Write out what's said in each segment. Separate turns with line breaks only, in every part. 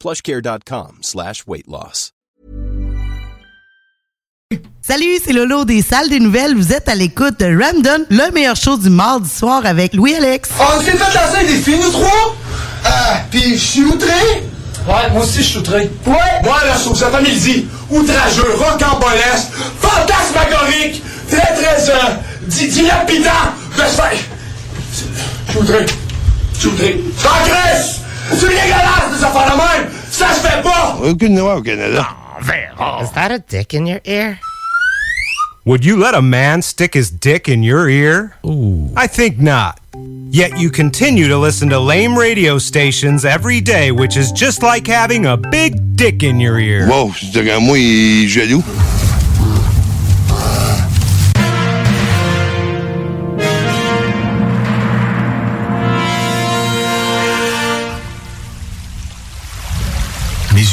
plushcare.com slash weight loss.
Salut, c'est Lolo des salles des nouvelles. Vous êtes à l'écoute de Random, le meilleur show du mardi soir avec Louis-Alex.
On s'est Ah, fait lancer des filles, nous trois! Euh, pis je suis outré! Ouais, moi aussi je suis outré. Ouais! Moi là, je trouve ça, comme il dit, outrageux, rocambolesque, fantasmagorique, très très, euh, di- dilapidant, de se faire... Je suis outré. Je suis outré. J'en crisse! C'est dégueulasse, des affaires de même! Ça se fait pas!
Aucune loi au Canada.
Is that a dick in your ear?
Would you let a man stick his dick in your ear? Ooh. I think not. Yet you continue to listen to lame radio stations every day, which is just like having a big dick in your ear.
Wow, c'est quand moi, il est jaloux.
Mais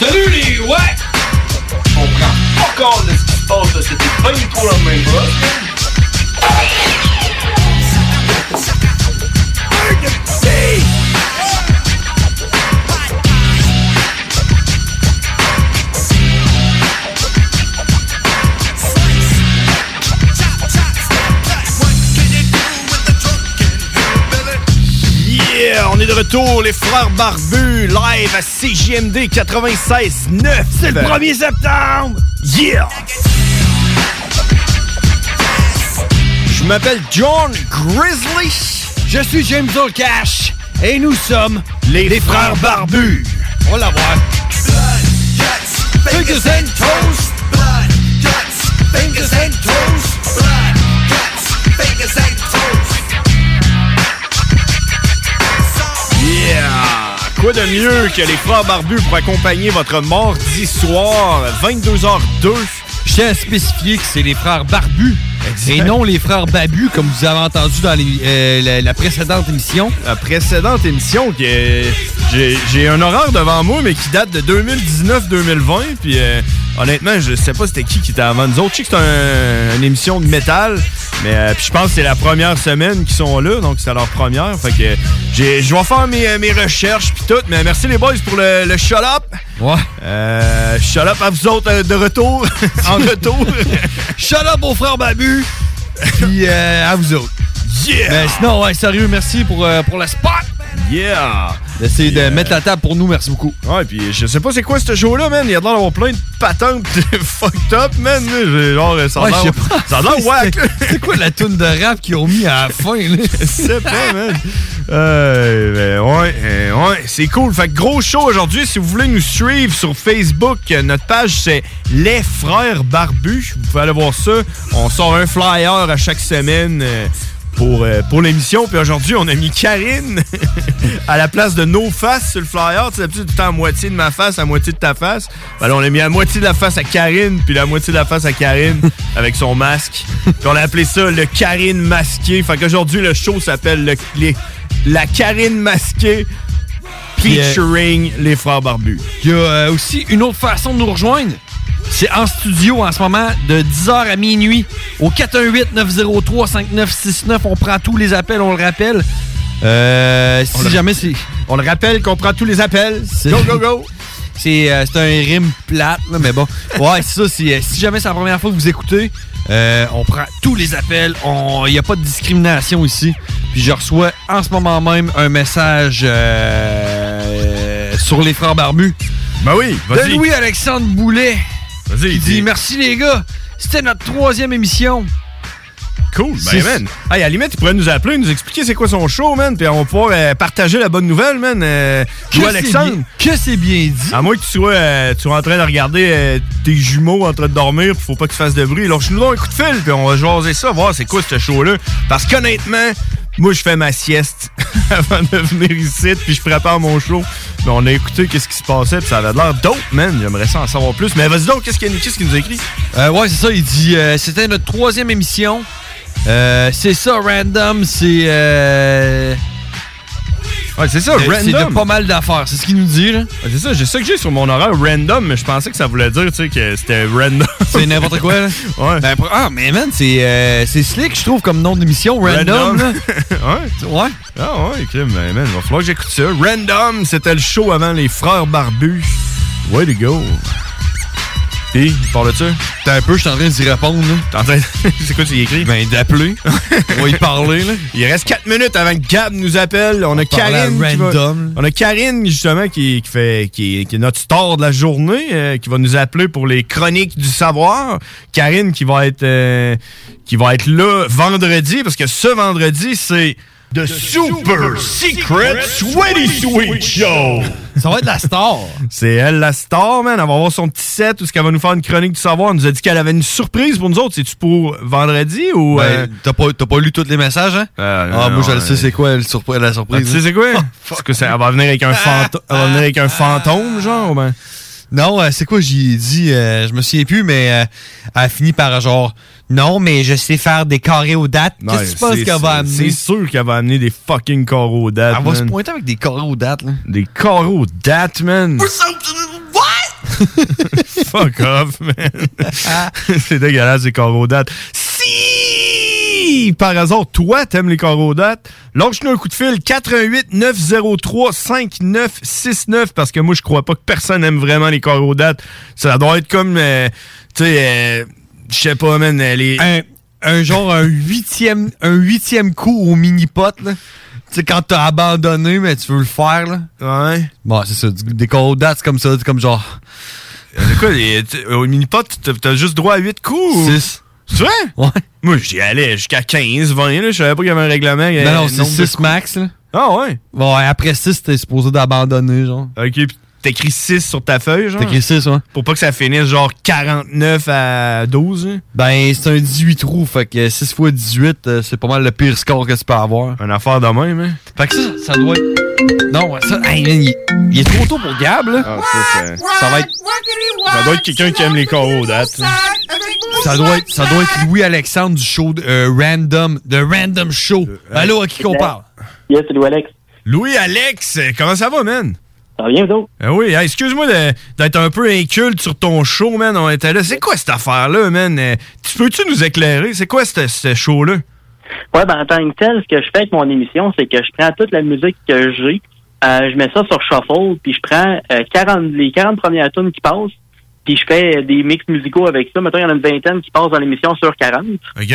Salut les ouais! Je comprends pas compte de ce qui se passe là, c'était pas du tout la même
Yeah! On est de retour, les frères barbus, live à CGMD 96.9.
C'est le 1er septembre!
Yeah! Je m'appelle John Grizzly.
Je suis James Earl Cash et nous sommes les, frères, barbus. On va la voir. Fingers and toes.
Blood, guts, fingers and toes. Blood, guts, fingers and
Yeah! Quoi de mieux que les frères barbus pour accompagner votre mardi soir, 22h02?
Je tiens à spécifier que c'est les frères barbus. Et non les frères babus, comme vous avez entendu dans les, euh, la, la précédente émission.
La précédente émission, que euh, j'ai j'ai un horaire devant moi, mais qui date de 2019-2020. Puis euh, honnêtement, je sais pas c'était qui qui était avant nous autres. Je sais que c'est un- une émission de métal, mais euh, puis je pense que c'est la première semaine qu'ils sont là, donc c'est leur première. Fait que j'ai- je vais faire mes, euh, mes recherches puis tout. Mais merci les boys pour le, le shut up.
Ouais.
Euh, shut up à vous autres euh, de retour, en retour.
shut up aux frères babus. Puis euh, à vous autres.
Yeah!
Mais sinon, ouais, sérieux, merci pour, euh, pour la spot.
Yeah!
D'essayer de mettre la table pour nous, merci beaucoup.
Ouais, puis je sais pas c'est quoi ce show-là, man. Il y a de l'air d'avoir plein de patentes fucked up, man. J'ai Genre, euh, ça a
Ouais,
l'air-
je sais pas.
Ça a l'air whack.
C'est quoi la toune de rap qu'ils ont mis à la fin, là?
Je sais pas, man. Euh, ben, ouais, euh, ouais, c'est cool. Fait que gros show aujourd'hui. Si vous voulez nous suivre sur Facebook, euh, notre page c'est Les Frères Barbus. Vous pouvez aller voir ça. On sort un flyer à chaque semaine euh, pour, euh, pour l'émission. Puis aujourd'hui, on a mis Karine à la place de nos faces sur le flyer. Tu sais, d'habitude, tout le temps à moitié de ma face, à moitié de ta face. Ben là, on a mis à moitié de la face à Karine, puis la moitié de la face à Karine avec son masque. Puis on a appelé ça le Karine masqué. Fait qu'aujourd'hui, le show s'appelle le- les- la Karine masquée. Puis
Puis, euh,
Featuring les frères barbus.
Il y a euh, aussi une autre façon de nous rejoindre. C'est en studio en ce moment de 10h à minuit au 418-903-5969. On prend tous les appels, on le rappelle. Euh, si jamais c'est...
On le rappelle qu'on prend tous les appels.
Go, go, go! C'est euh, c'est un rime plate, là, mais bon. Ouais, c'est ça. c'est, euh, si jamais c'est la première fois que vous écoutez, euh, on prend tous les appels. Il n'y a pas de discrimination ici. Puis je reçois en ce moment même un message euh, sur les frères barbus.
Ben oui,
De Louis-Alexandre Boulet. Vas-y, Il dit Merci les gars, c'était notre troisième émission.
Cool,
C'est-
ben man. Hey, à la limite, il pourrait nous appeler, nous expliquer c'est quoi son show, man, puis on va pouvoir euh, partager la bonne nouvelle, man. Euh,
Que c'est bien- que c'est bien dit.
À moins que tu sois, euh, tu sois en train de regarder euh, tes jumeaux en train de dormir, puis faut pas que tu fasses de bruit. Alors, je nous donne un coup de fil, puis on va jaser ça, voir c'est quoi ce show-là. Parce qu'honnêtement, moi, je fais ma sieste avant de venir ici, puis je prépare mon show. Mais on a écouté qu'est-ce qui se passait, puis ça avait l'air dope, man. J'aimerais ça en savoir plus. Mais vas-y donc, qu'est-ce qu'il y a, Nicky, ce qu'il nous a écrit?
Euh, ouais, c'est ça. Il dit euh, c'était notre troisième émission. Euh, c'est ça, random. C'est. euh,
Ouais, c'est ça,
de-
random. Ah,
C'est de pas mal d'affaires. C'est ce qu'il nous dit, là.
c'est ça, j'ai ça que j'ai sur mon horaire, random, mais je pensais que ça voulait dire, tu sais, que c'était random.
C'est n'importe quoi, là.
ouais.
Ben, pour- ah, mais man, c'est euh, c'est slick, je trouve, comme nom d'émission. Random, là.
ouais.
Ouais.
Ah ouais, ok, mais man, va falloir que j'écoute ça. Random, c'était le show avant les frères barbus. Way to go. Et, parle-tu?
T'es un peu, je suis en train d'y répondre, là.
T'es en train C'est quoi, tu y écris?
Ben, d'appeler. On va y parler, là.
Il reste 4 minutes avant que Gab nous appelle. On, a
parler à
Karine. qui va-
random.
on a Karine, justement, qui, qui fait, qui, est- qui est notre star de la journée, euh, qui va nous appeler pour les chroniques du savoir. Karine qui va être, euh, qui va être là vendredi, parce que ce vendredi, c'est The, Super, Secret Sweaty Sweet Show.
Ça va être la star.
C'est elle, la star, man. Elle va avoir son petit set, où ce qu'elle va nous faire une chronique du savoir. Elle nous a dit qu'elle avait une surprise pour nous autres. C'est-tu pour vendredi ou. euh,
Ben, T'as pas, t'as pas lu tous les messages, hein? ah, moi,
non,
je le
euh,
sais, c'est quoi le surpri- la
Ah, tu
surprise? hein.
sais, c'est quoi? Parce que ça elle va venir avec un fantôme, elle va venir avec un fantôme genre, ben.
Non, euh, c'est quoi j'ai dit? euh, je me souviens plus, mais euh, elle a fini par genre non, mais je sais faire des carrés aux dates. Qu'est-ce que tu penses
c'est-
qu'elle va
c'est- C'est
amener?
sûr qu'elle va amener des fucking carreaux dates.
Elle va se
man.
pointer avec des carrés aux dates, là.
Des carreaux dates, man. Fuck off, man. c'est dégueulasse, les carreaux dates. Si par hasard, toi, t'aimes les carreaux dates, lâche-nous un coup de fil 88 903 5969 parce que moi, je crois pas que personne aime vraiment les carreaux dates. Ça doit être comme, euh, tu sais, euh, je sais pas, man, euh, les.
Un, un genre un huitième un huitième coup au mini pot là. Tu sais, quand t'as abandonné, mais tu veux le faire, là.
Ouais.
Bon, c'est ça. du- Des carrés aux dates, c'est comme ça. C'est comme genre
C'est quoi, les, Euh, tu- au mini-pot, t'as- t'as juste droit à 8 coups? ou-
6.
C'est vrai?
Ouais.
Moi, j'y allais jusqu'à 15, 20, là. Je savais pas qu'il y avait un règlement.
Ben
euh,
Non, non, c'est 6
6
max, là.
Ah, ouais.
Bon, ouais, après 6, t'es supposé d'abandonner, genre.
Ok, puis t'écris 6 sur ta feuille, genre.
T'as écrit 6, ouais.
Pour pas que ça finisse genre 49 à 12, hein.
Ben, c'est un 18 trous, fait que 6 x 18, euh, c'est pas mal le pire score que tu peux avoir.
Une affaire de même, hein.
Fait que ça, ça doit être. Non, ça. Hey, man, il, il est trop tôt pour Gab, là.
Ah, ça,
Ça va être.
ça doit être quelqu'un qui aime les coraux dates.
Ça doit être, ça doit être Louis-Alexandre du show de, euh, Random, de Random Show.
Euh,
Allô, Ben, à qui qu'on parle?
Ben, Yes, c'est Louis-Alex.
Louis-Alex, euh, comment ça va, man?
Ça va bien, vous autres?
Ah oui, hey, excuse-moi de- d'être un peu inculte sur ton show, man. On était là. C'est quoi cette affaire-là, man? Euh, Tu peux-tu nous éclairer? C'est quoi ce- ce show-là?
Ouais, ben, en tant que tel, ce que je fais avec mon émission, c'est que je prends toute la musique que j'ai, euh, je mets ça sur shuffle, puis je prends euh, 40, les 40 premières tunes qui passent, puis je fais euh, des mix musicaux avec ça. Mettons, il y en a une vingtaine qui passent dans l'émission sur 40.
OK?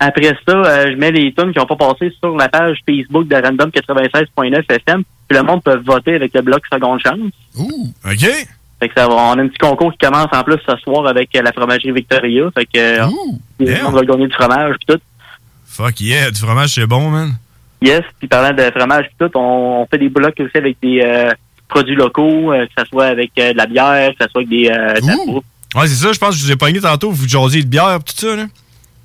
Après ça, euh, je mets les tunes qui n'ont pas passé sur la page Facebook de Random 96.9 FM, puis le monde peut voter avec le bloc Seconde Chance.
Ouh, OK.
Fait que ça va, on a un petit concours qui commence en plus ce soir avec euh, la fromagerie Victoria. Fait que euh,
yeah.
on va gagner du fromage puis tout.
Fuck yeah, du fromage, c'est bon, man.
Yes, puis parlant de fromage puis tout, on, on fait des blocs aussi avec des euh, produits locaux, euh, que ce soit avec euh, de la bière, que ce soit avec des euh, de la bouffe.
Ouais, c'est ça, je pense que je vous ai pogné tantôt, vous jasiez de bière pis tout ça, là.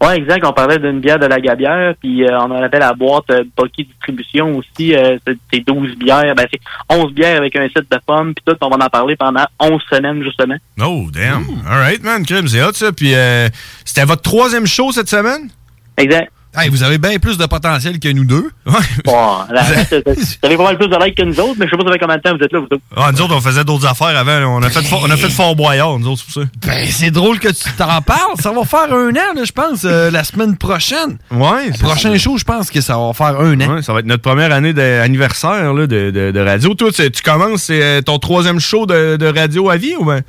Ouais, exact. On parlait d'une bière de la gabière, puis euh, on en appelle la boîte euh, Bucky Distribution aussi. euh, c'est- c'est 12 bières, ben c'est 11 bières avec un set de pommes, puis tout. On va en parler pendant 11 semaines, justement.
Oh, damn. Alright, man, crime, c'est hot, ça. Puis, euh, c'était votre troisième show cette semaine?
Exact.
Hey, vous avez bien plus de potentiel que nous deux.
Bon, Oh, la- vous avez pas mal plus de likes que nous autres, mais je sais pas ça fait combien de temps vous êtes là, vous autres.
Ah, nous autres, on faisait d'autres affaires avant. là. On a fait, fo- on a fait Fort Boyard, nous autres, c'est pour ça.
Ben, c'est drôle que tu t'en parles. Ça va faire un an, là, je pense, euh, la semaine prochaine.
Ouais.
prochain show, je pense que ça va faire un an.
Ouais, ça va être notre première année d'anniversaire là, de, de- de radio. Toi, tu, tu commences c'est, euh, ton troisième show de, de radio à vie ou ben?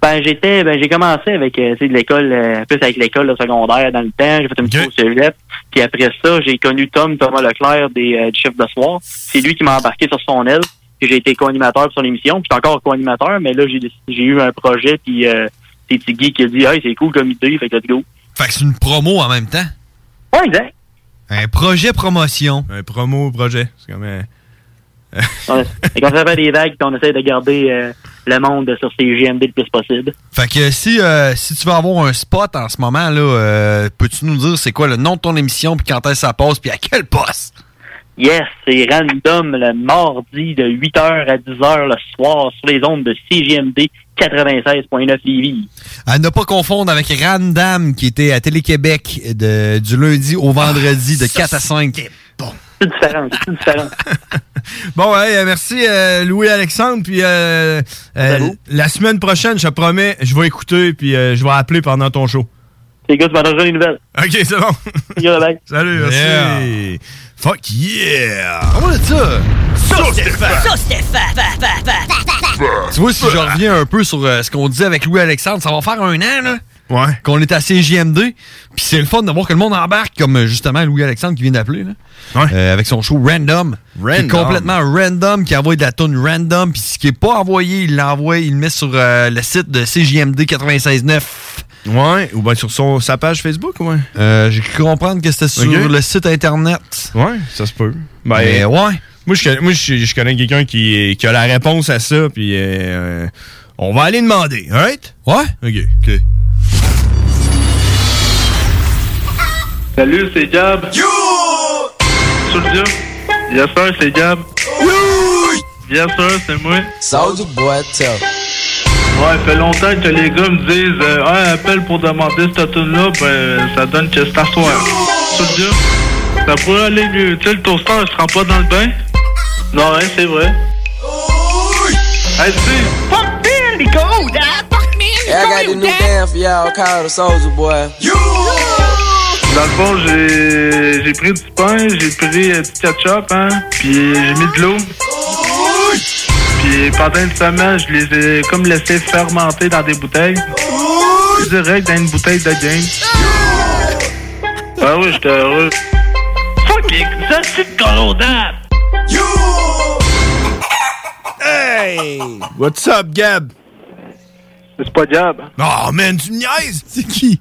Ben j'étais, ben j'ai commencé avec euh, tu sais, de l'école, euh, plus avec l'école là, secondaire dans le temps. J'ai fait une petite pause au cégep. Puis après ça, j'ai connu Tom Thomas Leclerc des, euh, du chef de soir. C'est lui qui m'a embarqué sur son aile. Puis j'ai été co-animateur pour son émission. Puis je suis encore co-animateur, mais là j'ai, déc- j'ai eu un projet. Puis euh, c'est Tiggy qui a dit, hey c'est cool comme idée, fait que let's go.
Fait que c'est une promo en même temps.
Ouais, exact.
Un projet promotion.
Un promo projet. C'est comme. euh,
On, fait qu'on se fait des vagues, puis on essaie de garder euh, le monde sur ses GMD le plus possible.
Fait que si, euh, si tu veux avoir un spot en ce moment, là, euh, peux-tu nous dire c'est quoi le nom de ton émission, puis quand est-ce que ça passe, puis à quel poste?
Yes, c'est random le mardi de 8h à 10h le soir sur les ondes de CGMD 96.9 Lévis.
À ne pas confondre avec Randam, qui était à Télé-Québec de- du lundi au vendredi de 4 à 5.
Ah, C'est différent, c'est différent.
Bon, hey, euh, merci euh, Louis-Alexandre. Puis euh, euh, la semaine prochaine, je te promets, je vais écouter puis euh, je vais appeler pendant ton show.
Les gars, tu m'as donné une nouvelle.
OK, c'est bon. Salut, merci. Fuck yeah! Comment
est ça?
Sauce Stéphane.
Tu vois, si je reviens un peu sur euh, ce qu'on disait avec Louis-Alexandre, ça va faire un an, là.
Ouais.
Qu'on est à CJMD. Puis c'est le fun de voir que le monde embarque, comme euh, justement Louis-Alexandre qui vient d'appeler, là. Euh, avec son show Random. Qui est
Random.
complètement random, qui envoie de la tune random. Puis ce qui est pas envoyé, il l'envoie, il le met sur euh, le site de CJMD 96.9.
Ouais, ou bien sur son, sa page Facebook, ouais.
Euh, J'ai cru comprendre que c'était sur
Ok.
le site internet.
Ouais, ça se peut. Ben,
Mais ouais.
Moi, je, connais- moi, je, je connais quelqu'un qui, qui a la réponse à ça, puis euh, on va aller demander, alright?
Ouais?
OK. OK.
Salut, c'est Gab. You! Sur le job. Bien sûr, c'est Gab. Bien sûr, c'est moi. Sors du boîte. Ouais, fait longtemps que les gars me disent euh, Ah, appelle pour demander cette tune là ben ça donne que c'est à soir. Sur le job. Ça pourrait aller mieux. Tu sais, le toaster, il se rend pas dans le bain. Non, ouais, c'est vrai. Hey, tu sais,
Fuck Billy Gold, ah! Fuck Billy Gold, I got a new band for y'all called the Soldier Boy.
Dans le fond, j'ai j'ai pris du pain, j'ai pris euh, du ketchup, hein, puis j'ai mis de l'eau. Puis pendant une semaine, je les ai comme laissés fermenter dans des bouteilles. Direct dans une bouteille de game. Ah oui, j'étais heureux. Fucking, ça c'est colonel.
Hey! What's up, Gab?
C'est pas Gab.
Oh, man, tu me niaises! C'est qui?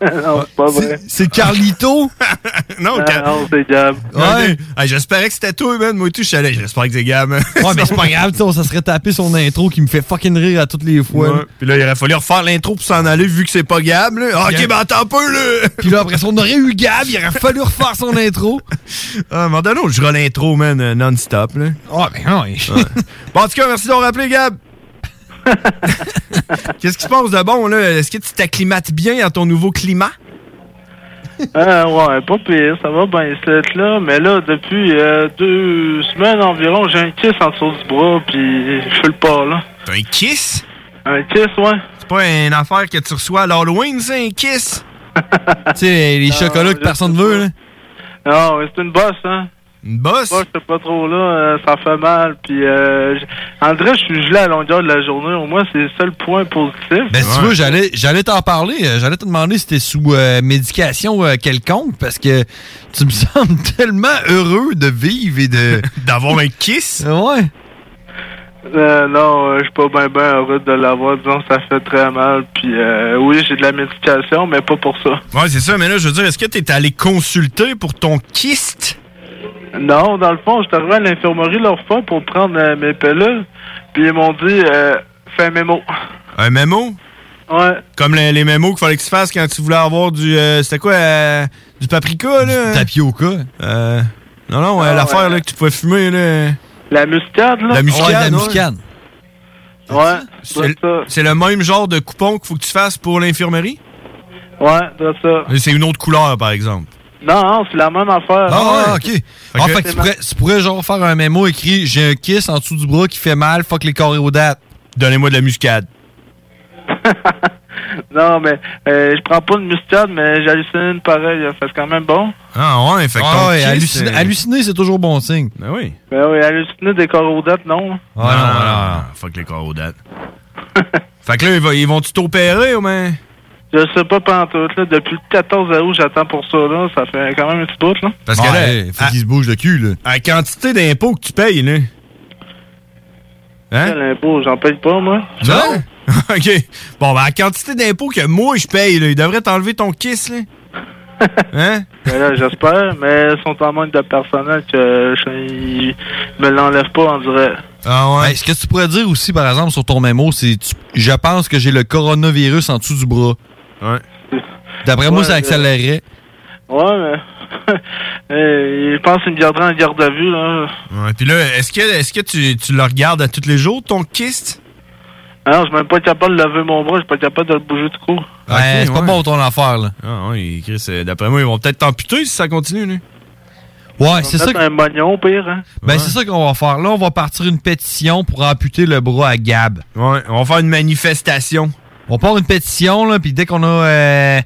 non, c'est pas vrai.
C'est Carlito?
non,
Ah,
Gab.
non, c'est Gab.
Ouais. Hey, J'espérais que c'était toi, man. Moi, tout, je suis allé. J'espère que c'est Gab. man.
Ouais, mais c'est pas grave, tu sais, on se serait tapé son intro qui me fait fucking rire à toutes les fois.
Ouais. Puis là, il aurait fallu refaire l'intro pour s'en aller vu que c'est pas Gab, là. Ah,
Gab.
Ok, ben attends un peu, là.
Puis là, après ça, on aurait eu Gab, il aurait fallu refaire son intro.
Ah, m'en donne autre, je rôle l'intro, man, euh, non-stop, là.
Ah, ben non.
Bon, en tout cas, merci d'avoir rappelé, Gab. Qu'est-ce qui se passe de bon, là? Est-ce que tu t'acclimates bien à ton nouveau climat?
Ah ouais, pas pire, ça va bien cette là, mais là depuis euh, deux semaines environ, j'ai un kiss en dessous du bras puis je fais le pas là.
T'as un kiss?
Un kiss, ouais.
C'est pas une affaire que tu reçois à l'Halloween, c'est un kiss?
tu sais, les chocolats que personne veut, là.
Non, mais c'est une bosse hein.
Une bosse?
Moi, c'est pas trop là, euh, ça fait mal puis euh, j- en vrai, je suis gelé à longueur de la journée, au moins c'est le seul point positif.
Ben, si tu veux, j'allais, j'allais t'en parler. euh, J'allais te demander si t'es sous euh, médication euh, quelconque parce que tu me sembles tellement heureux de vivre et de.
D'avoir un kiss?
Ouais.
Euh, non, euh, je suis pas bien ben heureux de l'avoir, disons ça fait très mal puis euh, oui, j'ai de la médication mais pas pour ça.
Ouais, c'est ça, mais là, je veux dire, est-ce que t'es allé consulter pour ton kyste?
Non, dans le fond, j'étais arrivé à l'infirmerie l'autre fois pour prendre euh, mes pilules, puis ils m'ont dit euh, fais un mémo.
Un mémo?
Ouais.
Comme les, les mémos qu'il fallait que tu fasses quand tu voulais avoir du. euh, C'était quoi? euh, du paprika, là? Du
tapioca?
Euh, non, non, euh,
Ah,
l'affaire
ouais.
là, que tu pouvais fumer, là.
La muscade, là?
La muscade.
Ouais, la muscade. Ouais.
C'est c'est le même genre de coupon qu'il faut que tu fasses pour l'infirmerie?
Ouais, c'est ça.
C'est une autre couleur, par exemple.
Non, non, c'est la même affaire.
Ah, ok. En
que-
fait, tu pourrais, tu pourrais genre faire un mémo écrit J'ai un kiss en dessous du bras qui fait mal, fuck les choréodates.
Donnez-moi de la muscade.
Non, mais euh, je prends pas de mustard, mais j'hallucine pareil. Ça C'est quand même bon.
Ah ouais, fait que
Ah
ton
ouais,
kiss,
halluciner,
euh,
halluciner, c'est toujours bon signe.
Ben oui.
Ben oui, halluciner des corodates, non.
Ah non, non, non, non, fuck les corrodates. fait que là, ils, vont- ils vont-tu t'opérer ou ben?
Je sais pas pantoute, là. Depuis le 14 août, j'attends pour ça, là. Ça fait quand même un petit bout, là.
Parce que là, faut qu'ils se bougent le cul, là. À la quantité d'impôts que tu payes, là. Hein?
Quel impôt, j'en paye pas, moi.
Non? OK. Bon, ben, à la quantité d'impôts que moi, je paye, là, ils devraient t'enlever ton kiss, là. Hein?
Ben là, j'espère, mais ils sont en manque de personnel que je, ils me l'enlèvent pas, on dirait.
Ah ouais.
ce que tu pourrais dire aussi, par exemple, sur ton mémo, c'est tu- Je pense que j'ai le coronavirus en dessous du bras.
Ouais.
D'après moi,
Ouais,
ça accélérerait.
Ouais, mais. Euh, je pense qu'ils me garderaient en garde à vue, là.
Ouais, Puis là, est-ce que, est-ce que tu, tu le regardes à tous les jours, ton kiss?
Alors, je suis même pas capable de lever mon bras, je suis pas capable de le bouger du coup.
Ouais,
Ben, c'est pas bon ton affaire, là.
Ah ouais, Chris, euh, d'après moi, ils vont peut-être t'amputer si ça continue, là.
Ouais, c'est ça. que-
un moignon, pire, hein.
Ben, c'est ça qu'on va faire. Là, on va partir une pétition pour amputer le bras à Gab.
Ouais, on va faire une manifestation.
On part une pétition, là, puis dès qu'on a euh,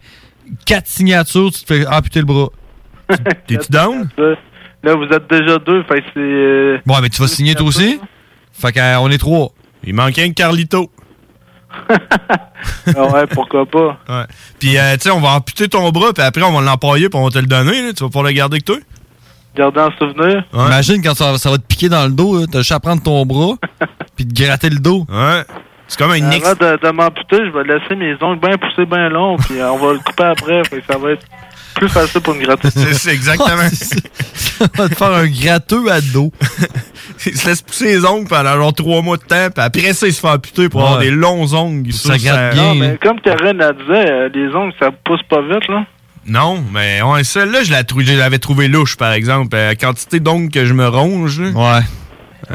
quatre signatures, tu te fais amputer le bras.
T'es-tu down?
Là, vous êtes déjà deux, fait que c'est. euh,
Ouais, mais tu vas signer toi aussi? Fait qu'on est trois.
Il manque un Carlito.
ah ouais, pourquoi pas?
Ouais. Puis, euh, tu sais, on va amputer ton bras, puis après, on va l'empailler, puis on va te le donner, là. Tu vas pouvoir le garder que toi.
Garder un souvenir.
Imagine quand ça, ça va te piquer dans le dos, là, t'as juste à prendre ton bras, puis te gratter le dos.
Ouais. C'est comme un
Avant de, de m'amputer, je vais laisser mes ongles bien poussés, bien longs, puis euh, on va le couper après, fait que ça va être plus facile pour me gratter.
C'est exactement.
On va te faire un gratteux à dos.
il se laisse pousser les ongles pendant genre trois mois de temps, puis après ça, il se fait amputer pour avoir
Ouais.
des longs ongles. Ah,
ça gratte
Non, mais comme Karen a disait, euh, les ongles, ça pousse pas vite, là.
Non, mais ouais, celle-là, je, la trou- je l'avais trouvé louche, par exemple. La quantité d'ongles que je me ronge.
Ouais.
Euh,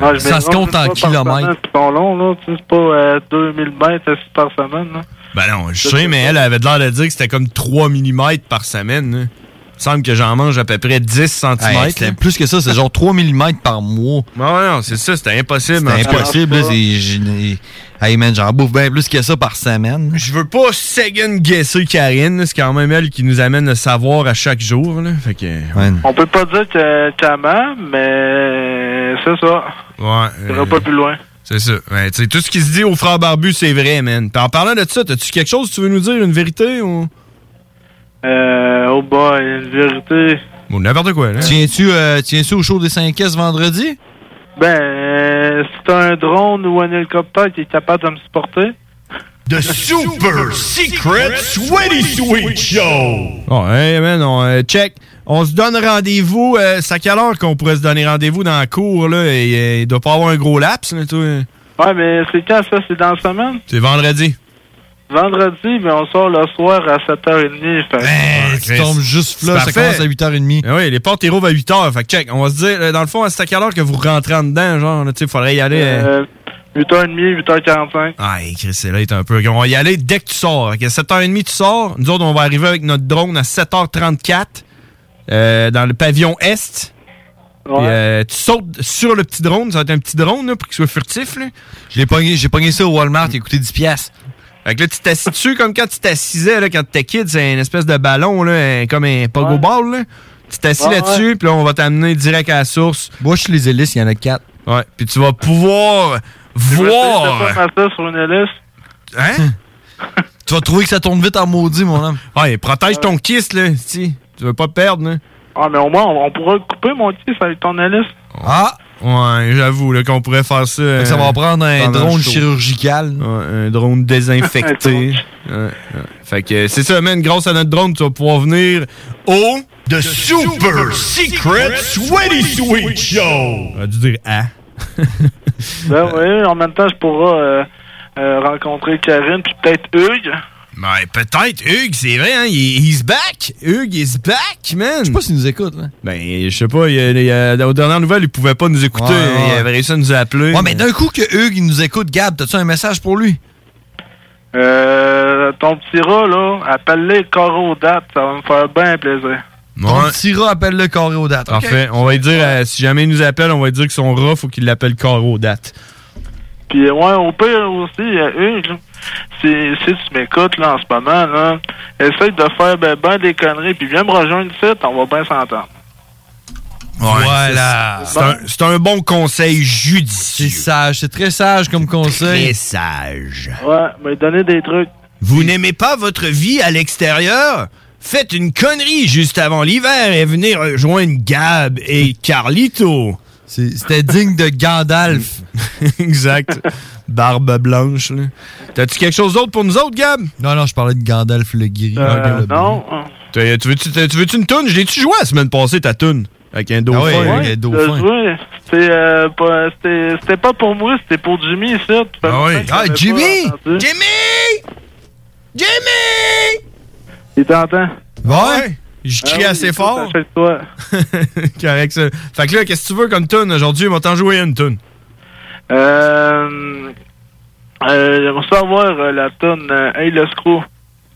Ah, je mets les ongles une fois par semaine, C'est pas long, là. Tu sais, C'est pas euh, 2000 mètres assis par semaine, là.
Ben non, je sais, mais elle avait l'air de dire que c'était comme 3 mm par semaine. là. Il me semble que j'en mange à peu près 10 cm.
Hey, c'était plus que ça, c'est genre 3 mm par mois.
Non, non, c'est ça, c'était impossible. en
C'est
tout cas.
impossible, là, c'est- j'ai- j'ai- Hey man, j'en bouffe bien Ben, plus que ça par semaine.
Je veux pas second guesser Karine, c'est quand même elle qui nous amène le savoir à chaque jour. Là. Fait que, ouais.
On peut pas dire que t'amas, mais c'est ça.
euh,
T'auras pas plus loin.
c'est ça. Ouais, tu sais, tout ce qui se dit aux frères barbus, c'est vrai, man. Puis en parlant de ça, as-tu quelque chose que tu veux nous dire, une vérité ou...
Euh, oh boy, une vérité.
Ou n'importe quoi, là.
Tiens-tu tiens au show des 5 S vendredi?
Ben, euh, si t'as un drone ou un hélicoptère qui est capable de me supporter,
The Super Secret Sweaty Sweet Show.
Bon, Oh, hey, man, on, euh, check. On se donne rendez-vous. euh, c'est à quelle heure qu'on pourrait se donner rendez-vous dans la cour, là? Et, euh, il doit pas avoir un gros laps, là, toi.
Ouais, mais c'est quand ça? C'est dans la semaine?
C'est vendredi.
Vendredi, mais on sort le soir à 7h30. Fait.
Tu tombes
Ben, juste là, ça commence à
8h30. Ben oui, les portes ils rouvrent à 8h. Fait que check, on va se dire, euh, dans le fond, c'est à quelle heure que vous rentrez en dedans, genre, là, tu sais, faudrait y aller.
hein.
euh.
Euh, 8h30, 8h45.
Aïe, Chris, c'est là, il est un peu. On va y aller dès que tu sors. Ok, À 7h30, tu sors. Nous autres, on va arriver avec notre drone à 7h34 euh, dans le pavillon Est. Puis, euh, tu sautes sur le petit drone. Ça va être un petit drone là, pour qu'il soit furtif. Là.
J'ai pogné, j'ai pogné ça au Walmart, il a coûté 10 piastres.
Fait que là, tu t'assis dessus comme quand tu t'assisais là, quand t'étais kid. C'est une espèce de ballon, là, un- comme un pogo ball. Là. Tu t'assis
Ouais,
là-dessus, puis là, on va t'amener direct à la source.
Moi, je suis les hélices, il y en a 4.
Ouais, puis tu vas pouvoir
Je vais
voir...
essayer de faire ça sur une hélice.
Hein?
tu vas trouver que ça tourne vite en maudit, mon homme.
Ouais, protège ton kiss, là, si. Tu veux pas perdre, là.
Ah, mais au moins, on, on pourra le couper, mon petit, ça va être ton hélice.
Ah!
Ouais, j'avoue, là, qu'on pourrait faire ça... euh,
Fait que ça va prendre un
pendant le
drone
show.
chirurgical.
Ouais, un drone désinfecté. Ouais, ouais. Fait que euh, c'est ça, man. Grâce à notre drone, tu vas pouvoir venir au...
The Super Secret Sweaty Sweet Show.
On a dû dire « ah ».
Ben oui, en même temps, je pourrais euh, euh, rencontrer Karine, puis peut-être Hugues.
Ben, peut-être. Hugues, c'est vrai, hein? il- He's back! Hugues, he's back, man! Je sais pas
s'il nous écoute, là.
Ben, je sais pas. il y a- il y a- aux dernières nouvelles, il pouvait pas nous écouter.
Ouais, ouais.
Il avait réussi à nous appeler.
Ouais, mais d'un coup que Hugues, il nous écoute, Gab, t'as-tu un message pour lui?
Euh, ton petit rat, là, appelle-les Corodat, ça va me faire bien plaisir.
Ton
Ouais.
petit rat appelle le carré aux dates.
En fait, on va lui dire, euh, si jamais il nous appelle, on va lui dire que son rat, faut qu'il l'appelle Caro date.
Puis ouais, au pire aussi, il y a une, là, si, si tu m'écoutes là en ce moment, là, essaye de faire ben, ben des conneries, puis viens me rejoindre ici, on va bien s'entendre.
voilà. C'est un, c'est un bon conseil judicieux. C'est
sage, c'est très sage comme conseil.
Très sage.
Ouais, mais donner des trucs.
Vous n'aimez pas votre vie à l'extérieur? Faites une connerie juste avant l'hiver et venez rejoindre Gab et Carlito.
C'était digne de Gandalf.
exact. Barbe blanche. là. T'as-tu quelque chose d'autre pour nous autres, Gab?
Non, non, je parlais de Gandalf le gris.
Euh,
non.
T'as- Tu veux-tu t'as- tu veux-tu une toune? Je l'ai-tu joué la semaine passée, ta toune? Ah Avec un dauphin.
Ouais, le jouer, c'est, euh, pas- C'était c'était pas pour moi, c'était pour Jimmy ici. Ça fait
Ah oui.
longtemps que
Ah,
j'avais pas
Jimmy!
entendu.
Jimmy! Jimmy!
Il t'entend?
Ouais. Je crie
Ah oui,
assez
écoute,
fort.
achète-toi. Euh,
Correct, ça. Fait que là, qu'est-ce que tu veux comme tune aujourd'hui? On va t'en jouer une tune.
Euh, euh, J'aimerais savoir euh, la tonne Hey le Screw.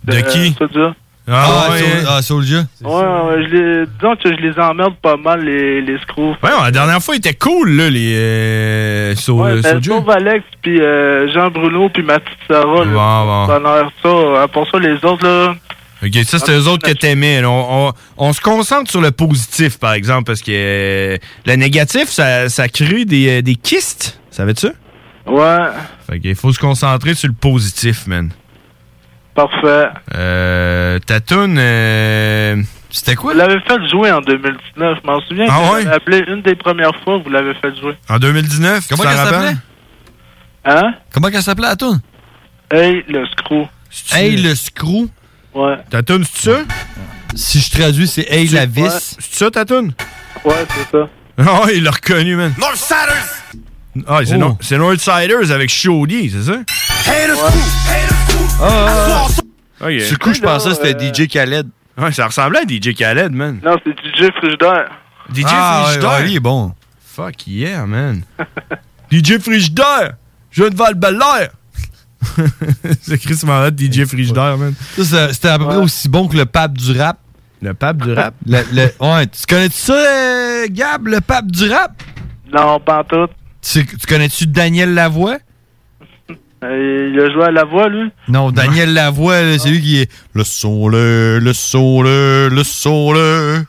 De qui?
Soulja.
Ah, ouais, hein.
Soulja.
Ouais, ouais, je les, disons que je les emmerde pas mal, les, les Screws.
Ouais, la dernière fois, il était cool, là, les. Euh, sur,
Ouais,
sur
ben,
Dieu.
sauf Alex, puis euh, Jean Bruno, puis ma petite Sarah.
Bon,
là,
bon.
ça a l'air ça. À part ça, les autres, là.
Ok, ça, c'est eux autres que t'aimais. là. On, on- on se concentre sur le positif, par exemple, parce que euh, le négatif, ça, ça crée des, euh, des kystes. Savais-tu?
Ouais,
Fait qu'il faut se concentrer sur le positif, man.
parfait.
Euh, ta toune, euh, C'était
Vous l'avez fait jouer en 2019, je m'en souviens. que
Ah
vous
ouais?
l'avez appelé une des premières fois que vous l'avez fait jouer.
en 2019?
Comment
tu t'en
qu'elle
rappelles?
s'appelait? Hein?
Comment qu'elle s'appelait la toune?
Hey, le Screw.
Hey, le screw.
Ouais.
Ta toune, c'est ça?
Si je traduis, c'est Hey, la vis.
C'est ça, ta toune?
Ouais, c'est ça.
Ah, il l'a reconnu, man.
Northsiders!
Ah, c'est
Oh.
Nor- c'est Northsiders avec Shoddy, c'est ça?
Hey, le fou! Hey, le fou!
Ah.
Sur le coup, je pensais que
euh,
c'était DJ Khaled. Ouais, ça ressemblait à DJ Khaled, man.
Non, c'est DJ Frigidaire.
DJ
Ah,
Frigidaire.
ouais, ouais, lui, il est
bon.
Fuck yeah, man. DJ Frigidaire. Je ne val l'air. C'est Chris Marat, DJ Frigidaire, man.
Ça, ça, c'était à peu près aussi bon que le pape du rap.
Le pape du
rap? ouais, tu connais-tu ça, euh, Gab, le pape du rap?
Non, pas en tout.
Tu, tu connais-tu Daniel Lavoie?
Euh, il a joué à la voix, lui.
Non, Daniel Lavoie, là, c'est lui qui est le son le, le son le, le son le,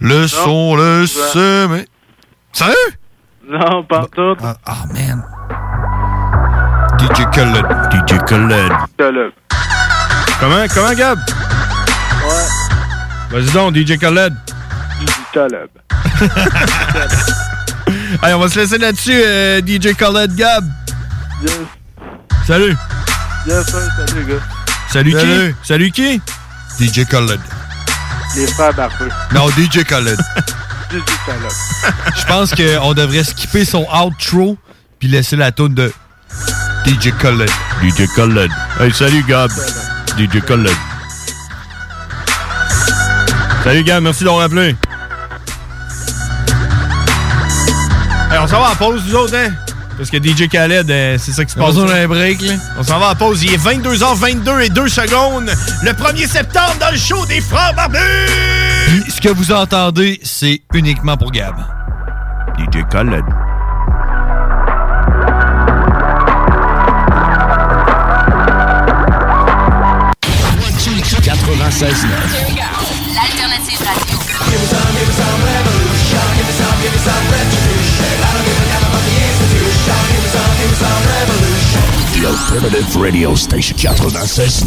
le son le, ce, mais... Sérieux?
Non, pas en tout.
oh, man. DJ Khaled. DJ Khaled.
Khaled.
Comment, comment, Gab? Ouais. Vas-y donc, DJ Khaled.
DJ Khaled.
Allez, on va se laisser là-dessus, euh, DJ Khaled, Gab.
Yes,
Salut.
yes, sir, salut, les gars.
Salut, qui? Salut qui?
DJ Khaled.
Les frères Barfeu.
Non, DJ Khaled.
DJ Khaled.
Je pense qu'on devrait skipper son outro puis laisser la tune de DJ Khaled.
DJ Khaled. Hey, salut Gab. DJ Khaled. Salut Gab, merci d'avoir appelé. Hey, on s'en va à la pause, nous autres, hein? Parce que DJ Khaled, euh, c'est ça qui se passe.
besoin d'un break, là.
On s'en va à la pause, il est 22h22 et 2 secondes. Le 1er septembre dans le show des Frères Barbus!
Puis ce que vous entendez, c'est uniquement pour Gab.
DJ Khaled.
L'alternative radio.
The alternative radio station 96.9.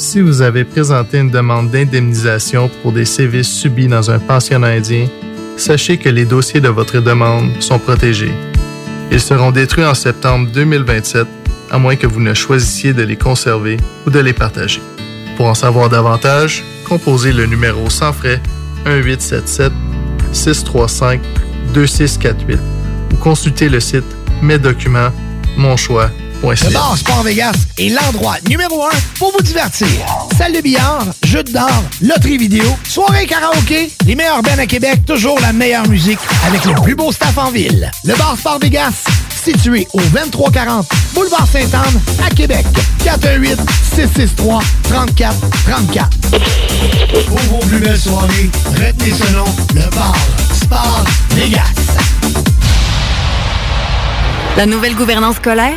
Si vous avez présenté une demande d'indemnisation pour des sévices subis dans un pensionnat indien, sachez que les dossiers de votre demande sont protégés. Ils seront détruits en septembre 2027, à moins que vous ne choisissiez de les conserver ou de les partager. Pour en savoir davantage, composez le numéro sans frais 1877 635 2648 ou consultez le site mes documents, mon choix.ca.
Le bar Sport Vegas est l'endroit numéro un pour vous divertir. Salle de billard, jeux de d'or, loterie vidéo, soirée karaoké, les meilleurs bennes à Québec, toujours la meilleure musique avec le plus beau staff en ville. Le bar Sport Vegas, situé au 2340 Boulevard Saint-Anne à Québec. 418 663 34 34. Pour vos plus belles soirées, retenez ce nom, le bar Sport Vegas.
La nouvelle gouvernance scolaire,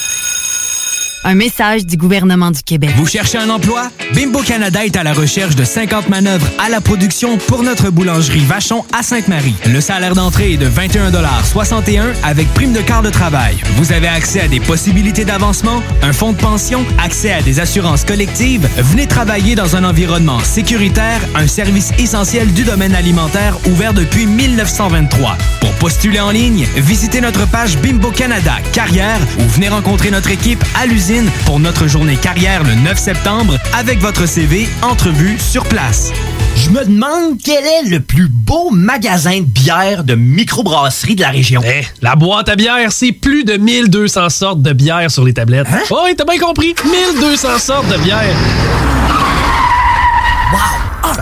Un message du gouvernement du Québec.
Vous cherchez un emploi? Bimbo Canada est à la recherche de 50 manœuvres à la production pour notre boulangerie Vachon à Sainte-Marie. Le salaire d'entrée est de 21,61 avec prime de quart de travail. Vous avez accès à des possibilités d'avancement, un fonds de pension, accès à des assurances collectives. Venez travailler dans un environnement sécuritaire, un service essentiel du domaine alimentaire ouvert depuis 1923. Pour postuler en ligne, visitez notre page Bimbo Canada Carrière ou venez rencontrer notre équipe à l'usine pour notre journée carrière le 9 septembre avec votre CV entrevue sur place.
Je me demande quel est le plus beau magasin de bière de microbrasserie de la région.
Eh, La boîte à bière, c'est plus de 1200 sortes de bières sur les tablettes.
Hein?
Oh, Oui, t'as bien compris. 1200 sortes de bières.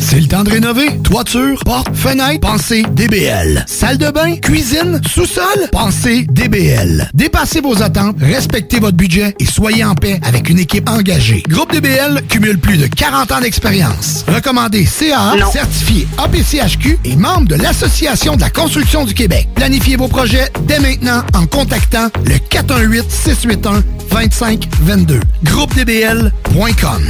C'est le temps de rénover. Toiture, porte, fenêtre, pensez DBL. Salle de bain, cuisine, sous-sol, pensez DBL. Dépassez vos attentes, respectez votre budget et soyez en paix avec une équipe engagée. Groupe DBL cumule plus de 40 ans d'expérience. Recommandé CAA,
Non.
certifié APCHQ et membre de l'Association de la construction du Québec. Planifiez vos projets dès maintenant en contactant le 418-681-2522. GroupeDBL.com.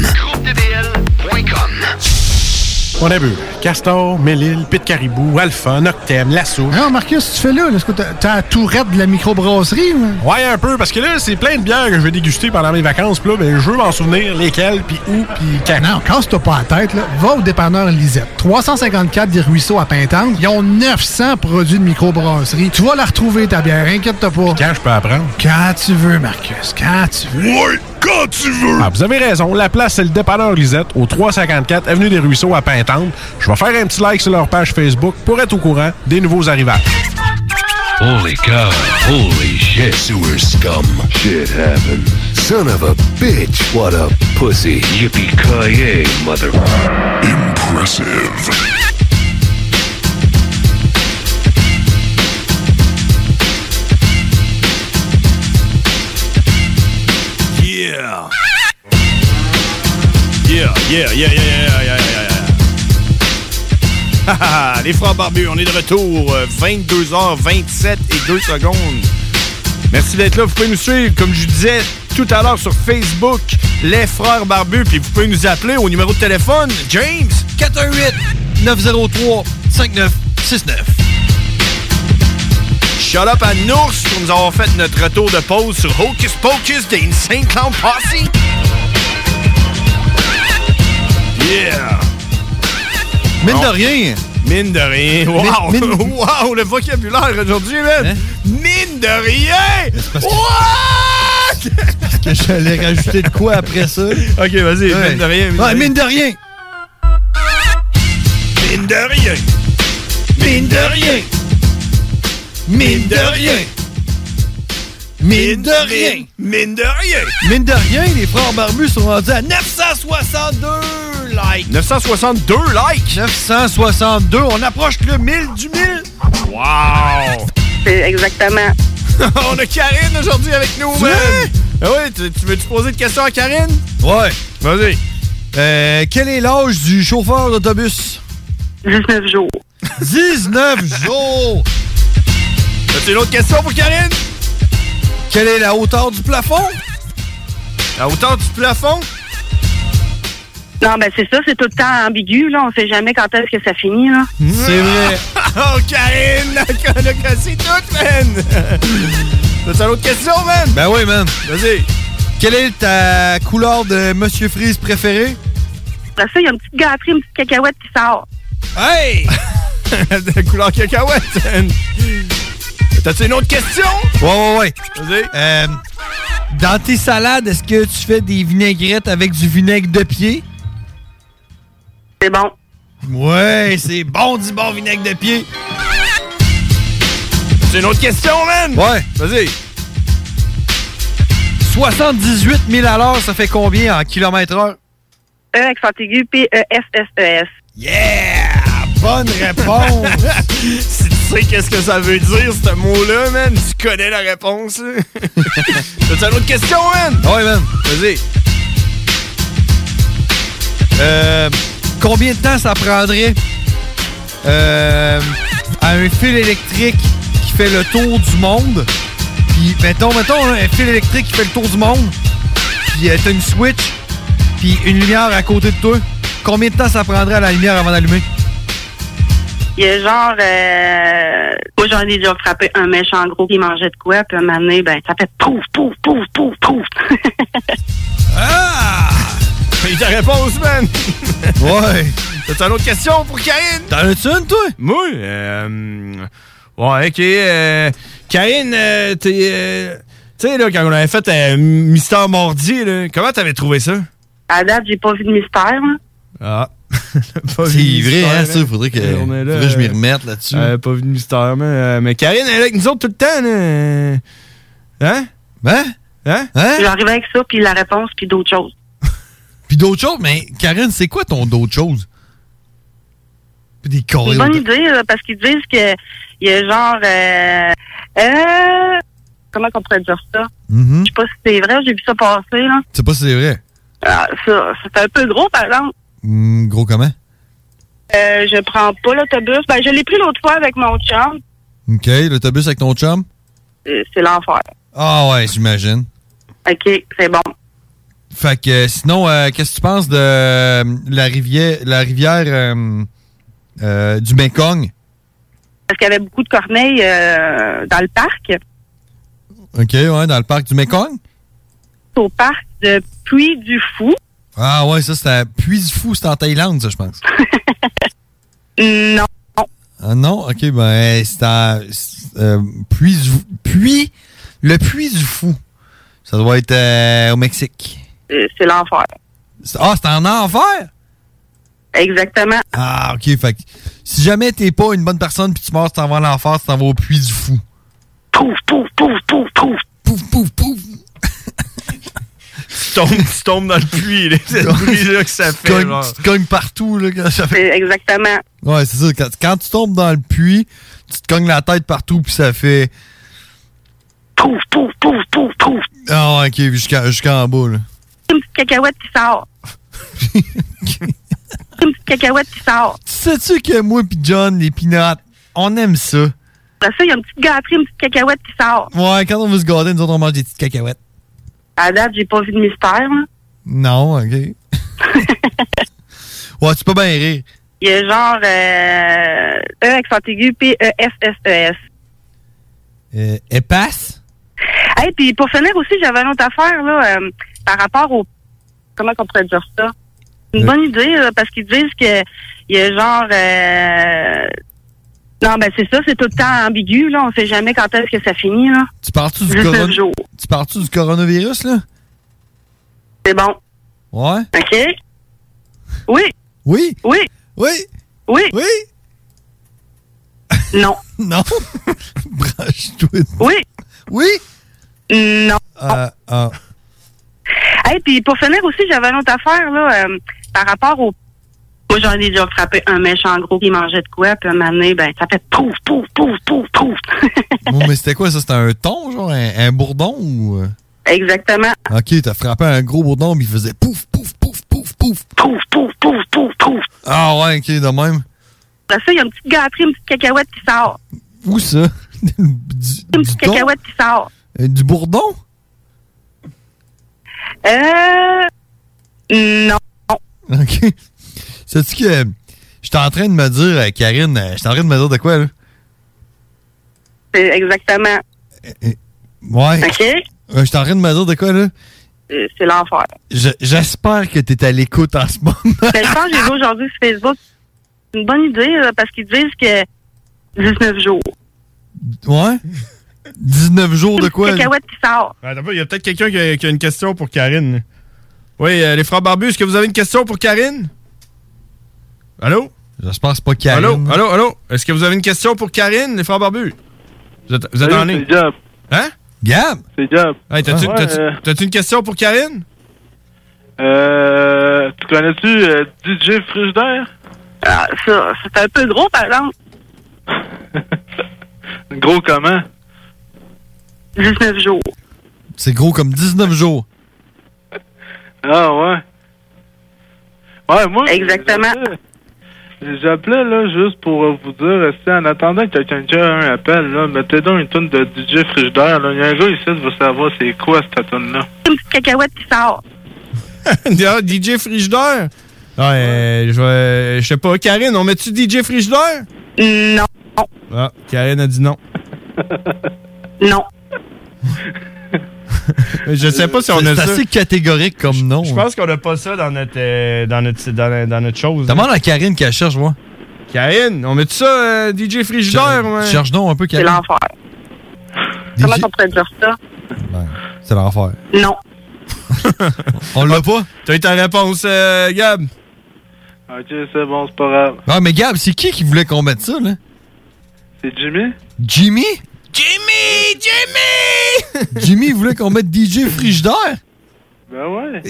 On a bu Castor, Mélile, Pit Caribou, Alpha, Noctem, Lasso.
Non, Marcus, tu fais là. là. Est-ce Hein? que t'as t'as la tourette de la microbrasserie? ou-
Ouais, un peu, parce que là, c'est plein de bières que je vais déguster pendant mes vacances. Puis là, ben, je veux m'en souvenir lesquelles, puis où, puis quand.
Ben Non, casse-toi pas la tête. Là. Va au dépanneur Lisette. 354 des Ruisseaux à Pintante. Ils ont 900 produits de microbrasserie. Tu vas la retrouver, ta bière. Inquiète-toi pas.
Quand je peux apprendre?
Quand tu veux, Marcus. Quand tu veux.
Oui, quand tu veux! Ah, vous avez raison. La place, c'est le dépanneur Lisette, au 354 Avenue des Ruisseaux à Pintante. Je vais faire un petit like sur leur page Facebook pour être au courant des nouveaux arrivages.
Holy cow. Holy shit. Sewer scum. Shit happened. Son of a bitch. What a pussy. Yippee-ki-yay, mother... Impressive.
Yeah. Yeah, yeah, yeah, yeah, yeah, yeah, yeah, yeah.
Ha, ha, ha. Les frères barbus, on est de retour. euh, 22h27 et 2 secondes. Merci d'être là. Vous pouvez nous suivre, comme je disais tout à l'heure, sur Facebook, Les Frères Barbus. Puis vous pouvez nous appeler au numéro de téléphone, James.
418 903 5969.
Shut up à Nours pour nous avoir fait notre retour de pause sur Hocus Pocus des Insane Clown Posse. Yeah!
Mine de rien.
Mine de rien. Wow! Wow! Le vocabulaire aujourd'hui, man!
Hein?
Mine de rien! What?
Que j'allais rajouter de quoi après ça?
Ok, vas-y, mine de rien, mine de
Ouais,
rien.
mine de rien.
Mine de rien! Mine de rien! Mine de rien!
Mine de rien.
Mine de rien.
Mine de rien, les frères barbus sont rendus à 962 likes.
962 likes.
962. On approche le 1000 du 1000.
Wow!
Exactement.
On a Karine aujourd'hui avec nous, man! Ah oui, tu, tu veux-tu poser une question à Karine?
Ouais.
Vas-y.
Euh, quel est l'âge du chauffeur d'autobus?
19 jours.
19 jours!
As-tu une autre question pour Karine?
Quelle est la hauteur du plafond?
À hauteur du plafond?
Non, ben c'est ça, c'est tout le temps ambigu, là. On sait jamais quand est-ce que ça finit, là.
C'est vrai. oh, Karine, elle a cassé tout, man! T'as-tu une autre question, man?
Ben oui, man.
Vas-y.
Quelle est ta couleur de Monsieur Freeze préférée?
Après ça, il y a une petite gâterie, une petite cacahuète qui sort.
Hey! de couleur cacahuète. T'as-tu une autre question?
Ouais, ouais, ouais.
Vas-y.
Euh, dans tes salades, est-ce que tu fais des vinaigrettes avec du vinaigre de pied?
C'est bon.
Ouais, c'est bon du bon vinaigre de pied.
C'est une autre question, man?
Ouais.
Vas-y.
78 000 à l'heure, ça fait combien en kilomètres heure?
E, accent aigu, P-E-S-S-E-S.
Yeah! Bonne réponse! si tu sais qu'est-ce que ça veut dire, ce mot-là, man, tu connais la réponse. là. T'as-tu une autre question, man?
Ouais, man.
Vas-y.
Euh, combien de temps ça prendrait euh, à un fil électrique qui fait le tour du monde? Puis, mettons, mettons, là, un fil électrique qui fait le tour du monde, puis euh, t'as une switch, puis une lumière à côté de toi. Combien de temps ça prendrait à la lumière avant d'allumer?
Il y a genre, euh, moi j'en ai déjà frappé un méchant gros qui mangeait de quoi, puis un moment donné, ben ça fait pouf, pouf, pouf, pouf, pouf.
Il ta réponse, man!
ouais.
T'as-tu une autre question pour Karine?
T'en as-tu une, toi?
Moi? Euh, ouais, OK. euh, Karine, euh, t'es... euh, tu sais, là, quand on avait fait euh, Mystère Mordi, là, comment t'avais trouvé ça?
À date, j'ai pas vu de mystère, là.
Ah.
C'est vrai, hein, ça. Faudrait que, faudrait que je m'y remette là-dessus.
euh, pas vu de mystère, mais, euh, mais Karine, elle est avec nous autres tout le temps, là. Hein?
Hein?
Hein?
J'arrive avec ça, puis la réponse, puis d'autres choses.
Puis d'autres choses, mais Karine, c'est quoi ton d'autres choses? Puis des
C'est une
choréos.
bonne idée, là, parce qu'ils disent que il y a genre, euh, euh, comment qu'on pourrait dire ça? Je sais pas si c'est vrai, j'ai vu ça passer, là.
Je sais pas si Mhm. c'est vrai.
Ah, ça, c'est un peu gros, par exemple.
Hum, gros comment?
Euh, je prends pas l'autobus. Ben, je l'ai pris l'autre fois avec mon chum.
OK, l'autobus avec ton chum?
Euh, C'est l'enfer.
Ah ouais, j'imagine.
OK, c'est bon.
Fait que euh, sinon, euh, qu'est-ce que tu penses de euh, la rivière, la rivière euh, euh, du Mekong?
Parce qu'il y avait beaucoup de corneilles euh, dans le parc.
OK, ouais, dans le parc du Mekong?
Au parc de Puy du Fou.
Ah ouais, ça, c'est à Puy Fou, c'est en Thaïlande, ça, je pense.
Non.
Ah non? OK, ben, c'est à euh, Puy Puy, le Puy du Fou. Ça doit être euh, au Mexique.
Euh, C'est l'enfer.
C'est- Ah, c'est en enfer?
Exactement.
Ah, OK, fait que si jamais t'es pas une bonne personne puis tu meurs, tu t'en vas à l'enfer, tu t'en vas au Puy du Fou.
Pouf, pouf, pouf, pouf, pouf.
Tu tombes, tu tombes dans le puits, là. C'est le bruit-là que ça
Tu
fait,
cognes-
genre.
tu te cognes partout, là, quand ça fait-
C'est Exactement.
Ouais, c'est ça. Quand, quand tu tombes dans le puits, tu te cognes la tête partout, puis ça fait.
Pouf, pouf, pouf, pouf, pouf.
Ah, ouais, ok, jusqu'à- jusqu'en bas, là.
Une petite cacahuète qui sort. Une petite cacahuète qui sort.
Tu sais-tu que moi, puis John, les pinottes, on aime ça?
Après ça, il y a une petite gâterie, une petite cacahuète qui sort.
Ouais, quand on veut se garder, nous autres, on mange des petites cacahuètes.
À date, j'ai pas vu de mystère, là.
Non, ok. ouais, tu peux bien rire.
Il y a genre, euh, E, accent aigu, P-E-S-S-E-S.
Euh, elle passe?
Hey, puis pour finir aussi, j'avais une autre affaire là, euh, par rapport au comment qu'on pourrait dire ça.
Euh.
Une bonne idée là, parce qu'ils disent que il y a genre euh, non ben c'est ça, c'est tout le temps ambigu là, on sait jamais quand est-ce que ça finit là.
Tu parles-tu du,
19
coron-
jours.
tu parles-tu du coronavirus, là?
C'est bon.
Ouais?
OK. Oui.
Oui.
Oui.
Oui.
Oui.
Oui.
Non.
non. Branche-toi.
Oui.
Oui.
Non.
Euh, ah.
Hey, puis pour finir aussi, j'avais une autre affaire là, euh, par rapport au moi, j'en ai déjà frappé un méchant gros qui mangeait de quoi, puis un moment donné, ben, ça fait pouf, pouf, pouf, pouf, pouf.
Bon, mais c'était quoi ça? C'était un ton, genre un, un bourdon ou. euh?
Exactement.
Ok, t'as frappé un gros bourdon, mais il faisait pouf, pouf,
Pouf, pouf, pouf, pouf, pouf.
Ah ouais, ok, de même.
Après ça, il y a une petite gâterie, une petite cacahuète qui sort.
Où ça? du, Euh,
Une petite
ton?
cacahuète qui sort.
Euh, du bourdon?
Euh. Non.
OK. Sais-tu que j'étais en train de me dire, euh, Karine, euh, j'étais en train de me dire de quoi, là?
C'est exactement.
Ouais.
OK?
Euh, j'étais en train de me dire de quoi, là?
Euh, C'est l'enfer.
Je- J'espère que t'es à l'écoute en ce moment.
Mais je pense que j'ai vu aujourd'hui sur Facebook C'est une bonne idée là, parce qu'ils disent que 19 jours.
Ouais? 19 jours de quoi? là?
Cacahuète qui sort.
il y a peut-être quelqu'un qui, a- qui a une question pour Karine. Oui, euh, les frères Barbus, est-ce que vous avez une question pour Karine? Allô?
J'espère que c'est pas Karine.
Allô, allô, allô? Est-ce que vous avez une question pour Karine, les frères Barbus? Vous êtes, vous êtes en ligne?
C'est Gab.
Hein?
Gab?
C'est Gab.
Hey, t'as-tu
Ouais,
t'as-tu-
euh,
t'as-tu une question pour Karine?
euh, tu connais-tu euh, DJ Frigidaire?
Ah, ça, c'est un peu gros, par exemple.
Gros comment?
19 jours.
C'est gros comme 19 jours.
Ah ouais. Ouais, moi.
Exactement.
j'appelais- J'appelais là juste pour euh, vous dire, si en attendant que quelqu'un ait un appel, là, mettez donc une tonne de DJ Frigidaire. là. Il y a un gars ici qui veut savoir c'est quoi cette tonne là
Une petite cacahuète qui sort.
Ah, DJ Frigidaire? Ouais, euh, je vais- je sais pas. Karine, on met-tu DJ Frigidaire?
Non.
Ah, Karine a dit non.
Non.
Je sais pas si on a
C'est
ça.
assez catégorique comme nom.
Je pense qu'on n'a pas ça dans notre, euh, dans notre, dans, notre- dans notre chose. hein.
Demande à Karine qu'elle cherche, moi.
Karine, on met ça, euh, DJ Frigidaire? ouais?
Cherche donc un peu,
C'est
Karine.
l'enfer. Comment on pourrait dire ça?
hein. C'est l'enfer.
Non.
On l'a pas?
T'as eu ta réponse, euh, Gab?
Ok, c'est bon, c'est pas grave.
Ah, mais Gab, c'est qui qui voulait qu'on mette ça, là?
C'est Jimmy?
Jimmy?
Jimmy! Jimmy!
Jimmy voulait qu'on mette DJ Frigidaire?
ben ouais.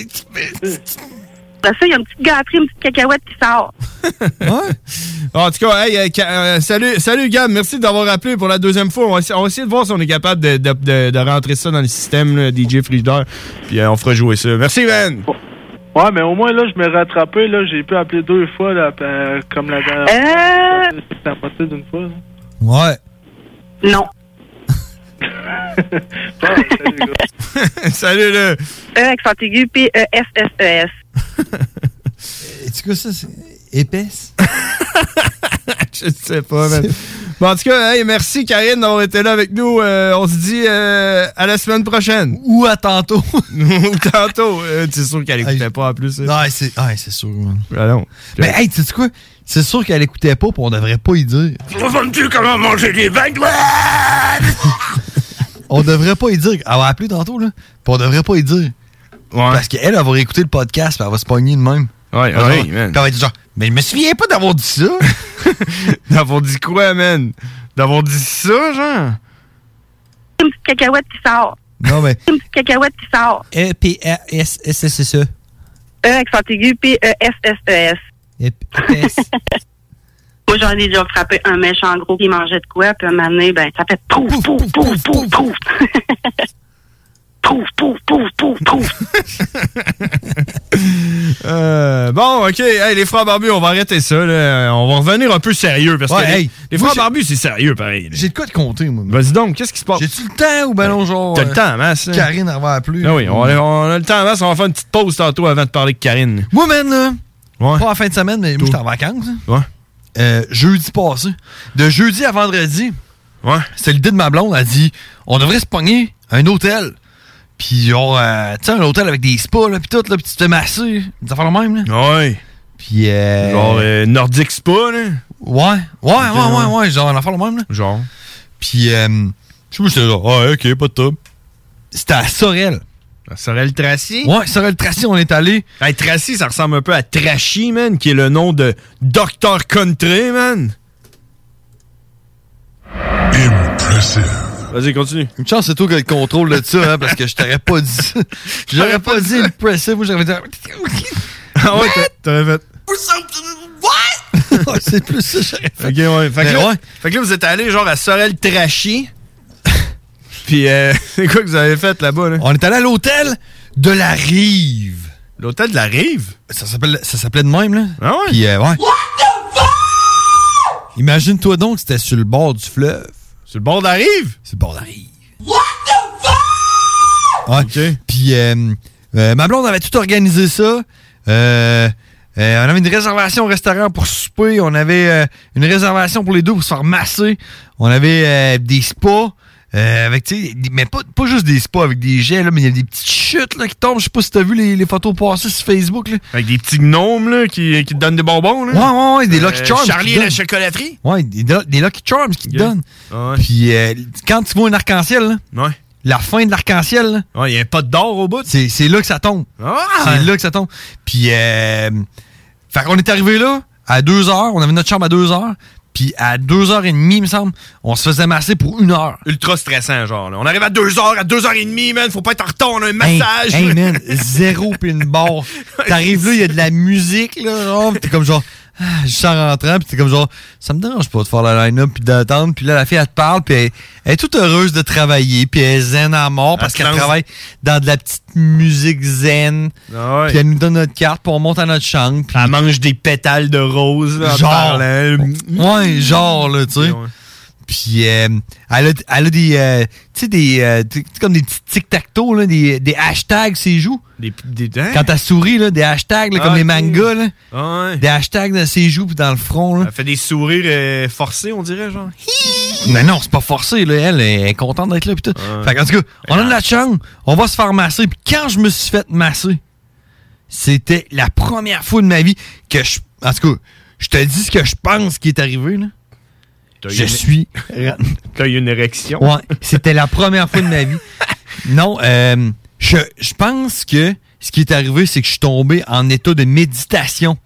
Ben ça, il y a une petite gâterie, une petite cacahuète qui sort.
En tout cas, hey, euh, Ka- euh, salut, salut Gab, merci d'avoir appelé pour la deuxième fois. On va, essa- on va essayer de voir si on est capable de, de- de- de rentrer ça dans le système, là, DJ Frigidaire. Puis euh, on fera jouer ça. Merci, Ben!
Ouais, mais au moins là, je m'ai rattrapé, là, j'ai pu appeler deux fois là, euh, comme la
Euh.
dernière fois. C'est impossible d'une fois. là.
Ouais.
Non.
Salut, là.
E, accent aigu, P-E-S-S-E-S.
Eh, Tu quoi, ça, c'est épaisse?
Je sais pas, man. Bon, en tout cas, hey, merci Karine d'avoir été là avec nous. Euh, on se dit euh, à la semaine prochaine.
Ou à tantôt.
Ou tantôt. Euh, c'est sûr qu'elle écoutait pas en plus. hein?
Ouais, c'est ouais, c'est sûr, man.
Mais
hey, tu sais quoi? C'est sûr qu'elle écoutait pas, pis on devrait pas y dire.
Comprends-tu comment manger des baguettes?
On devrait pas y dire. Elle va appeler tantôt, là. Pis on devrait pas y dire. Parce qu'elle, elle va réécouter le podcast, pis elle va se pogner de même.
Ouais,
Genre,
ouais,
Pis
man.
elle va être genre, mais je me souviens pas d'avoir dit ça.
d'avoir dit quoi, man? D'avoir dit ça, genre?
Une petite cacahuète qui sort.
Non, mais.
Une petite cacahuète qui sort.
e p r s s s s
E, accent aigu, E P-E-S-S-E-S. Moi, j'en ai déjà frappé un méchant gros qui mangeait de quoi, puis un moment donné, ben, ça fait pouf, pouf, pouf, pouf, pouf. Pouf, pouf, pouf, pouf, pouf.
Euh, bon, OK. Hey, les frères barbus, on va arrêter ça. là. On va revenir un peu sérieux. Parce
Ouais,
que les-
hey.
les,
Moi,
frères
j'ai-
barbus, c'est sérieux, pareil. là.
J'ai de quoi te compter, moi.
Vas-y donc, qu'est-ce qui se passe?
J'ai-tu le temps ou ben non, genre.
T'as le
euh,
temps, en masse. hein?
Karine, elle va appeler.
Ah oui, on, a- on a le temps, en masse. On va faire une petite pause tantôt avant de parler de Karine.
Moi, man, là, pas en fin de semaine, mais moi, j'étais en vacances. hein.
Ouais.
Euh, jeudi passé. De jeudi à vendredi.
Ouais.
C'est l'idée de ma blonde. Elle dit on devrait se pogner à un hôtel. Puis, genre, euh, tu sais, un hôtel avec des spas, là, puis tout, là, puis tu te fais masser. Des affaires le même, là.
Ouais.
Puis, euh.
Genre, euh, Nordic Spa, là.
Ouais. Ouais, ouais, ouais, ouais, genre, un affaire le même, là.
Genre.
Puis, euh. Tu sais, j'étais genre, ah, ok, pas de top. C'était à Sorel.
À Sorel-Tracy?
Ouais, Sorel-Tracy, on est allé.
Hey, Tracy, ça ressemble un peu à Trashy, man, qui est le nom de Dr. Country, man. Vas-y, continue.
Une chance, c'est toi qui as le contrôle de ça, hein, parce que je t'aurais pas dit. ça. J'aurais pas dit impressive, moi j'aurais dit.
Ah ouais, t'aurais fait.
Or something. What?
Ouais, c'est plus ça, j'aurais fait.
Ok, ouais. Fait que,
Mais
là,
ouais.
fait que là, vous êtes allé genre à Sorel Trachy. Puis, euh, c'est quoi que vous avez fait là-bas, là?
On est allé à l'hôtel de la Rive.
L'hôtel de la Rive?
Ça s'appelle- ça s'appelait de même, là.
Ah ouais?
Puis, euh, ouais. Imagine-toi donc, c'était sur le bord du fleuve.
Sur le bord de la rive?
Sur le bord de la rive. What the fuck? Ouais. Puis, euh, Euh, ma blonde avait tout organisé ça. Euh, euh, on avait une réservation au restaurant pour souper. On avait euh, une réservation pour les deux pour se faire masser. On avait euh, des spas. euh, avec, tu sais, des- mais pas, pas juste des spas avec des gels, là, mais il y a des petites chutes là, qui tombent. Je sais pas si t'as vu les, les photos passer sur Facebook. Là.
Avec des petits gnomes là, qui, qui te donnent des bonbons. Là.
Ouais, ouais, ouais, des Lucky
Euh,
Charms.
Charlie et la chocolat.
chocolaterie?
Ouais, des, lo- des Lucky Charms qui te donnent.
Ah
Puis euh, quand tu vois un arc-en-ciel, là, la fin de l'arc-en-ciel, il n'y a pas d'or au bout. C'est c'est là que ça tombe.
Ah.
C'est là que ça tombe. Puis, euh, fait qu'on est arrivé là à 2 heures. On avait notre chambre à 2 heures. Puis à 2h30, il me semble, on se faisait masser pour une heure.
Ultra stressant, genre. là. On arrive à 2h, à 2h30, man. Faut pas être en retard, on a un massage.
Hey, hey, man, zéro pin bar. T'arrives là, il y a de la musique, là, genre, pis t'es comme genre, ah, je sors en rentrant, pis t'es comme genre, ça me dérange pas de faire la line-up pis d'attendre, pis là, la fille, elle te parle, pis elle, elle est toute heureuse de travailler, pis elle est zen à mort parce
te
qu'elle
lance-
travaille dans de la petite musique zen.
Ah ouais.
Puis elle nous donne notre carte, puis on monte à notre chambre. Puis elle mange des pétales de rose,
là, en
genre.
parlant.
Ouais, genre, là, tu sais. Puis euh, elle, a, elle a des. euh, tu sais, des. euh, tu sais, comme des petits tic-tac-toe, là, des, des hashtags, ses joues.
Des, des, hein?
Quand t'as souri, là, des hashtags, là,
Ah,
comme les
ok.
mangas, là.
Ah ouais.
Des hashtags dans ses joues, puis dans le front, là.
Elle fait des sourires euh, forcés, on dirait, genre.
Mais non, c'est pas forcé, là. Elle, elle est contente d'être là, pis tout. Fait qu'en tout cas, on a de la chance, on va se faire masser. Puis quand je me suis fait masser, c'était la première fois de ma vie que je. En tout cas, je te dis ce que je pense qui est arrivé, là. Je suis.
T'as eu une érection.
Ouais, c'était la première fois de ma vie. Non, euh, je, je pense que ce qui est arrivé, c'est que je suis tombé en état de méditation.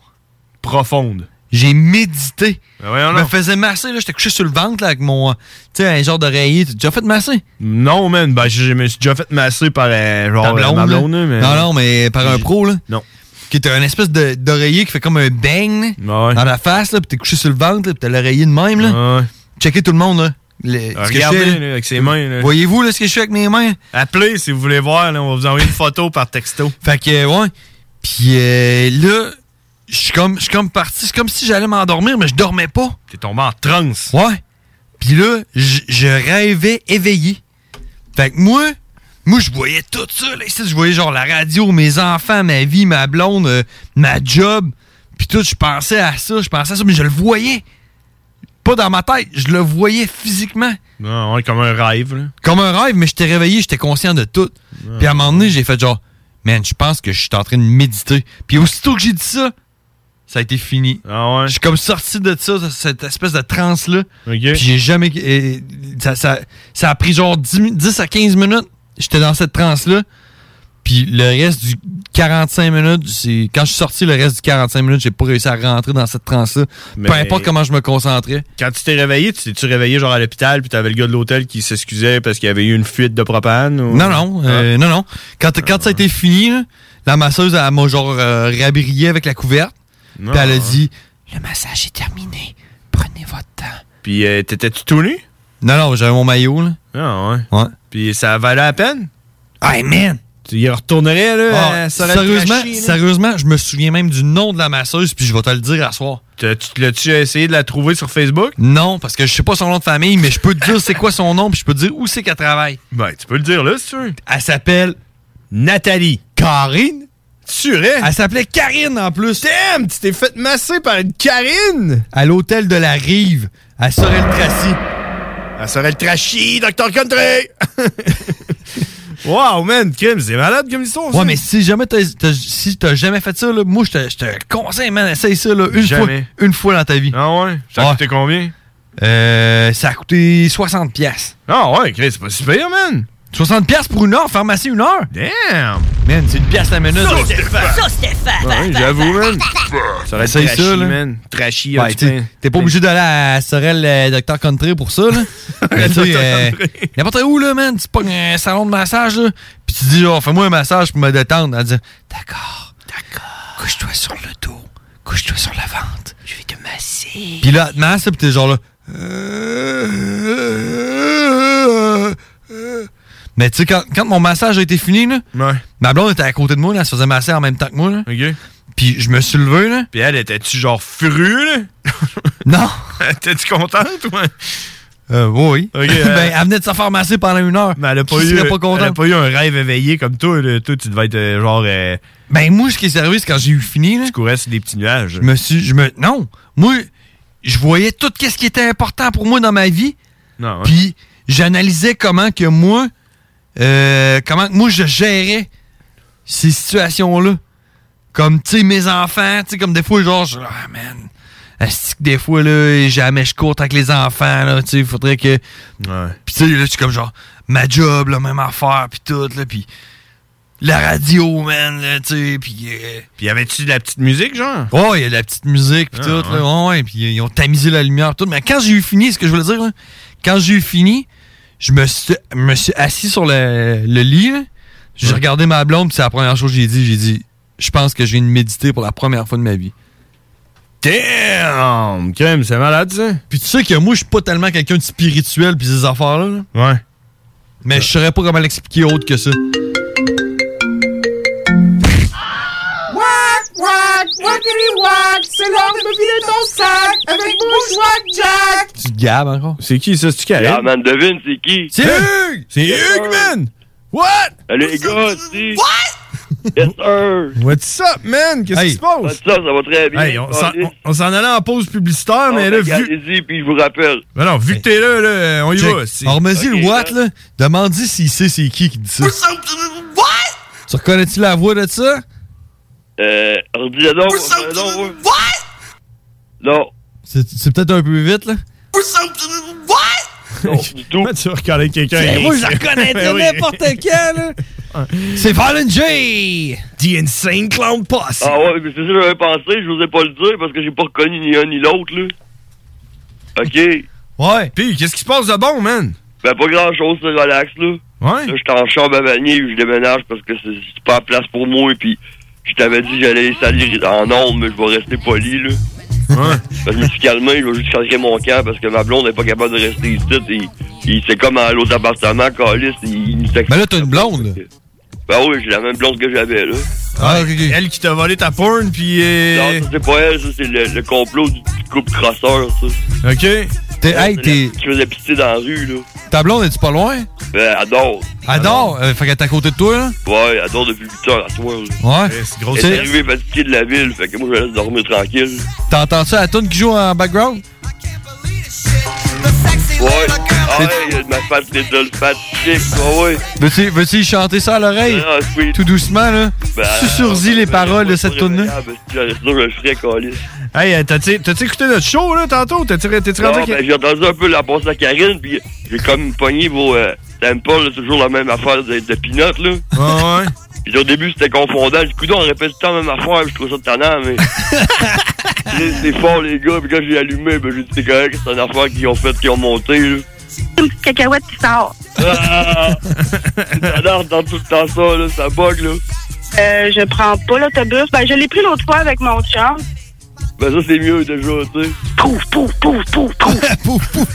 Profonde. Ben
J'ai médité.
voyons
je me
donc.
faisais masser, là, j'étais couché sur le ventre là, avec mon. euh, Tu sais, un genre d'oreiller. T'as déjà fait masser?
Non, man. Ben, je je me suis déjà fait masser par euh, genre,
Ta blonde,
euh, ma
là?
blonde, là, mais...
Non, non, mais par un pro, là.
Non.
Qui est un espèce de- d'oreiller qui fait comme un bang là,
Ben
dans la face, là, puis t'es couché sur le ventre, là, puis t'as l'oreiller de même. Là. Checkez tout le monde, là. Le- ce que je
Regardez,
fais, là.
là, avec ses mains. là.
Voyez-vous là, ce que je fais avec mes mains?
Appelez si vous voulez voir, là, on va vous envoyer une photo par texto.
Fait que, euh, ouais. Puis euh, là, je suis comme, je suis comme parti. C'est comme si j'allais m'endormir, mais je dormais pas.
T'es tombé en transe.
Ouais. Puis là, je je rêvais éveillé. Fait que moi, moi, je voyais tout ça. Là, ici, je voyais genre la radio, mes enfants, ma vie, ma blonde, euh, ma job. Puis tout, je pensais à ça, je pensais à ça, mais je le voyais. Pas dans ma tête, je le voyais physiquement.
Non, Ah, ouais, comme un rêve, là.
Comme un rêve, mais j'étais réveillé, j'étais conscient de tout. Puis à un moment donné, j'ai fait genre, man, je pense que je suis en train de méditer. Puis aussitôt que j'ai dit ça, ça a été fini.
Ah
Je suis comme sorti de ça, de cette espèce de transe-là. Puis j'ai jamais. euh, ça, ça- ça a pris genre 10, mi- 10 à 15 minutes. J'étais dans cette transe-là. Puis le reste du 45 minutes, c'est- quand je suis sorti, le reste du 45 minutes, j'ai pas réussi à rentrer dans cette transe-là.
Mais-
Peu importe comment je me concentrais.
Quand tu t'es réveillé, tu t'es-tu réveillé genre à l'hôpital, puis t'avais le gars de l'hôtel qui s'excusait parce qu'il y avait eu une fuite de propane? ou-
Non, non, euh,
Ah.
non, non. Quand, quand ça a été fini, là, la masseuse, elle m'a genre euh, rabrié avec la couverte. Puis elle a dit Le massage est terminé. Prenez votre temps.
Puis euh, t'étais-tu tout nu?
Non, non, j'avais mon maillot, là.
Ah, ouais.
Ouais.
Puis ça valait la peine?
Hey, man!
Tu y retournerais, là?
Ah,
à- sur la
sérieusement,
trachée, là?
sérieusement, je me souviens même du nom de la masseuse, puis je vais te le dire à soir.
T'as- tu- L'as-tu essayé de la trouver sur Facebook?
Non, parce que je sais pas son nom de famille, mais je peux te dire c'est quoi son nom, puis je peux te dire où c'est qu'elle travaille.
Ben, tu peux le dire là, si tu veux.
Elle s'appelle
Nathalie.
Karine?
Suré?
Elle s'appelait Karine en plus.
Damn, tu t'es fait masser par une Karine!
À l'hôtel de la Rive, à Sorel-Tracy.
À Sorel-Tracy, Dr. Country! wow, man, crime, c'est malade comme histoire.
Ouais,
ça.
mais si jamais t'as, t'as- si t'as jamais fait ça, là, moi, je te, je te conseille, man, essaye ça, là, une
Jamais.
fois, une fois dans ta vie.
Ah ouais? Ça a coûté combien?
Euh, ça a coûté 60 pièces.
Ah ouais, Chris, c'est pas super, man!
60 pièces pour une heure, pharmacie une heure?
Damn!
Man, c'est une pièce la minute.
Ça,
là.
c'est fat.
Ça, c'était fat.
Ouais, j'avoue, man. Ça aurait
Essaye
trashy,
ça, là. Ben,
man. Trashy,
Ouais, t'sais, T'es pas obligé d'aller à Sorel euh, Dr. Country pour ça, là. Mais t'sais, euh, n'importe où, là, man, tu pognes un salon de massage, là, pis tu dis, genre, fais-moi un massage pour me détendre. Elle dit, d'accord, d'accord, couche-toi sur le dos, couche-toi sur la vente. Je vais te masser. Pis là, elle te masse, pis t'es genre là. Mais tu sais, quand, quand mon massage a été fini, là, ma blonde était à côté de moi, là, elle se faisait masser en même temps que moi. Là. Puis je me suis levé, là.
Puis elle, était tu genre furue, là?
Non!
T'es-tu contente, ouais?
Euh, oui.
euh,
ben, elle venait de se faire masser pendant une heure.
Mais elle a pas,
Qui
eu,
serait pas contente?
elle a pas eu un rêve éveillé comme toi. là. Toi, tu devais être euh, genre.
Ben, moi, ce qui est arrivé, c'est quand j'ai eu fini. Là,
tu courais sur des petits nuages.
Je me suis. Je me, non. Moi, je voyais tout ce qui était important pour moi dans ma vie.
Non, ouais.
Puis, j'analysais comment que moi. euh, comment que moi, je gérais ces situations-là. Comme, tu sais, mes enfants, tu sais, comme des fois, genre, je, ah, man. asti que des fois, là, jamais je cours avec les enfants, là, tu sais, faudrait que. Puis, tu sais, là, je suis comme genre, ma job, la même affaire, puis tout, là, puis la radio, man, là, tu sais, puis... euh,
Puis avait-tu de la petite musique, genre?
Ouais, il y a de la petite musique, puis
Ah,
tout,
ouais.
là, ouais, puis ils ont tamisé la lumière, puis tout. Mais quand j'ai eu fini, ce que je voulais dire, là, quand j'ai eu fini, je me suis, me suis assis sur le, le lit, là, j'ai regardé ma blonde, puis c'est la première chose que j'ai dit, j'ai dit, je pense que je viens de méditer pour la première fois de ma vie.
Damn! Crème, c'est malade, ça.
Puis tu sais que moi, je suis pas tellement quelqu'un de spirituel, puis ces affaires-là,
là. Ouais.
Mais je saurais pas comment l'expliquer autre que ça.
What, what, wackity what, c'est l'heure de me vider ton sac avec Bourgeois Jack.
Tu te gabes encore?
C'est qui, ça? C'est-tu Karen?
Ah, man, devine, c'est qui?
C'est
Hugues! C'est Hugues, man! What?
Allez, les gars, si. What? Yes, sir.
What's up, man? Qu'est-ce qui se passe?
What's up, Ben, ça va très bien.
Hey, on s'en- on on s'en allait en pause publicitaire, Ah, mais là, vu.
Allez-y, Ah, ben, puis je vous rappelle.
Ben non, vu que t'es là, là, on y
Check.
va. c'est-
Alors, vas-y,
Ok.
le Watt, là, demande-y s'il sait c'est qui qui dit ça.
What?
Tu reconnais-tu la voix de ça?
Euh, redis-le donc. redis-le donc, ouais. Non.
C'est c'est peut-être un peu vite, là.
What? Non, du tout.
tu reconnais quelqu'un?
Ben, moi, je la reconnaîtrais
Ben oui.
n'importe quand, là. C'est Fallen J!
The Insane Clown Posse!
Ah ouais, mais c'est ça que j'avais pensé, je n'osais pas le dire parce que j'ai pas reconnu ni un ni l'autre, là. OK.
Ouais.
Puis, qu'est-ce qui se passe de bon, man?
Ben, pas grand-chose, c'est relax, là.
Ouais.
Là, j'étais en chambre à Vanier, je déménage parce que c'est c'est pas la place pour moi, et puis je t'avais dit que j'allais salir en nombre, mais je vais rester poli, là.
Ouais.
Ben, je me suis calmé, je vais juste changer mon camp parce que ma blonde n'est pas capable de rester ici, et, et c'est comme à l'autre appartement, Calis, il nous
Mais là, t'as une blonde, là.
Ben oui, j'ai la même blonde que j'avais, là.
Ah,
Elle qui t'a volé ta porn, puis.
euh,
Non, ça, c'est pas elle, ça, c'est le, le complot du petit couple crosseur, ça.
OK.
T'es, hey,
C'est
t'es,
la- Qui faisait pisser dans la rue, là.
ta blonde, est tu pas loin?
Ben, adore.
Adore. Euh, fait qu'elle est à côté de toi, là.
Ouais, adore depuis 8 heures à toi, là.
Ouais.
Elle
C'est-
est arrivée fatiguée de la ville, fait que moi, je la laisse dormir tranquille.
T'entends ça, la tune qui joue en background?
Ouais, ah ouais, ma femme c'est de le fatigué, ouais, ouais.
Veux-tu, veux-tu y chanter ça à l'oreille?
Ah, oui.
Tout doucement, là.
Ben,
Susurre-y les paroles de cette tune là
Ah, ben, sinon, je le ferais, Calis.
Hey, euh, t'as-tu t'as-tu écouté notre show, là, tantôt? T'as-tu t'es-tu rendu
Non,
à-
ben, j'ai entendu un peu la passe à Karine, puis j'ai comme pogné vos. Euh, T'aimes pas, là, toujours la même affaire de, de Pinot, là.
Ouais, ouais.
Puis au début, c'était confondant. Du coup, on répète tout le temps la même affaire, puis je trouve ça tannant, mais. Là, c'est fort, les gars, puis quand j'ai allumé, ben, j'ai dit, c'est correct, c'est une affaire qu'ils ont faite, qu'ils ont monté, là.
Une petite cacahuète qui sort.
Ah! J'adore dans tout le temps ça, là, ça bug, là.
Euh, je prends pas l'autobus. Ben, je l'ai pris l'autre fois avec mon chum.
Ben ça c'est mieux déjà, tu sais.
Pouf, pouf, pouf, pouf, pouf.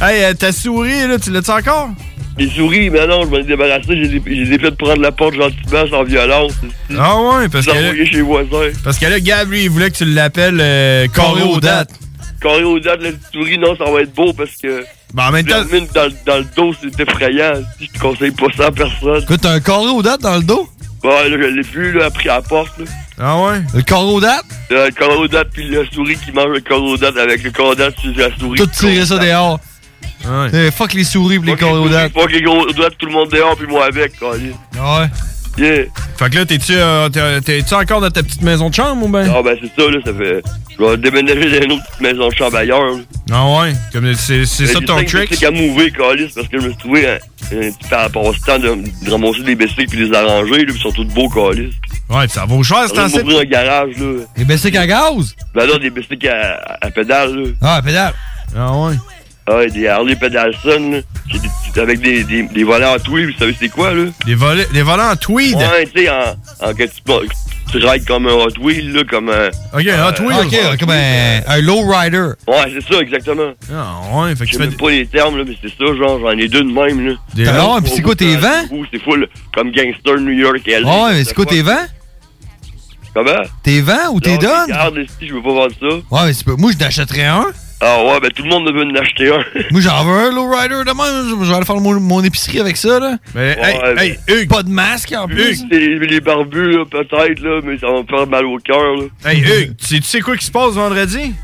Hey, euh, ta souris, là, tu l'as-tu encore?
Les souris, mais non, je m'en ai débarrassé, je les ai- je les ai fait prendre la porte gentiment sans violence.
Ah ouais, parce
Je les ai
que-
envoyés chez les voisins.
Parce que là, Gab, lui, il voulait que tu l'appelles euh, Corée aux dates.
Carré aux dates, la petite souris, non, ça va être beau parce que.
Ben en même temps.
Dans, dans le dos, c'est effrayant. Je te conseille pas ça à personne.
Écoute, t'as un carré aux dates dans le dos?
Bon, là, je l'ai plus, là, après à la porte, là.
Ah ouais?
Le carré aux dates?
Euh, Le carré aux dates, puis la souris qui mange le carré aux dates avec le carré aux dates, c'est la souris.
Tout tirer ça dehors. Eh, fuck les souris pis les carrés aux dates.
Faut que les gros dates, tout le monde dehors, puis moi avec, Carlis.
Ouais.
Yeah.
Fait que là, t'es-tu euh, t'es- t'es-tu encore dans ta petite maison de chambre ou ben?
Ah ben c'est ça là, ça fait. Je vais déménager dans une autre petite maison de chambre ailleurs. là.
Ah ouais? Comme c'est c'est
Mais
ça
je
ton
sais que
trick?
C'est qu'à mouver, Calis, parce que je me suis trouvé un, un petit par rapport au temps de, de ramasser des besticles puis de les arranger, là, puis ils sont tous beaux, Calis.
Ouais, pis ça vaut cher, c'est
J'ai
assez.
ouvrir un garage, là.
Des bestiques à gaz?
Ben là, des besticles à, à pédale, là.
Ah, pédale.
Ah ouais?
Ah, ouais, des Harley Pedalson, là. C'est des petits- avec des, des, des volants à tweed, vous savez c'est quoi, là?
Des, volets- des volants en tweed?
Ouais, tu sais, en, en que tu, tu rides comme un Hot Wheel, là, comme un.
Ok, un Hot Wheels.
un
Euh, Ok, comme un, un lowrider.
Ouais, c'est ça, exactement.
Ah, ouais, fait que
Je sais même pas les termes, là, mais c'est ça, genre, j'en ai deux de même, là.
Des T'as vents? puis Ah c'est quoi, tes vents?
Ouh, C'est full, comme Gangster New York et LA.
Ouais, mais c'est quoi tes vents?
Comment?
Tes vents ou tes
Non,
donnes?
Ah, Regarde, si je veux pas vendre ça.
Ouais, mais c'est pas- moi, je n'achèterais un.
Ah ouais, ben tout le monde veut en acheter un.
Moi, j'en veux un Lowrider demain. Je je vais aller faire mon, mon épicerie avec ça, là.
Mais, hey, hey,
pas de masque, en plus.
C'est les, les barbus, là, peut-être, là, mais ça va me faire mal au cœur, là.
Hey, Hugues, tu sais, tu sais quoi qui se passe vendredi?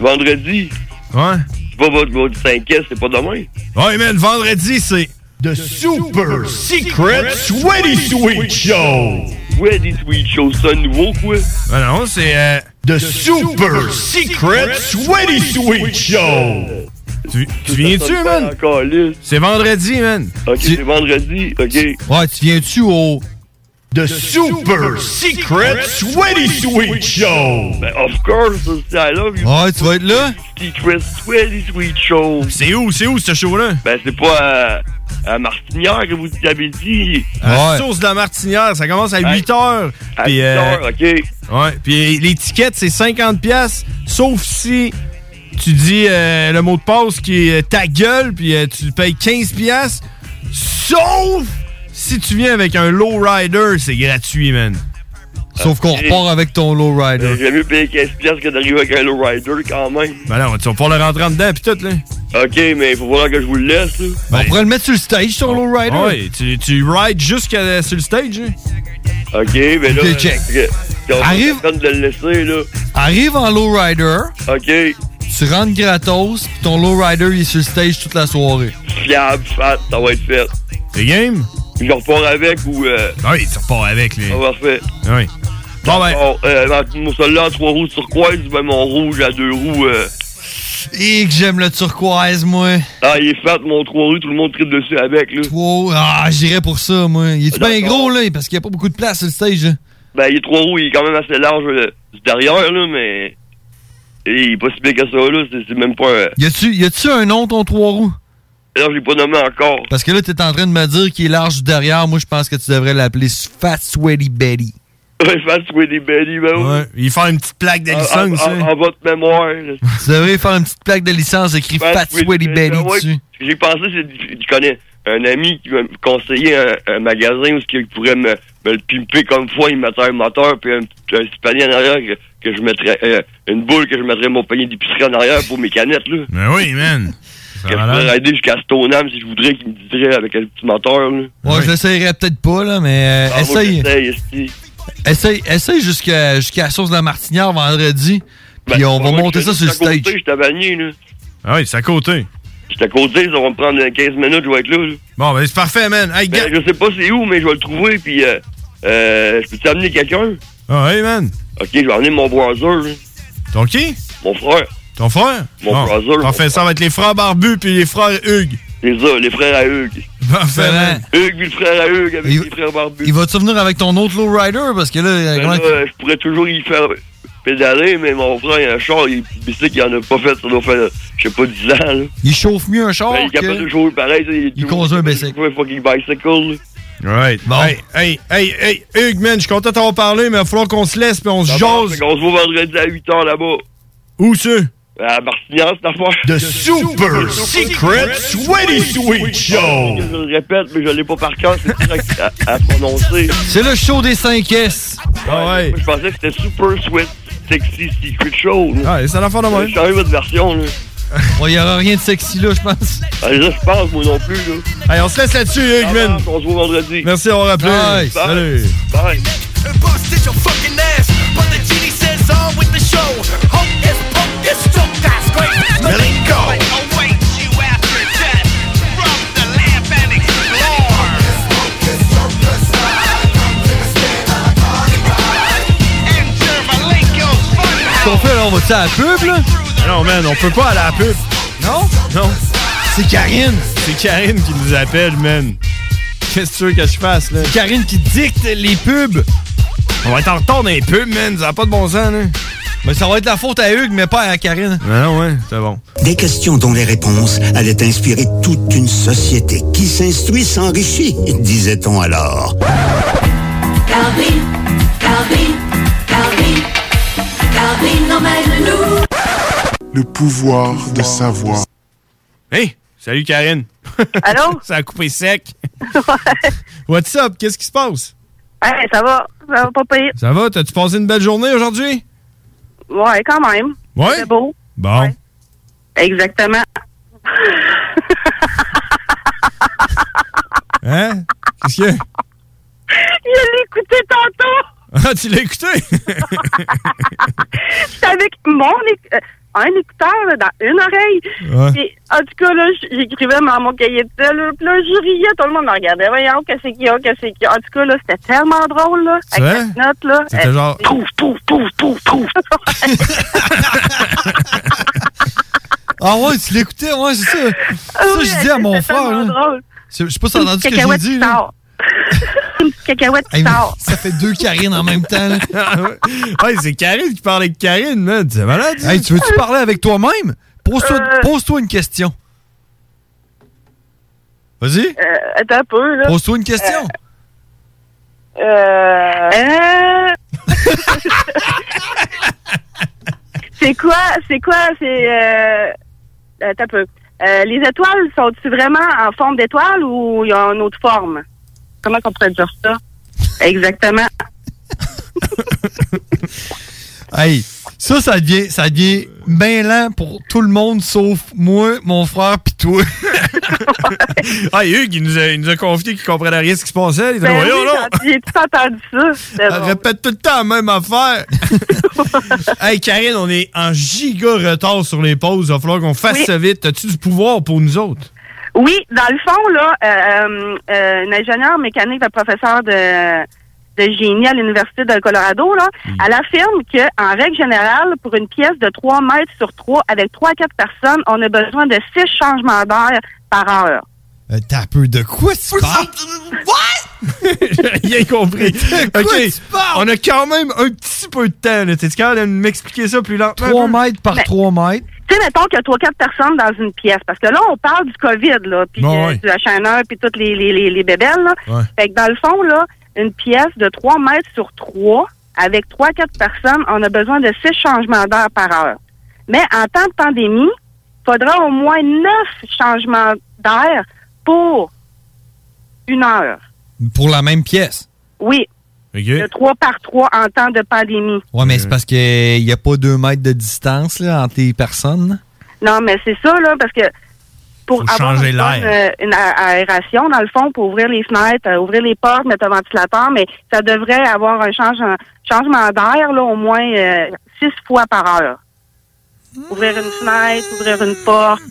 Vendredi,
Ouais.
c'est pas votre, votre 5S, c'est pas demain.
Ouais, man, vendredi, c'est.
The Super Secret Sweaty Sweet Show! Sweaty Sweet Show, c'est un nouveau, quoi?
Ah non, c'est. euh,
The Super
Secret Sweaty Sweet Show! Tu, tu viens-tu, man? C'est vendredi, man.
Ok, c'est vendredi, ok.
Ouais, tu viens-tu au.
The Super Secret Sweaty Sweet Show! Ben, of course, c'est I love you.
Ouais, tu vas être là?
Secret Sweaty Sweet Show.
C'est où, c'est où ce show-là?
Ben, c'est pas à, à Martinière que vous avez dit.
À la Source Euh, de la Martinière, ça commence à 8 h.
À 8 heures, OK.
euh, Ouais, puis l'étiquette, c'est 50$, piastres, sauf si tu dis euh, le mot de passe qui est euh, ta gueule, puis euh, tu payes 15$, piastres, sauf si tu viens avec un lowrider, c'est gratuit, man.
Sauf qu'on repart avec ton Lowrider.
J'ai mieux payer 15 piastres que d'arriver avec un lowrider quand même.
Ben là, tu vas pouvoir le rentrer en dedans, puis tout, là.
OK, mais faut voir que je vous le laisse, là.
on pourrait le mettre sur le stage, sur Lowrider.
Ben, Ouais, tu, tu rides jusqu'à euh, sur le stage, hein?
OK, mais là...
Ok, check.
Arrive... de le laisser, là.
Arrive en Lowrider.
OK.
Tu rentres gratos, puis ton Lowrider, il est sur le stage toute la soirée.
Fiable, fat, ça va être fait.
T'es game? Ah
Je repars avec ou... Euh...
Oui, tu repars avec, les.
On va faire.
Oui.
Bon, ben... mon soldat à trois roues turquoise, ben mon rouge à deux roues... euh,
Et que j'aime le turquoise, moi.
Ah, il est fat, mon trois roues, tout le monde tripe dessus avec, là.
Wow, ah, j'irais pour ça, moi. Il est bien gros, là, parce qu'il n'y a pas beaucoup de place sur le stage, hein. là.
Ben, il est trois roues, il est quand même assez large euh, du derrière, là, mais... Et il est pas si bien que ça, là, c'est c'est même pas... un-
Y a-tu, y a-tu un nom, ton trois roues?
Là, je l'ai pas nommé encore.
Parce que là, t'es en train de me dire qu'il est large du derrière. Moi, je pense que tu devrais l'appeler Fat Sweaty Betty.
Ouais, Fat Sweaty Betty, ben oui.
Il fait une petite plaque
d'Alison,
en,
ça.
en, en votre mémoire, là.
tu devrais faire une petite plaque de licence écrit Fat Sweaty Betty
Ouais,
dessus.
J'ai pensé, c'est, je connais un ami qui m'a conseillé un, un magasin où il pourrait me, me le pimper comme fois, il mettait un moteur puis un, petit- un petit panier en arrière que, que je mettrais, euh, une boule que je mettrais mon panier d'épicerie en arrière pour mes canettes, là.
Ben oui, man.
Que je pourrais aider jusqu'à Stoneham si je voudrais qu'il me dirait avec un petit moteur, là.
Ouais, je l'essayerais peut-être pas, là, mais euh,
Ah, moi,
essaye.
j'essaye, esti.
Essaye, essaye jusqu'à, jusqu'à la source de la martinière vendredi.
Ben,
Puis on va
Moi,
monter
je-
ça sur le
j'étais à
stage.
côté, J'étais à Vanier, là.
Ah oui, c'est à côté.
J'étais à côté, ça va me prendre 15 minutes, je vais être là, là.
Bon, ben c'est parfait, man. Hey,
Ben, je sais pas c'est où, mais je vais le trouver, puis euh, euh, je peux t'amener quelqu'un?
Ah oui, man.
Ok, je vais emmener mon brother, là.
Ton qui?
Mon frère.
Ton frère?
Mon brother,
On fait ça avec les frères Barbu puis les frères Hugues.
Les ça, les frères à Hugues.
Parfait, man.
Hugues, puis le frère à Hugues, avec
Il-
les frères barbus.
Il va-tu venir avec ton autre Lowrider? Parce que là,
Ben
comment-
là, euh, je pourrais toujours y faire pédaler, mais mon frère, il a un char, il, il sait qu'il en a pas fait, ça doit faire, euh, je sais pas, 10 ans, là.
il chauffe mieux un char
Ben, il est capable
que-
de jouer pareil, ça, il est toujours-
cause un bicycle.
Il faut un fucking bicycle, là.
Right. Hey, hey, hey, hey, Hugues, man, je suis content t'avoir parlé, mais il va falloir qu'on se laisse puis on se
On
jase.
se voit vendredi à 8h là-bas.
Où ça?
À Martignan, cette affaire.
The Super
Secret
Sweaty Sweet Show!
Je le répète, mais je l'ai pas par cœur, c'est correct à, à prononcer.
C'est le show des 5 S.
Ah
ouais. Je pensais que c'était Super Sweet Sexy Secret Show.
Ouais, Ah, c'est l'affaire de moi.
J'ai changé votre version, là.
Ouais, il n'y aura rien de sexy là, je pense.
Ah, là, je pense, moi non plus, là. Ah, ben,
Allez, on se laisse là-dessus, Hugues, man.
On se voit vendredi.
Merci d'avoir appelé.
Bye.
Salut.
Bye.
busted your fucking ass. But the genie says on with the show. Hocus pocus, stroke that scrape. Malenko awaits you after death from the lamp and explore. Enter Malenko's funhouse.
Qu'est-ce qu'on fait là? On va-tu à la pub là?
Non, man, on peut pas aller à la pub.
Non?
Non.
C'est Karine.
C'est Karine qui nous appelle, man. Qu'est-ce que tu veux que je fasse, là?
Karine qui dicte les pubs.
On va être en retard dans les pubs, man. Ça n'a pas de bon sens, là.
Mais ça va être la faute à Hugues, mais pas à Karine.
Ah ouais, c'est bon.
Des questions dont les réponses allaient inspirer toute une société qui s'instruit s'enrichit, disait-on alors.
Calvin, Calvin, Calvin, Calvin, emmène-nous.
Le pouvoir de savoir.
Hey, salut Karine.
Allô?
ça a coupé sec. What's up? Qu'est-ce qui se passe?
Hey, ça va, ça va pas pire.
Ça va? T'as-tu passé une belle journée aujourd'hui?
Ouais, quand même.
Ouais?
C'est beau.
Bon.
Exactement.
Hein? Qu'est-ce qu'il y a?
Il l'écoutait tantôt.
Ah, tu l'as écouté?
J'étais avec mon éc- euh, un écouteur là, dans une oreille.
Ouais.
Puis, en tout cas, là, j- j'écrivais dans mon cahier de sel. là, Puis là, je riais. Tout le monde me regardait. Voyons, qu'est-ce qu'il y a, qu'est-ce qu'il y a. En tout cas, là, c'était tellement drôle, là.
C'est
avec
vrai?
cette note, là.
C'était
Euh,
genre-
Trouve, trouve, trouve, trouve, trouve.
Ah ouais, tu l'écoutais, ouais, c'est ça.
Ah
ça, je dis à mon frère. là. Je je sais pas si t'as entendu ce que j'ai dit. là.
Une petite cacahuète qui
Hey, mais
sort.
Ça fait deux Karine en même temps.
Ah ouais, c'est Karine qui parle avec Karine, man. C'est malade. Euh.
Hey, tu veux-tu parler avec toi-même? Pose-toi pose-toi une question. Vas-y.
Euh, attends un peu, là.
Pose-toi une question.
Euh. euh, c'est quoi, c'est quoi, c'est. Euh... Attends un peu. Euh, les étoiles sont-ils vraiment en forme d'étoile ou ils ont une autre forme? Comment on pourrait dire ça? Exactement.
Hey, ça, ça devient, ça devient mêlant pour tout le monde sauf moi, mon frère, pis toi.
Ah, Hugues, il nous a, il nous a confié qu'il comprenait rien de ce qui se passait. Il était
Ben
voyons,
oui,
là.
j'ai- J'ai tout entendu ça. C'était
Elle
bon.
répète tout le temps la même affaire. hey, Karine, on est en giga retard sur les pauses. Il va falloir qu'on fasse
Oui.
ça vite. As-tu du pouvoir pour nous autres?
Oui, dans le fond, là, euh, euh, euh, une ingénieure mécanique, un professeur de, de génie à l'Université de Colorado, là, elle affirme que, en règle générale, pour une pièce de 3 mètres sur 3 avec 3 à 4 personnes, on a besoin de 6 changements d'air par heure.
Euh, T'as un peu de quoi tu parles?
J'ai rien compris. OK. On a quand même un petit peu de temps. là. T'es-tu capable de m'expliquer ça plus lentement?
3
mètres par 3 mètres.
Tu sais, mettons qu'il y a 3-4 personnes dans une pièce. Parce que là, on parle du COVID, là, puis
Bon,
euh,
ouais.
du H1N1, puis toutes les, les, les, les bébelles, là.
Ouais.
Fait que dans le fond, là, une pièce de 3 mètres sur 3, avec 3-4 personnes, on a besoin de 6 changements d'heure par heure. Mais en temps de pandémie, il faudra au moins 9 changements d'air pour une heure.
Pour la même pièce.
Oui, de 3 par 3 en temps de pandémie.
Ouais, mais c'est parce qu'il n'y a pas deux mètres de distance là, entre les personnes.
Non, mais c'est ça, là, parce que pour
Faut
avoir
changer
une, bonne,
l'air.
euh, une a- aération, dans le fond, pour ouvrir les fenêtres, euh, ouvrir les portes, mettre un ventilateur, mais ça devrait avoir un change- un changement d'air, là, au moins euh, six fois par heure. Ouvrir une fenêtre, ouvrir une porte.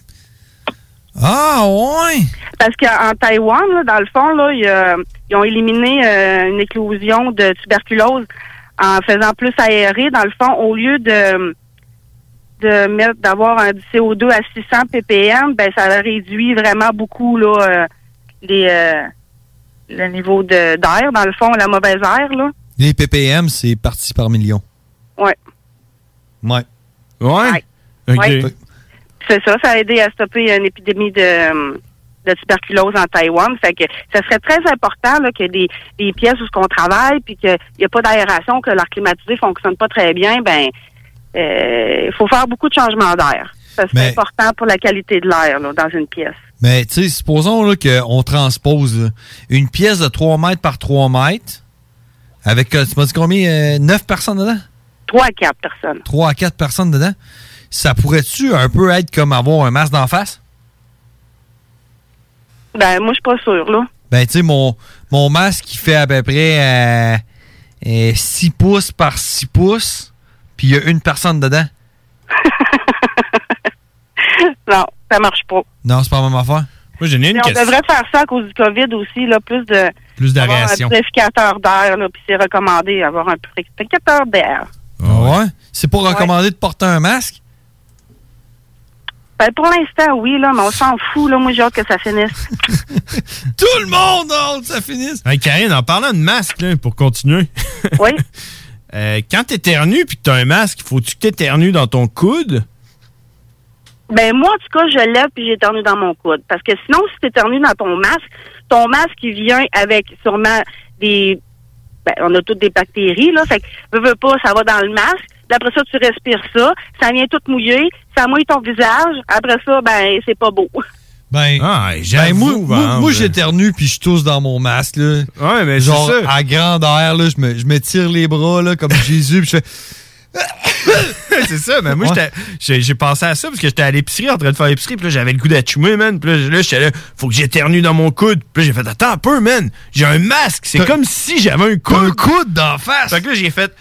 Ah, ouais!
Parce qu'en Taïwan, là, dans le fond, là, il y a- ils ont éliminé euh, une éclosion de tuberculose en faisant plus aérer. Dans le fond, au lieu de de mettre d'avoir un CO2 à 600 ppm, ben ça réduit vraiment beaucoup là euh, les euh, le niveau de d'air dans le fond, la mauvaise air là.
Les ppm, c'est parti par million.
Ouais.
Ouais.
Ouais?
Ouais. C'est ça, ça a aidé à stopper une épidémie de, euh, de tuberculose en Taïwan. Fait que ça serait très important là, que des, des pièces où ce qu'on travaille, puis qu'il n'y a pas d'aération, que l'air climatisé fonctionne pas très bien, ben il faut faire beaucoup de changements d'air. Ça, C'est
Mais-
important pour la qualité de l'air là, dans une pièce.
Mais tu sais, supposons là, qu'on transpose là, une pièce de 3 mètres par 3 mètres avec, euh, tu m'as dit combien? 9 personnes dedans?
3 à 4 personnes.
3 à 4 personnes dedans. Ça pourrait-tu un peu être comme avoir un masque d'en face?
Ben moi je suis pas sûre, là.
Ben, tu sais, mon, mon masque, il fait à peu près euh, euh, 6 pouces par 6 pouces, puis il y a une personne dedans.
non, ça marche pas.
Non, c'est pas la même affaire.
Moi, j'ai
Mais on devrait faire ça à cause du COVID aussi, là, plus de
Plus
avoir un purificateur d'air, là, puis c'est recommandé d'avoir un purificateur d'air.
Ah ouais? C'est pas recommandé de porter un masque?
Ben, pour l'instant, oui, là, mais on s'en fout. Là. Moi, j'ai hâte que ça finisse.
Tout le monde a hâte que ça finisse!
Hey, Karine, en parlant de masque, là, pour continuer. Euh,
Oui.
quand t'éternues puis que t'as un masque, faut-tu que t'éternues dans ton coude?
Ben, moi, en tout cas, je lève puis j'éternue dans mon coude. Parce que sinon, si tu éternues dans ton masque, ton masque, il vient avec sûrement des. Ben, on a toutes des bactéries, là. Fait que, veux, veux pas, ça va dans le masque. Puis Après ça, tu respires ça. Ça vient tout mouiller. Ça mouille ton visage. Après ça, ben, c'est pas beau.
Ben,
Ah,
ben, moi, moi, moi, j'éternue puis je tousse dans mon masque. Là.
hein, Ouais, mais
Genre,
c'est ça.
à grande air, là, je me, je me tire les bras là, comme Jésus puis je fais
c'est ça, mais moi, j'étais- j'ai j'ai pensé à ça parce que j'étais à l'épicerie en train de faire l'épicerie, puis là, j'avais le goût d'achoumer, man. Puis là, là, j'étais là, faut que j'éternue dans mon coude. Puis là, j'ai fait, attends un peu, man, j'ai un masque. C'est comme si j'avais un coude. Un coude d'en face. Fait que là, j'ai fait,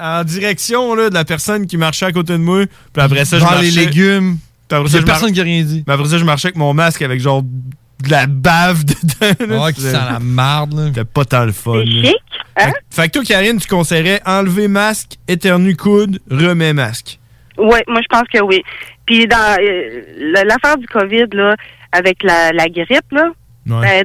en direction là, de la personne qui marchait à côté de moi. Puis après ça, je
Dans
marchais.
les légumes.
Puis après
Il
ça,
y a
je
personne
mar-
qui a rien dit.
Mais après ça, je marchais avec mon masque avec genre de la bave dedans.
Ouais, Ah, qui sent la
marde. C'était pas tant le fun. là.
Chic, hein?
Fait, fait que toi, Karine, tu conseillerais enlever masque, éternue coude, remets masque.
Oui, moi je pense que oui. Puis dans euh, le- l'affaire du COVID là, avec la, la grippe là,
Ouais.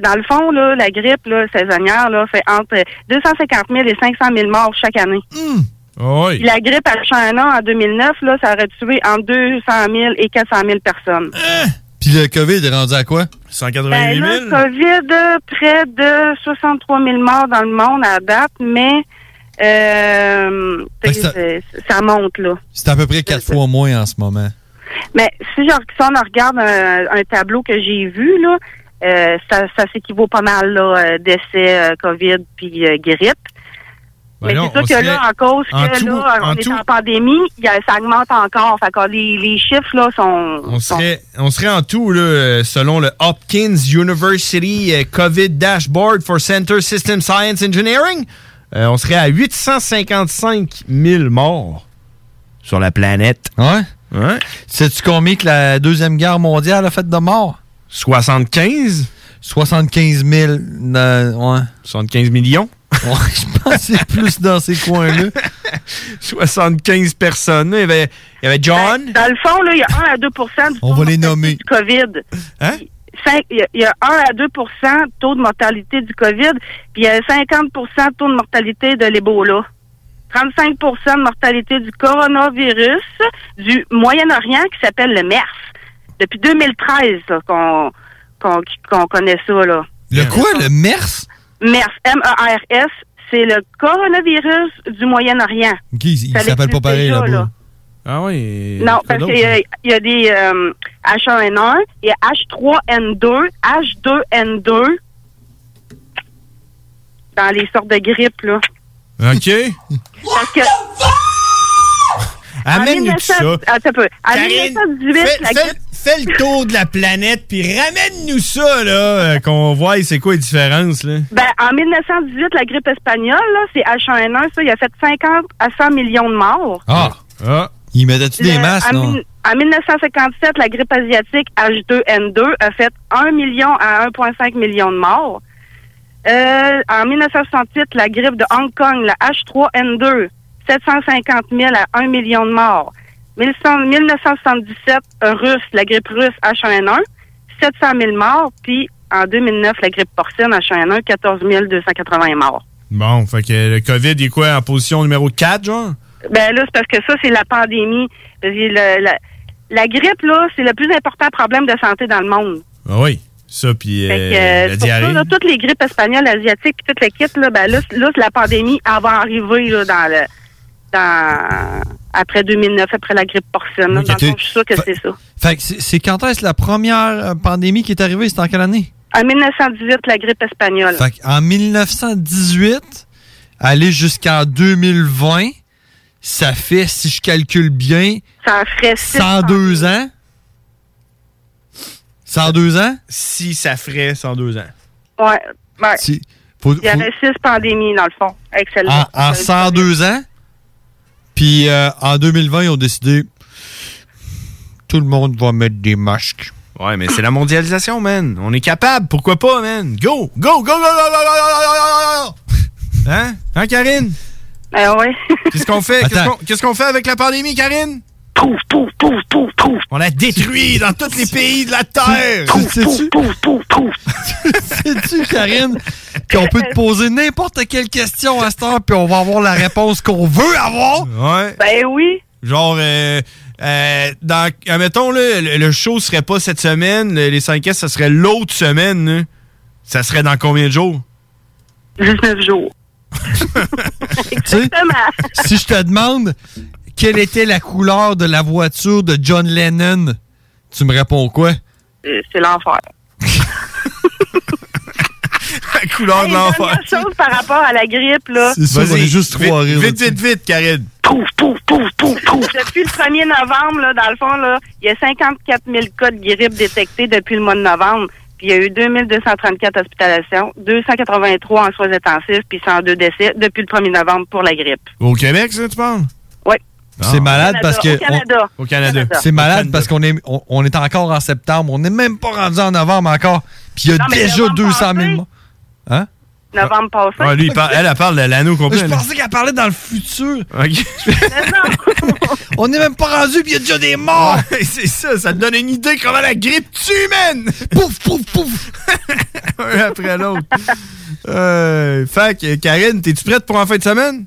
ben, dans le fond là, la grippe là, saisonnière là, fait entre euh, 250 000 et 500 000 morts chaque année. Puis la grippe à China en 2009 là, ça aurait tué entre 200 000 et 400 000 personnes.
Puis le COVID est rendu à quoi?
Ben
188
là, COVID, euh, près de 63 000 morts dans le monde à date, mais euh,
Ben, ça-
c'est- ça monte là.
C'est à peu près quatre fois moins en ce moment.
Mais si, genre, si on regarde un, un tableau que j'ai vu, là, euh, ça, ça s'équivaut pas mal, là, euh, décès, euh, COVID, puis euh, grippe.
Ben
Mais
non,
c'est sûr
on
que
serait
là, en cause que
en tout-
là, on
en
est
tout-
en pandémie, il y a- ça augmente encore. Fait que les, les chiffres, là, sont...
On serait, on serait en tout, là, euh, selon le Hopkins University euh, COVID Dashboard for Center System Science Engineering, euh, on serait à 855 000 morts sur la planète.
Ouais?
Ouais.
Sais-tu combien que la Deuxième Guerre mondiale a fait de morts?
75?
75 000. euh, ouais.
75 millions?
Ouais, je pense que c'est plus dans ces coins-là.
75 personnes. Il y avait, il y avait John.
Ben, Dans le fond, là, il y a 1 à 2 du
On va les nommer.
du COVID.
Hein?
Cinq- Il y a- il y, a 1 à 2 de taux de mortalité du COVID, puis il y a 50 de taux de mortalité de l'Ebola. 35 de mortalité du coronavirus du Moyen-Orient qui s'appelle le MERS. Depuis 2013 là, qu'on qu'on- qu'on connaît ça. Là.
Le quoi, le MERS?
MERS, M-E-R-S, c'est le coronavirus du Moyen-Orient.
il
Ça
s'appelle pas
existe
pareil
déjà,
là-bas.
là.
Ah oui. hein.
Non, parce qu'il y, a- il y a des euh, H1N1, il y a H3N2, H2N2 dans les sortes de grippe, là.
OK.
Parce que.
Amène-nous tout
1900
ça.
Attends un peu. En
Karine,
1918,
fais-
la
fais-
grippe.
Fais le tour de la planète, puis ramène-nous
Ça, là, euh, qu'on voit, c'est quoi les différences, là?
Ben, en 1918, la grippe espagnole, là, c'est H1N1, ça, il a fait 50 à 100 millions de morts.
Ah! Il mettait-tu des
Le-
masques,
en,
non?
mille- en 1957, la grippe asiatique H2N2 a fait 1 million à 1,5 million de morts. Euh, en 1968, la grippe de Hong Kong, la H3N2, 750 000 à 1 million de morts. 1100 1977, euh, russe, la grippe russe H1N1, 700 000 morts. Puis en 2009, la grippe porcine H1N1, 14 280 morts.
Bon, fait que le COVID, il est quoi, en position numéro 4, genre?
Ben là, c'est parce que ça, c'est la pandémie. Parce que le- la, la grippe, là, c'est le plus important problème de santé dans le monde.
Ah oui. Ça, puis
Fait
euh,
que, euh,
la
c'est pour
diarrhée.
ça, là, toutes les grippes espagnoles, asiatiques, puis toute l'équipe, là, ben là, c'est- là, c'est la pandémie, elle va arriver là, dans le dans après 2009, après la grippe porcine. là.
Ok,
Dans le fond,
tu-
je suis sûre que c'est ça.
Fait que c'est c'est quand est-ce la première euh, pandémie qui est arrivée? C'était en quelle année?
En 1918, la grippe espagnole.
Fait en 1918, aller jusqu'en 2020, ça fait, si je calcule bien,
Ça en ferait
102 ans. 102 ans?
Si ça ferait 102 ans.
Ouais. ben,
Si- faut-
il y
faut-
avait six pandémies, dans le fond, Euh, avec
en,
celle-là.
Ah, en 102 ans. Puis euh, en 2020, ils ont décidé tout le monde va mettre des masques.
Ouais, mais c'est la mondialisation, man. On est capable. Pourquoi pas, man? Go! Go, go, go, go, go, go, go, go, go, go, go. Hein? Hein, Karine?
Ben ouais.
Qu'est-ce qu'on fait? Qu'est-ce
Attends.
qu'on- Qu'est-ce qu'on fait avec la pandémie, Karine? Pouf, pouf, pouf, pouf, pouf. On la détruit dans tous les pays de la Terre.
Sais-tu, Karine, qu'on peut te poser n'importe quelle question à cette heure, puis on va avoir la réponse qu'on veut avoir?
Ouais.
Ben oui.
Genre, euh, euh, dans, admettons, là, le, le show serait pas cette semaine, le- les 5S, ça serait l'autre semaine. là. Ça serait dans combien de jours?
19 jours.
si je te demande quelle était la couleur de la voiture de John Lennon, tu me réponds quoi?
Euh, C'est l'enfer.
la couleur de
Dernière
l'enfer.
chose par rapport à la grippe, là.
Vas-y, vite, Vite, vite, vite, Karine.
Depuis le 1er novembre, là, dans le fond, là, il y a 54 000 cas de grippe détectés depuis le mois de novembre. Puis il y a eu 2234 hospitalisations, 283 en soins intensifs, puis 102 décès depuis le 1er novembre pour la grippe.
Au Québec, ça, tu parles?
Oui.
Ah.
C'est malade
Canada,
parce que.
au Canada.
on-
Au Canada.
C'est malade
Au Canada.
parce qu'on est, on, on est encore en septembre. On n'est même pas rendu en novembre encore. Puis il y a
Non, mais
déjà
novembre
200 000 morts. Hein?
Novembre passé.
Ouais, Ah, lui, il parle- elle, elle parle de l'anneau complet.
Je
là.
pensais qu'elle parlait dans le futur.
Ok.
on n'est même pas rendu, puis il y a déjà des morts.
Ouais, c'est ça, ça te donne une idée comment la grippe tue, man!
Pouf, pouf, pouf!
Un après l'autre. Euh, fait que, Karine, t'es-tu prête pour en fin de semaine?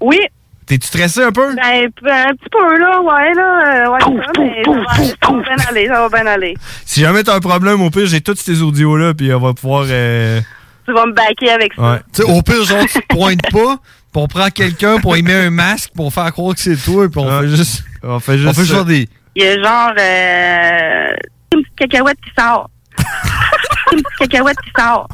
Oui.
T'es-tu stressée un peu?
Ben, p- un petit peu, là, ouais, là. euh, Ouais, c'est ça, mais ça va- ça va bien aller, ça va bien aller.
Si jamais t'as un problème, au pire, j'ai tous ces audios-là, puis on va pouvoir... euh,
Tu vas me baquer avec ça.
Ouais.
Tu sais, au pire, genre, tu te pointes pas, puis on prend quelqu'un, pour y met un masque, pour faire croire que c'est toi, puis on fait juste.
On fait
juste. On fait
ça.
genre des.
Il y a genre euh, une petite cacahuète qui sort. une petite cacahuète qui sort.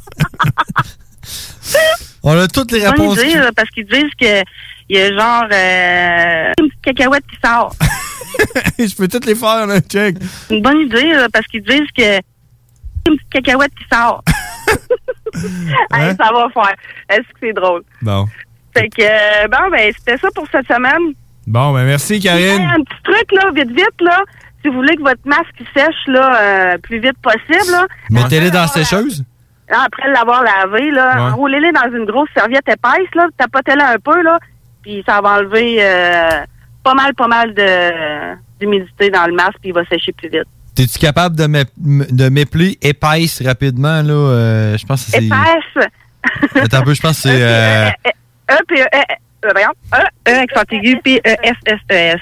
On a toutes les
Bonne
réponses.
idée,
qu'il-
là, parce qu'ils disent que il y a genre euh, une petite cacahuète qui sort.
Je peux toutes les faire, là, check.
Une bonne idée, là, parce qu'ils disent que une petite cacahuète qui sort. Hey,
Hein?
ça va faire. Est-ce que c'est drôle?
Bon.
Fait que, euh, bon, ben, c'était ça pour cette semaine.
Bon, ben merci, Karine.
Hey, un petit truc, là, vite, vite, là. Si vous voulez que votre masque il sèche, là, euh, plus vite possible, là.
Mettez-les dans la sécheuse.
Là, après l'avoir lavé, là,
Ouais.
enroulez-les dans une grosse serviette épaisse, là, tapotez-la un peu, là, puis ça va enlever euh, pas mal, pas mal de d'humidité dans le masque, puis il va sécher plus vite.
T'es-tu capable de, m'ép- de m'épeler épaisse rapidement, là? euh, je pense que
E
c'est.
Épaisse!
Attends un peu, je pense que c'est. euh,
E, P, E, E, E, voyons, E, E, accent aigu, P, E, S, S, E, S.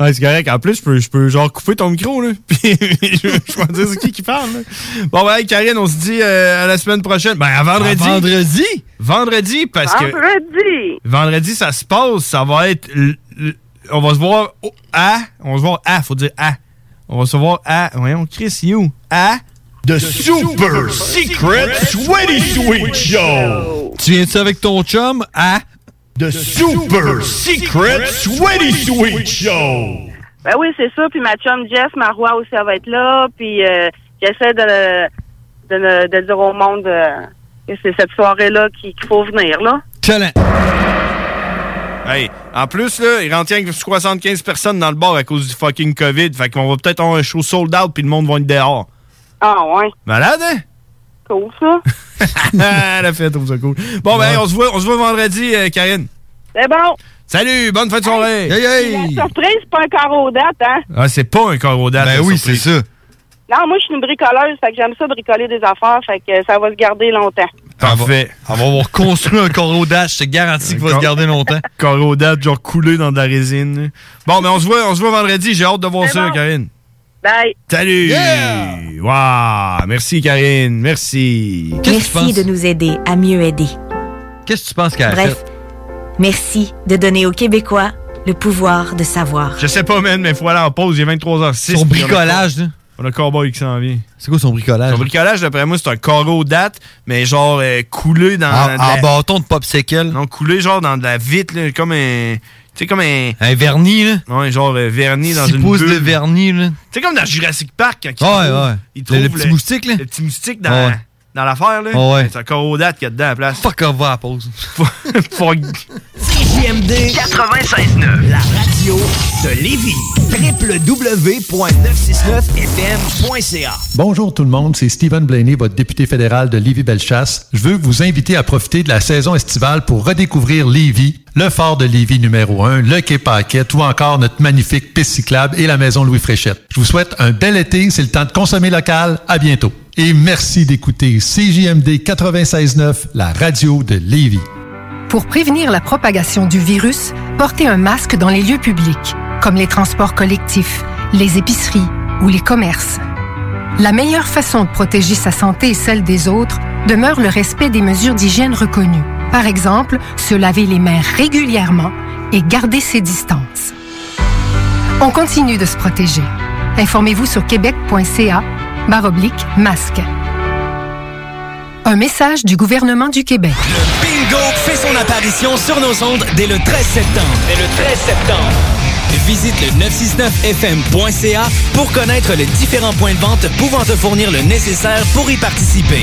Ouais, c'est correct. En plus, je peux, je peux genre couper ton micro, là. Puis je, je vais dire c'est qui qui parle, là. Bon, ben, hey, Karine, on se dit euh, à la semaine prochaine. Ben, à vendredi.
À vendredi?
Vendredi, parce que
Vendredi!
vendredi, ça se passe. Ça va être. l- l- on va se voir au- à. On va se voir à, faut dire à. On va se voir à. Voyons, Chris, you. À. The Super Secret
28 Show!
Tu viens de ça avec ton chum à.
The Super Secret 28 Show!
Ben oui, c'est ça, puis ma chum Jess, ma roi aussi, elle va être là, puis euh, j'essaie de, le- de, le- de dire au monde euh, que c'est cette soirée-là qui- qu'il faut venir, là.
Talent.
Hey, en plus, là, il rentre rien que 75 personnes dans le bar à cause du fucking COVID. Fait qu'on va peut-être avoir un show sold out puis le monde va être dehors.
Ah ouais,
Malade, hein?
cool ça.
Ah, la fête, trouve ça cool. Bon, ben, hey, on se voit, on se voit vendredi, euh, Karine.
C'est bon.
Salut, bonne fin de soirée.
Puis La surprise, c'est pas encore aux dates, hein?
Ah, c'est pas un corps aux dates.
Ben
la
oui,
surprise.
c'est ça.
Non, moi, je suis une bricoleuse, fait que j'aime ça bricoler des affaires, fait que ça va se garder longtemps.
Parfait.
On va avoir construit un coraux d'âge, je te garantis qu'il va se garder longtemps.
Coraux d'âge, genre coulé dans de la résine. Bon, ben, on se voit, on se voit vendredi. J'ai hâte de voir ça, Karine.
Bye!
Salut! Waouh! Merci, Karine. Merci.
Merci de nous aider à mieux aider.
Qu'est-ce que tu penses qu'elle a
Bref, merci de donner aux Québécois le pouvoir de savoir.
Je sais pas, man, mais faut aller en pause. Il est 23h06.
Son bricolage, Ah.
là. On a le cowboy qui s'en vient.
C'est quoi son bricolage?
Son bricolage, d'après moi, c'est un coraux date, mais genre euh, coulé dans.
En-
de
en bâton de popsicle.
Non, coulé genre dans de la vitre, là, comme un. Tu sais, comme un.
Un vernis, là.
Ouais, genre euh, vernis dans
Six
une.
pouces
bulle.
de vernis, là.
Tu sais, comme dans Jurassic Park, quand ils
Ouais,
trouvent-
ouais.
ils
Le- le
trouvent
petit moustique, là.
Le petit moustique dans.
Ouais.
Dans l'affaire, là.
Ouais, ouais.
C'est un coraux date qu'il y a dedans à la place.
Fuck off, va à la pause.
JMD 96.9, la radio de Lévis. www.969fm.ca
Bonjour tout le monde, c'est Stephen Blaney, votre député fédéral de Lévis-Bellechasse. Je veux vous inviter à profiter de la saison estivale pour redécouvrir Lévis, le fort de Lévis numéro 1, le Quai Paquette ou encore notre magnifique piste cyclable et la maison Louis Fréchette. Je vous souhaite un bel été, c'est le temps de consommer local. À bientôt. Et merci d'écouter CJMD 96.9, la radio de Lévis.
Pour prévenir la propagation du virus, portez un masque dans les lieux publics, comme les transports collectifs, les épiceries ou les commerces. La meilleure façon de protéger sa santé et celle des autres demeure le respect des mesures d'hygiène reconnues. Par exemple, se laver les mains régulièrement et garder ses distances. On continue de se protéger. Informez-vous sur québec.ca barre oblique, masque. Un message du gouvernement du Québec.
Bingo fait son apparition sur nos ondes dès le 13 septembre. Dès le 13 septembre. Visite le 969fm.ca pour connaître les différents points de vente pouvant te fournir le nécessaire pour y participer.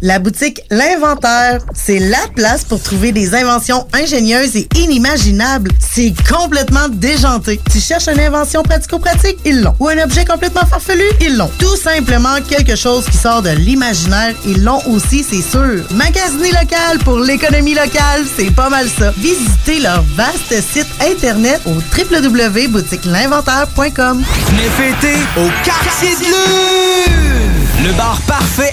La boutique L'Inventaire, c'est la place pour trouver des inventions ingénieuses et inimaginables. C'est complètement déjanté. Tu cherches une invention pratico-pratique? Ils l'ont. Ou un objet complètement farfelu? Ils l'ont. Tout simplement quelque chose qui sort de l'imaginaire, ils l'ont aussi, c'est sûr. Magasiner local pour l'économie locale, c'est pas mal ça. Visitez leur vaste site internet au www.boutiquelinventaire.com.
Venez fêter au quartier de lune! Le bar parfait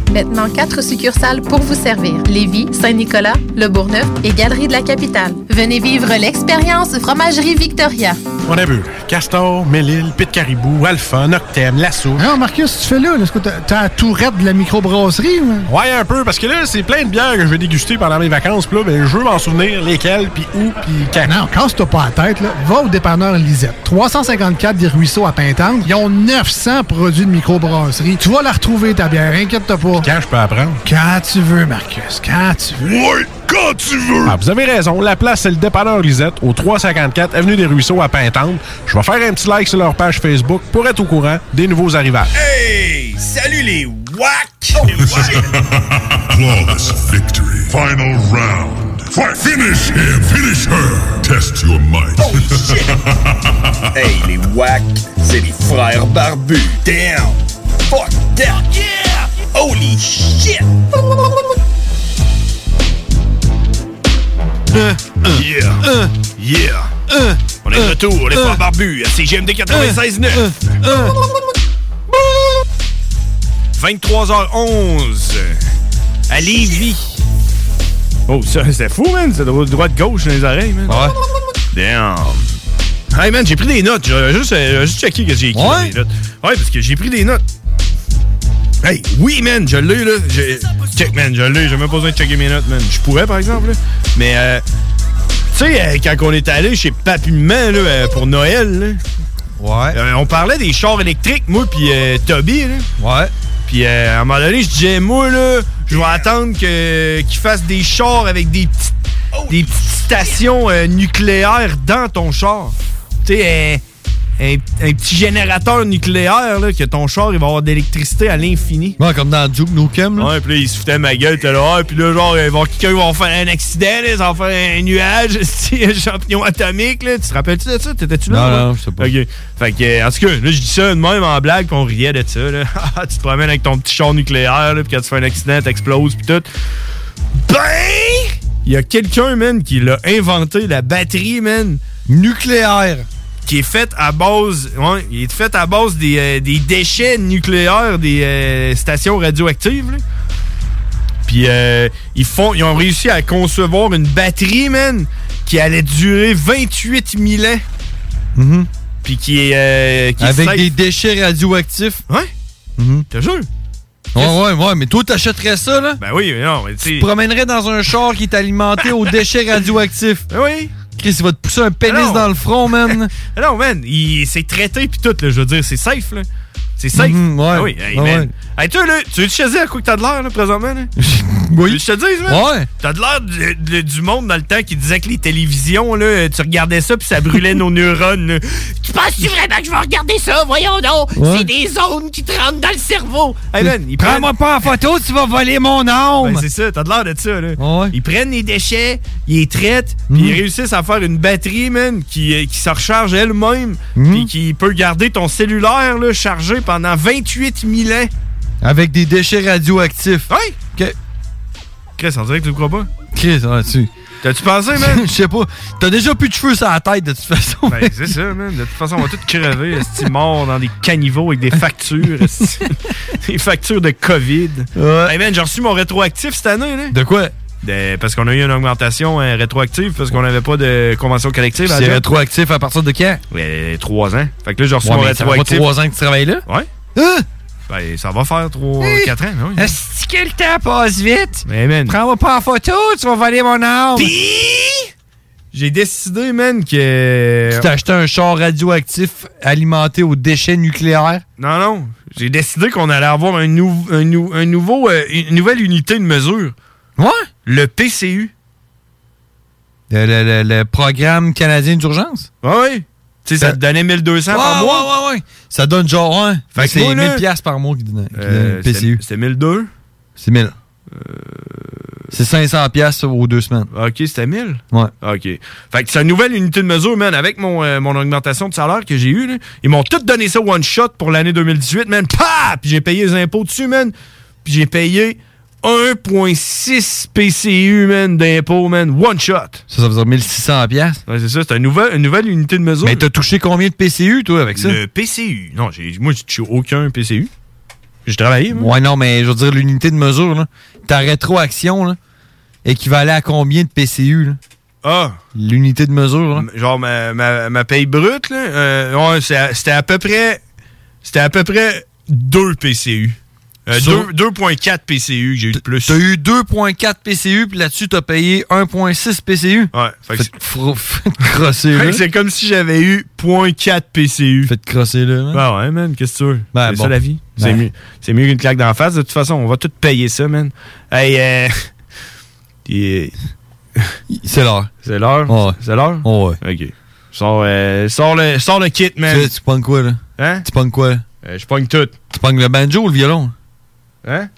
Maintenant, quatre succursales pour vous servir. Lévis, Saint-Nicolas, Le Bourgneuf et Galerie de la Capitale. Venez vivre l'expérience Fromagerie Victoria.
On a bu Castor, Mélile, Pit Caribou, Alpha, Noctem, Lasso.
Non, Marcus, tu fais là. là. Est-ce que t'as t'as la tourette de la microbrasserie? ou-
Ouais, un peu, parce que là, c'est plein de bières que je vais déguster pendant mes vacances. Puis là, ben, je veux m'en souvenir lesquelles, puis où, puis quand.
Non, casse-toi pas la tête, là. va au dépanneur Lisette. 354 des Ruisseaux à Pintendre. Ils ont 900 produits de microbrasserie. Tu vas la retrouver, ta bière, inquiète-toi pas.
Quand je peux apprendre?
Quand tu veux, Marcus, quand tu veux.
Oui, quand tu veux! Ah, vous avez raison. La place, c'est le dépanneur Lisette, au 354 Avenue des Ruisseaux à Pintante. Je vais faire un petit like sur leur page Facebook pour être au courant des nouveaux arrivages.
Hey! Salut les WAC! Oh, Flawless victory. Final round. Fight. Finish him! Finish her! Test your might. Oh shit! hey les WAC, c'est les frères barbus. Damn! Fuck that! Yeah! Holy shit!
Yeah. yeah. On est de retour, les frères barbus, à CGMD 96.9. 23h11, à Lévis. Oh, ça, c'est fou, man. C'est dro- droite-gauche dans les oreilles, man. Ouais. Damn. Hey, man, j'ai pris des notes. J'ai juste, j'ai juste checké que j'ai écrit dans mes notes. Ouais, parce que j'ai pris des notes. Hey, oui, man, je l'ai, là. J'ai- Check, man, je l'ai. J'ai même pas besoin de checker mes notes, man. Je pourrais, par exemple, là. Mais, euh, tu sais, euh, quand on est allé chez Papulement, là, euh, pour Noël, là, Ouais. on parlait des chars électriques, moi, puis euh, Toby, là. Ouais. Puis, euh, à un moment donné, je disais, moi, là, je vais attendre que- qu'ils fassent des chars avec des petites, des petites stations euh, nucléaires dans ton char. Tu sais, euh, un, un petit générateur nucléaire, là, que ton char, il va avoir d'électricité à l'infini. Ouais, comme dans Duke Nukem, là. Ouais, puis là, il se foutait de ma gueule, t'es là, ouais, puis là, genre, ils vont- quelqu'un va faire un accident, là, ils vont faire un nuage, c'est un champignon atomique, là. Tu te rappelles-tu de ça? T'étais-tu là?
Non,
toi?
non, je sais pas.
OK. Fait que, euh, en tout cas, là, je dis ça de même en blague, puis on riait de ça, là. Ah, tu te promènes avec ton petit char nucléaire, là, puis quand tu fais un accident, t'exploses, puis tout. Ben! Il y a quelqu'un, man, qui l'a inventé, la batterie, man, nucléaire, qui est faite à base, ouais, il est faite à base des, euh, des déchets nucléaires des euh, stations radioactives, là. Puis euh, ils font, ils ont réussi à concevoir une batterie, man, qui allait durer 28 000 ans. Puis qui est, euh, qui est
Mm-hmm. Avec
safe. Mm-hmm.
des déchets Mm-hmm. radioactifs.
Ouais. T'as jure?
Ouais, ouais, ouais, mais toi, t'achèterais ça, là?
Ben oui, mais non, mais tu
Tu
sais-
te promènerais dans un char qui est alimenté aux déchets radioactifs.
Ben oui.
Chris, il va te pousser un pénis dans le front, man.
non, man, il s'est traité puis tout, là, je veux dire, c'est safe, là. C'est safe.
Mhm, ouais.
Ah oui, hey,
Ah
man.
ouais.
Hey, toi, là, tu veux te choisir à quoi que t'as de l'air, là, présentement, là? oui. Je te dis, man.
Ouais.
T'as de l'air du- du- du monde dans le temps qui disait que les télévisions, là, tu regardais ça puis ça brûlait nos neurones, là.
Tu penses-tu vraiment que eh ben, je vais regarder ça? Voyons donc!
Ouais.
C'est des ondes qui te rentrent dans le cerveau!
Hey, man, ils prennent-
Prends-moi pas en photo, tu vas voler mon âme.
Ben, c'est ça, t'as de l'air de ça, là. Ils prennent les déchets, ils les traitent,
Mhm.
puis ils réussissent à faire une batterie, man, qui, euh, qui se recharge elle-même,
Mhm.
puis qui peut garder ton cellulaire, là, chargé pendant 28 000 ans.
Avec des déchets radioactifs.
Oui.
OK.
Chris, on dirait que tu le crois pas.
Chris, ouais, tu.
T'as-tu pensé, man?
Je sais pas. T'as déjà plus de cheveux sur la tête, de toute façon.
Ben, c'est ça, man. De toute façon, on va tous crever, esti, morts dans des caniveaux avec des factures, esti. des factures de COVID. Hey, man, j'ai reçu mon rétroactif cette année, là.
De quoi?
De- parce qu'on a eu une augmentation hein, rétroactive, parce qu'on n'avait pas de convention collective. à la
C'est
job.
rétroactif à partir de quand?
Ouais, trois ans. Fait que là, j'ai reçu
Ouais,
mon
mais ça fait pas
rétroactif.
trois ans que tu travailles là?
Ouais. Ben, ça va faire trois,
Hey.
quatre ans, mais oui.
Est-ce que le temps passe vite?
Mais, man.
Prends-moi pas en photo, tu vas voler mon âme.
J'ai décidé, man, que. euh,
Tu t'as acheté un char radioactif alimenté aux déchets nucléaires?
Non, non. J'ai décidé qu'on allait avoir un, nou- un nou- un nouveau, euh, une nouvelle unité de mesure.
Ouais?
Le PCU.
Le, le- le- le programme canadien d'urgence?
Ouais, ouais. Tu sais, ça te donnait 1200 par
Ouais,
mois.
ouais, ouais, ouais. Ça donne genre un.
Fait que
c'est
moi, là,
1000 piastres par mois qui donne, qui donne
Euh,
le PCU.
C'est 1002.
C'est 1000. C'est 500 piastres aux deux semaines.
OK, c'était 1000.
Ouais.
OK. Fait que c'est une nouvelle unité de mesure, man, avec mon, euh, mon augmentation de salaire que j'ai eue. là. Ils m'ont tout donné ça one shot pour l'année 2018, man. Pa! Puis j'ai payé les impôts dessus, man. Puis j'ai payé 1.6 PCU, man, d'impôts, man. One shot.
Ça, ça veut dire 1600 piastres.
Ouais, c'est ça, c'est une nouvelle, une nouvelle unité de mesure.
Mais t'as touché combien de PCU, toi, avec ça?
Le PCU. Non, j'ai- moi, je touché aucun PCU. J'ai travaillé, moi.
Ouais, non, mais je veux dire, l'unité de mesure, là, ta rétroaction, là, équivalait à combien de PCU, là?
Ah!
L'unité de mesure, là?
Genre, ma, Euh, ma, ma paye brute, là, euh, ouais, c'est à- c'était à peu près. C'était à peu près 2 PCU. Euh,
Sur-
deux- 2.4 PCU que j'ai eu de plus.
T'as eu 2.4 PCU, puis là-dessus, t'as payé 1.6 PCU.
Ouais, Ah, fait que Fait
crosser, là.
que c'est comme si j'avais eu 0.4 PCU.
Faites crosser, là. man.
Bah ouais, man, qu'est-ce que tu veux?
Ben,
c'est
bon.
ça la vie.
Ben.
C'est mieux, c'est mieux qu'une claque d'en face. De toute façon, on va tout payer ça, man. Hey, euh, et-
C'est l'heure.
C'est l'heure? C'est l'heure?
ouais.
OK. Sors, euh, sors le, sors le kit, man.
Tu, tu pognes quoi, là?
Hein?
Tu pognes quoi?
Euh, je pogne tout.
Tu pognes le banjo ou le violon?
Hein?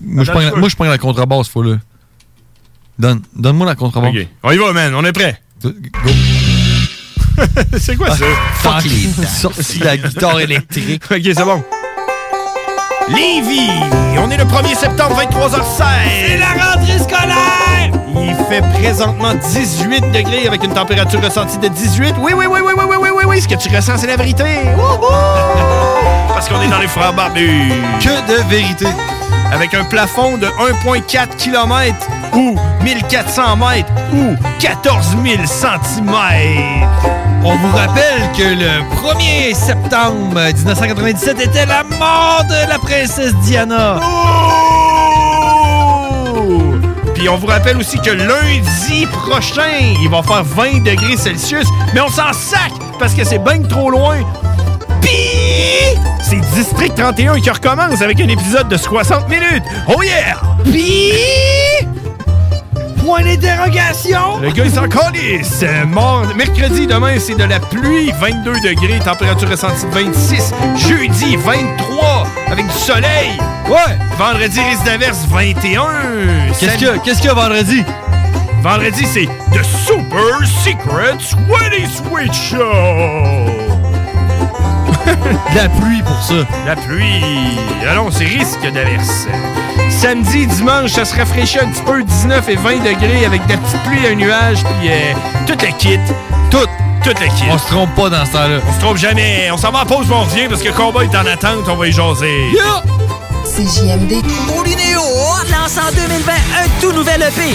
Moi, je
Attends,
prends,
tu
la-
peux.
moi, je prends la contrebasse, faut là. Donne, donne-moi la contrebasse.
OK. On y va, man. On est prêt. c'est quoi ça?
Fuck les Sorti la guitare électrique.
OK, c'est bon. Lévi! On est le 1er septembre, 23h16. C'est la rentrée scolaire! Il fait présentement 18 degrés avec une température ressentie de 18. Oui, oui, oui, oui, oui, oui, oui, oui, oui. Ce que tu ressens, c'est la vérité. Wouhou! Parce qu'on est dans les frères barbus.
Que de vérité.
Avec un plafond de 1,4 km ou 1400 mètres ou 14 000 cm.
On vous rappelle que le 1er septembre 1997 était la mort de la princesse Diana.
Puis on vous rappelle aussi que lundi prochain, il va faire 20 degrés Celsius, mais on s'en sac parce que c'est bien trop loin. Puis c'est District 31 qui recommence avec un épisode de 60 minutes. Oh yeah! Puis Point d'interrogation! Le gars, il s'en calisse. Euh, Mort. Mercredi, demain, c'est de la pluie. 22 degrés, température ressentie de 26. Jeudi, 23, avec du soleil.
Ouais!
Vendredi, risque d'averse, 21.
Qu'est-ce qu'il y a- qu'est-ce qu'il y a vendredi?
Vendredi, c'est The Super Secret Sweaty Sweet Show!
La pluie pour ça.
La pluie. Allons, c'est risque d'averse. Samedi, dimanche, ça se rafraîchit un petit peu, 19 et 20 degrés, avec de la petite pluie, un nuage, puis euh, tout le kit. Tout. Tout le kit.
On se trompe pas dans ce temps-là.
On se trompe jamais. On s'en va en pause, mais on revient parce que le combat est en attente. On va y jaser.
C'est JMD. Olinéo lance en 2020 un tout nouvel E EP.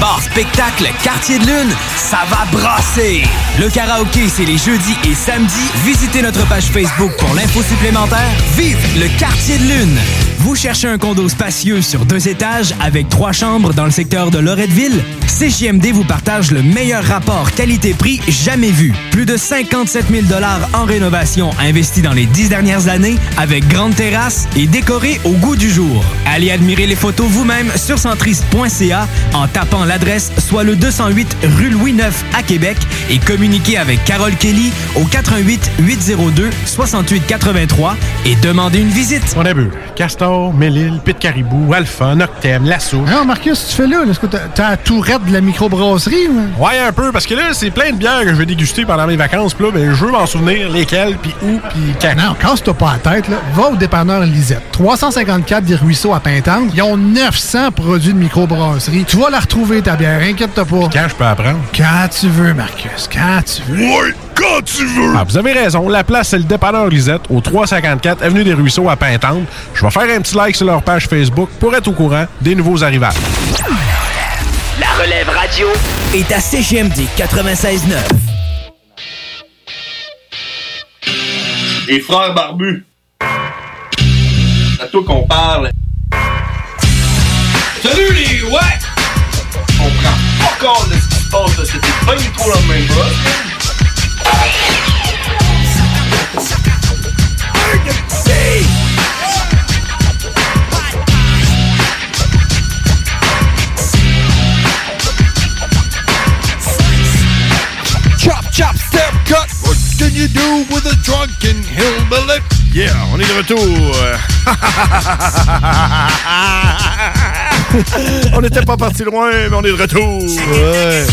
Bar spectacle Quartier de Lune, ça va brasser! Le karaoké, c'est les jeudis et samedis. Visitez notre page Facebook pour l'info supplémentaire. Vive le Quartier de Lune! Vous cherchez un condo spacieux sur deux étages avec trois chambres dans le secteur de Loretteville? CJMD vous partage le meilleur rapport qualité-prix jamais vu. Plus de 57 000 en rénovation investis dans les dix dernières années avec grande terrasse et décoré au goût du jour. Allez admirer les photos vous-même sur centris.ca en tapant l'adresse soit le 208 rue Louis IX à Québec et communiquez avec Carole Kelly au 88 802 68 83 et demandez une visite.
On a bu Castor, Mélile, Pit Caribou, Alpha, Noctem, La Souche.
Non, Marcus, tu fais là. là. Est-ce que t'as t'as la tourette de la microbrasserie? ou-
Ouais, un peu, parce que là, c'est plein de bières que je vais déguster pendant mes vacances. Puis là, ben, je veux m'en souvenir lesquelles, puis où, puis quand.
Non, casse-toi pas la tête, là. va au dépanneur Lisette. 354 des Ruisseaux à Pintante, ils ont 900 produits de microbrasserie. Tu vas la retrouver, ta bière, inquiète-toi pas.
quand je peux apprendre?
Quand tu veux, Marcus, quand tu veux.
quand tu veux! Ah, vous avez raison, la place, c'est le dépanneur Lisette, au 354 Avenue des Ruisseaux à Pintante. Je vais faire un petit like sur leur page Facebook pour être au courant des nouveaux arrivages.
La relève radio.
est à CGMD 96.9.
Les frères barbus. C'est à toi qu'on parle. Salut les ouais! On prend pas compte de ce qui se passe, là. c'était pas du tout la même
Chop, chop, step, cut. What can you do with a drunken hillbilly?
Yeah, on est de retour. on n'était pas parti loin, mais on est de retour. Ouais.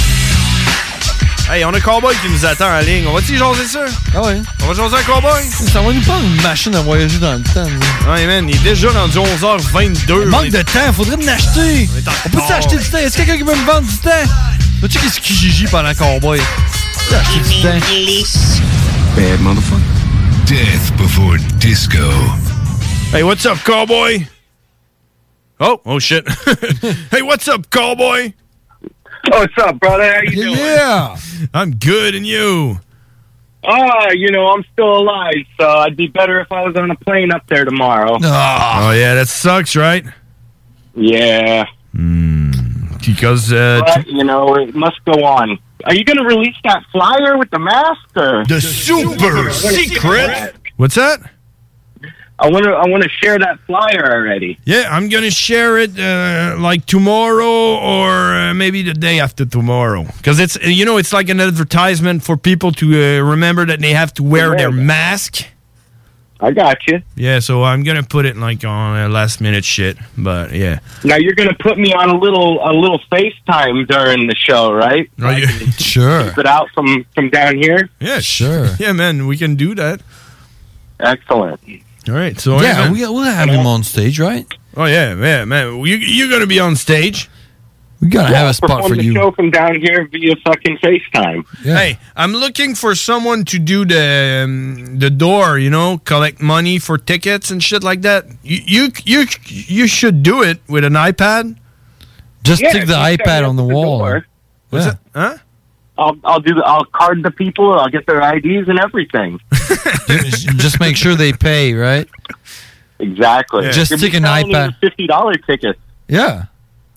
Hey, on a Cowboy qui nous attend en ligne. On va-tu y jaser ça?
Ah ouais?
On va jaser un Cowboy?
Ça va nous prendre une machine à voyager dans le temps.
Ouais, man, il est déjà rendu 11h22.
Manque de temps, faudrait en acheter. On peut s'acheter du temps. Est-ce qu'il y a quelqu'un qui veut me vendre du temps? Tu sais qu'est-ce qui gigi pendant Cowboy? Acheter du temps.
Bad motherfucker. Death before disco.
Hey, what's up, Cowboy? Oh, oh shit. hey, what's up, Cowboy?
What's up, brother? How you doing? Yeah.
I'm good, and you?
Ah, you know, I'm still alive, so I'd be better if I was on a plane up there tomorrow.
Ah.
Oh, yeah, that sucks, right?
Yeah.
Because, uh,
But, you know, it must go on. Are you going to release that flyer with the mask or
the super secret? What's that?
I want to. I want to share that flyer already.
Yeah, I'm gonna share it uh, like tomorrow or uh, maybe the day after tomorrow. Because it's you know it's like an advertisement for people to uh, remember that they have to wear their mask.
I got you.
Yeah, so I'm gonna put it like on uh, last minute shit, but yeah.
Now you're going to put me on a little a little FaceTime during the show, right?
Right. sure.
Keep it out from from down here.
Yeah, sure. Yeah, man, we can do that.
Excellent.
All right, so
Yeah,
man.
we- we'll have him on stage, right?
Oh yeah, yeah, man. You you're gonna be on stage.
We gotta
Yeah, perform the show from down here via fucking FaceTime.
Hey, I'm looking for someone to do the um, the door, you know, collect money for tickets and shit like that. You you you, you should do it with an iPad.
Just Yeah, stick the just iPad on the wall.
What's
Yeah.
that? Huh?
I'll, I'll do. I'll card the people. I'll get their IDs and everything.
Just make sure they pay, right?
Exactly.
Yeah. Just
You're
stick an
selling
iPad.
them Fifty dollar tickets.
Yeah.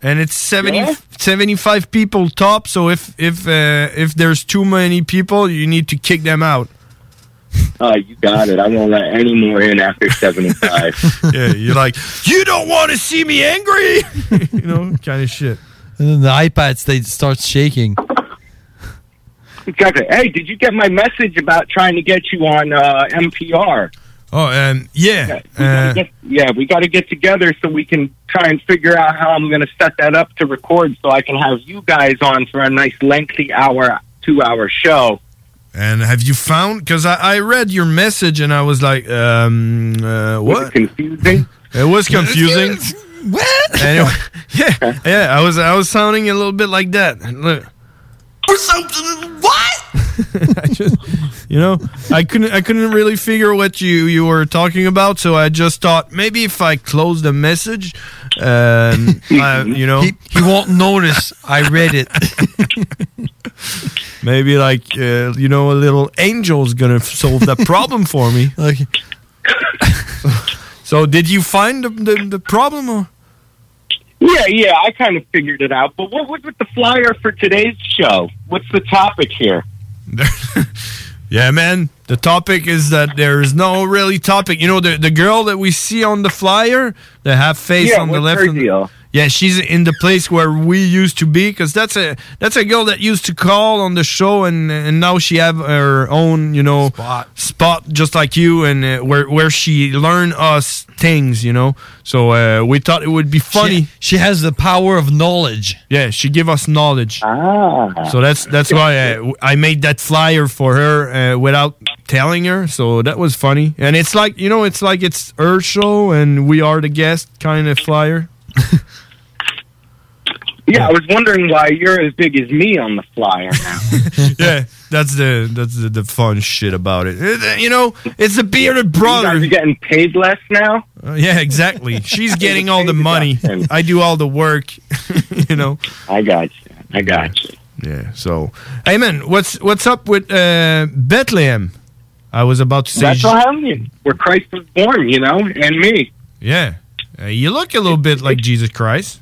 And it's 70,
Yeah.
75 people top. So if if uh, if there's too many people, you need to kick them out.
Oh, you got it. I won't let any more in after seventy five.
yeah, you're like you don't want to see me angry. you know, kind of shit.
And then the iPad they starts shaking.
Exactly. Hey, did you get my message about trying to get you on uh, NPR?
Oh, um, yeah.
We gotta get- yeah, we got to get together so we can try and figure out how I'm going to set that up to record so I can have you guys on for a nice lengthy hour, two hour show.
And have you found? Because I, I read your message and I was like, um, uh, what?
Was it confusing?
It was confusing.
What?
anyway, yeah, yeah. I was I was sounding a little bit like that. Look,
Or something. What?
you know, I couldn't I couldn't really figure what you you were talking about, so I just thought maybe if I close the message, um, I- you know,
He won't notice. I read it.
maybe like uh, you know, a little angel's gonna f- solve that problem for me. Like, so did you find the the, the problem? Or?
Yeah, yeah, I kind of figured it out. But what was with the flyer for today's show? What's the topic here?
Yeah, man. The topic is that there is no really topic. You know, the the girl that we see on the flyer, the half face
Yeah,
on the
what's
left.
her
and-
deal?
Yeah, she's in the place where we used to be because that's a that's a girl that used to call on the show and and now she have her own you know spot, just like you and uh, where where she learn us things you know. So uh, we thought it would be funny. She, has the power of knowledge. Yeah, she give us knowledge.
Ah.
So that's that's why I, w- I made that flyer for her uh, without telling her. So that was funny, and it's like you know, it's like it's her show and we are the guest kind of flyer.
Yeah, I was wondering why you're as big as me on the flyer now.
yeah, that's the that's the, the fun shit about it. Uh, You know, it's the bearded brother. You
getting paid less now.
yeah, exactly. She's getting all the money. I do all the work. you know.
I got you. I got you.
Yeah. So, hey man, what's what's up with uh, Bethlehem? I was about to say.
Bethlehem, where Christ was born, you know, and me.
Yeah. Uh, you look a little bit like Jesus Christ.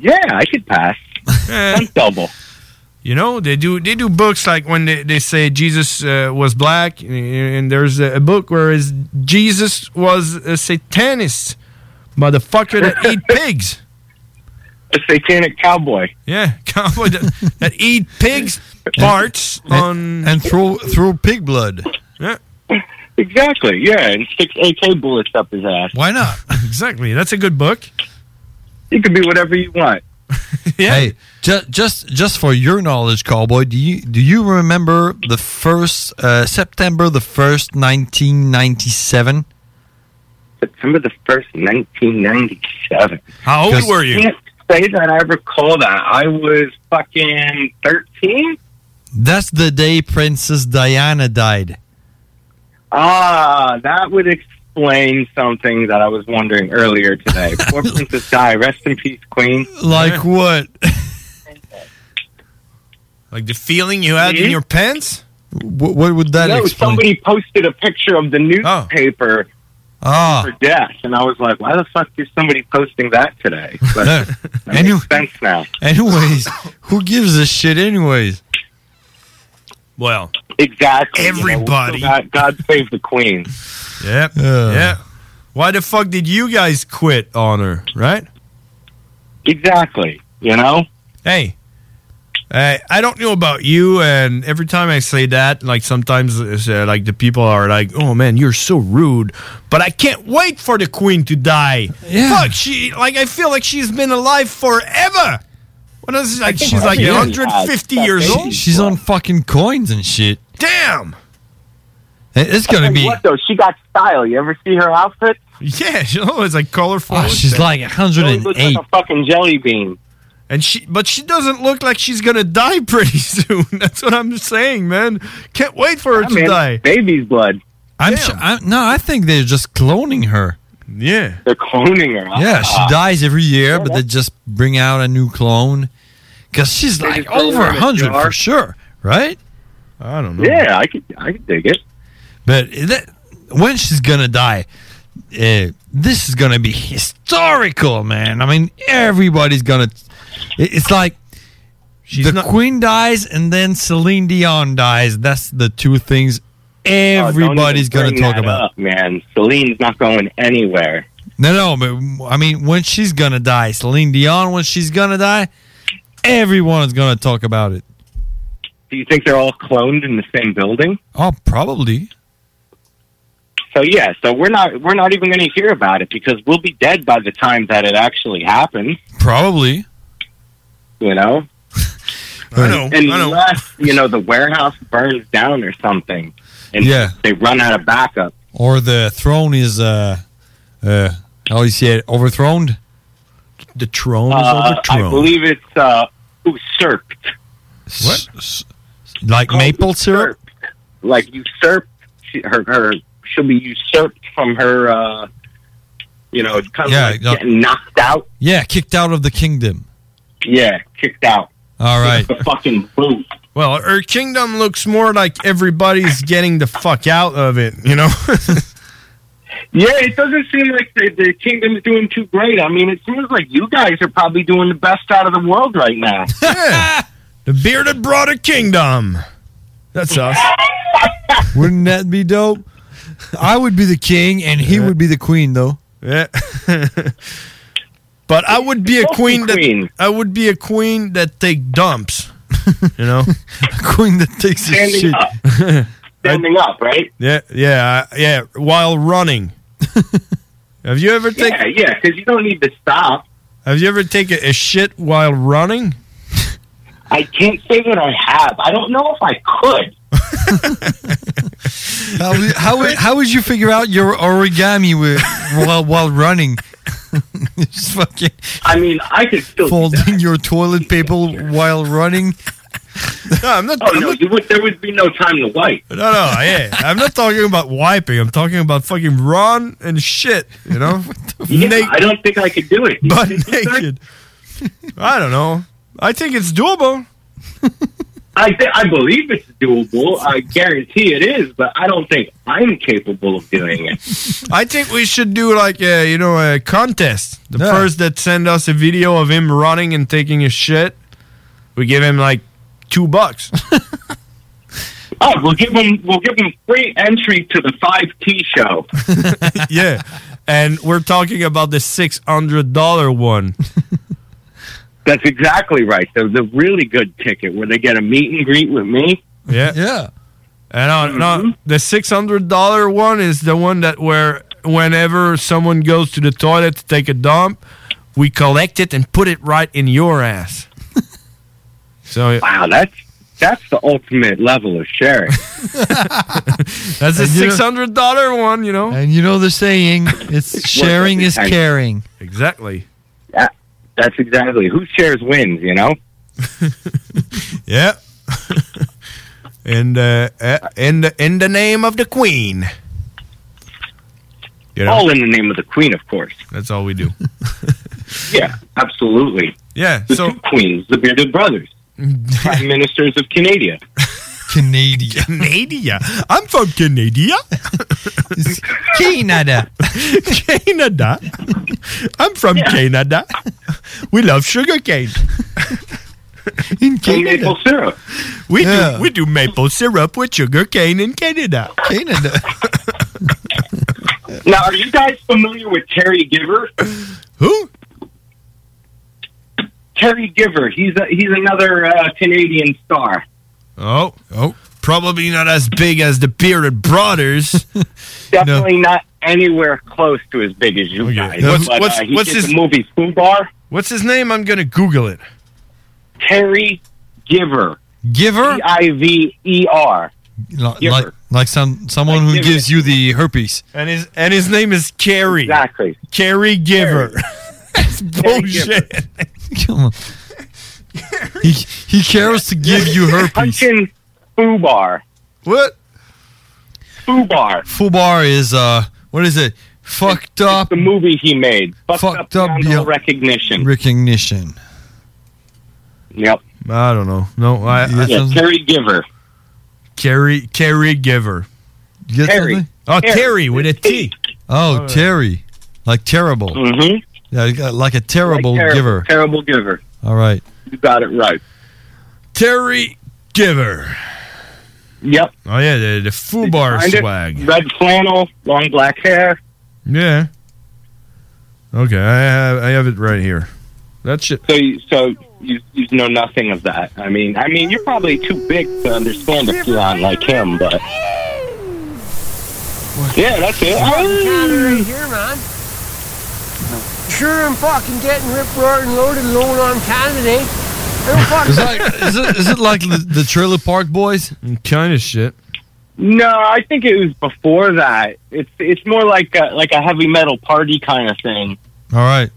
Yeah, I could pass.
I'm
double.
Eh. You know, they do they do books like when they, they say Jesus uh, was black, and, and there's a, a book where is Jesus was a satanist motherfucker that eat pigs.
A satanic cowboy.
Yeah, cowboy that, that eat pigs parts on
and throw throw pig blood.
Yeah.
Exactly. Yeah, and six AK bullets up his ass.
Why not? exactly. That's a good book.
You can be whatever you want.
Hey, ju- just just for your knowledge, cowboy, do you do you remember the first uh, September the first, nineteen ninety seven?
September the first, nineteen ninety seven.
How
I can't say that I recall that. I was fucking 13.
That's the day Princess Diana died.
Ah, that would explain something that I was wondering earlier today. Poor Princess Di, rest in peace, Queen.
Like what?
Like the feeling you had in your pants.
What, what would that
no,
explain?
somebody posted a picture of the
Oh.
newspaper
Ah.
for death, and I was like, why the fuck is somebody posting that today? But that makes sense now.
Anyways, who gives a shit? Anyways,
Well,
exactly. you know, we still
everybody.
got God save the Queen.
Yep. Yeah. Why the fuck did you guys quit on her, right?
Exactly. You know?
Hey. Uh, I don't know about you, and every time I say that, like sometimes it's, uh, like the people are like, "Oh man, you're so rude," but I can't wait for the queen to die. Fuck, she like I feel like she's been alive forever. What is like she's like 150 years old.
She's on fucking coins and shit.
Damn.
It's
I'll
gonna
tell you
be.
What, though? She got style. You ever see her outfit?
Yeah, she always like colorful.
Oh, she's like
She looks
108.
like a fucking jelly bean.
And she, but she doesn't look like she's gonna die pretty soon. That's what I'm saying, man. Can't wait for her
Yeah,
to
man.
die.
Baby's blood.
I'm sure. i no, I think they're just cloning her.
Yeah.
They're cloning her.
Yeah, she
Ah.
dies every
Yeah,
year, but they just bring out a new clone. Because she's like
lower
over
than
100
you are.
for sure, right?
I don't
know.
Yeah, I could, I could dig it.
But that, when she's going to die, eh, this is going to be historical, man. I mean, everybody's going to. It's like the queen dies and then Celine Dion dies. That's the two things
Oh,
everybody's going to talk about.
man. Celine's not going anywhere.
No, no, but I mean, when she's gonna die, Celine Dion, when she's gonna die, everyone is gonna talk about it.
Do you think they're all cloned in the same building?
Oh, probably.
So yeah, so we're not we're not even going to hear about it because we'll be dead by the time that it actually happens.
Probably.
You know.
I know.
Unless you know the warehouse burns down or something, and
Yeah.
they run out of backup.
Or the throne is uh, uh, how do you say it? Overthrown. The throne
Uh,
is
I
overthrown.
believe it's uh, usurped, oh,
What? Like maple syrup.
like usurped. She, her, her, she'll be usurped from her. Uh, you know, it's kind of
Yeah,
like
no-
getting knocked out.
Yeah, kicked out of the kingdom.
Yeah, kicked out.
All right.
The fucking boot.
Well, her kingdom looks more like everybody's getting the fuck out of it, you know?
Yeah, it doesn't seem like the, the kingdom's doing too great. I mean, it seems like you guys are probably doing the best out of the world right now.
the bearded brother kingdom. That's us.
Wouldn't that be dope? I would be the king, and he would be the queen, though.
Yeah. but I would be a queen that I would be a queen that take dumps. You know?
queen that takes
a
Standing
shit.
up. Standing up, right?
yeah, yeah, I- yeah, while running. Have you ever taken
Yeah, yeah, because you don't need to stop.
Have you ever taken a shit while running?
I can't say that I have. I don't know if I could.
How, how, how would you figure out your origami with, while while running? Just fucking.
I mean, I could still
folding your toilet paper while running.
No, I'm not.
Oh no, you would, there would be no time to wipe.
No, no, yeah. I'm not talking about wiping. I'm talking about fucking run and shit. You know,
Yeah, I don't think I could do it.
But naked. I don't know. I think it's doable.
I th- I believe it's doable. I guarantee it is, but I don't think I'm capable of doing it.
I think we should do like a you know a contest. The first that send us a video of him running and taking a shit, we give him like two bucks.
Oh, we'll give them we'll give them free entry to the five T show.
yeah, and we're talking about the six hundred dollar one.
That's exactly right. The the really good ticket where they get a meet and greet with me.
Yeah.
Yeah.
And on, no, the six hundred dollar one is the one that where whenever someone goes to the toilet to take a dump, we collect it and put it right in your ass. so
wow, that's that's the ultimate level of sharing.
That's a
And you know-
six hundred dollar one, you know.
And you know the saying, it's sharing is
Thank you.
caring.
Exactly.
Yeah, that's exactly who shares wins. You know.
Yeah. and uh, uh, in the in the name of the queen. You know?
All in the name of the queen, of course.
That's all we do.
yeah, absolutely.
Yeah,
the two queens, the bearded brothers, prime ministers of Canada.
Canada.
Canada. I'm from Canada.
Canada.
Canada. I'm from Canada. We love sugarcane.
In
maple syrup.
We
Yeah.
do we do maple syrup with sugarcane in Canada.
Canada.
Now, are you guys familiar with Terry Giver?
Who?
Terry Giver. He's a, he's another uh, Canadian star.
Oh, oh. Probably not as big as the bearded brothers.
Definitely not anywhere close to as big as you guys.
What's-
but,
what's-
uh, he
what's
did
his-
the movie Foobar?
What's his name? I'm gonna Google it.
Terry Giver.
Giver?
I V E R.
Like, like, like some someone who gives you the herpes.
And his and his name is Carrie.
Exactly.
Carrie Giver. That's bullshit.
Come on. He, he cares to give you herpes.
Punching Foobar.
What?
Foobar.
Fubar is, uh, what is it? Fucked up. The
movie he made.
Fucked, up,
Recognition.
Recognition.
Yep.
I don't know. No, I, I-
Yeah, Terry Giver.
Kerry, Kerry Giver.
Terry.
Oh, Terry with a T.
Oh, Terry. Like terrible.
Mm-hmm.
Yeah, like a terrible
Terri-
giver.
Terrible giver.
All right.
You got it right.
Terry Giver.
Yep.
Oh, yeah, the, the foo bar
Find it.
swag.
Red flannel, long black hair.
Yeah. Okay, I have, I have it right here. That shit.
So, you, so you, you know nothing of that. I mean, I mean, you're probably too big to understand a Huron like him, but yeah, that's it.
right here, man. Sure, I'm fucking getting rip roaring loaded alone on Canada. I'm fucking.
Is, that, is, it, is it like the, the Trailer Park Boys?
Kind of shit.
No, I think it was before that. It's it's more like a, like a heavy metal party kind of thing.
All right.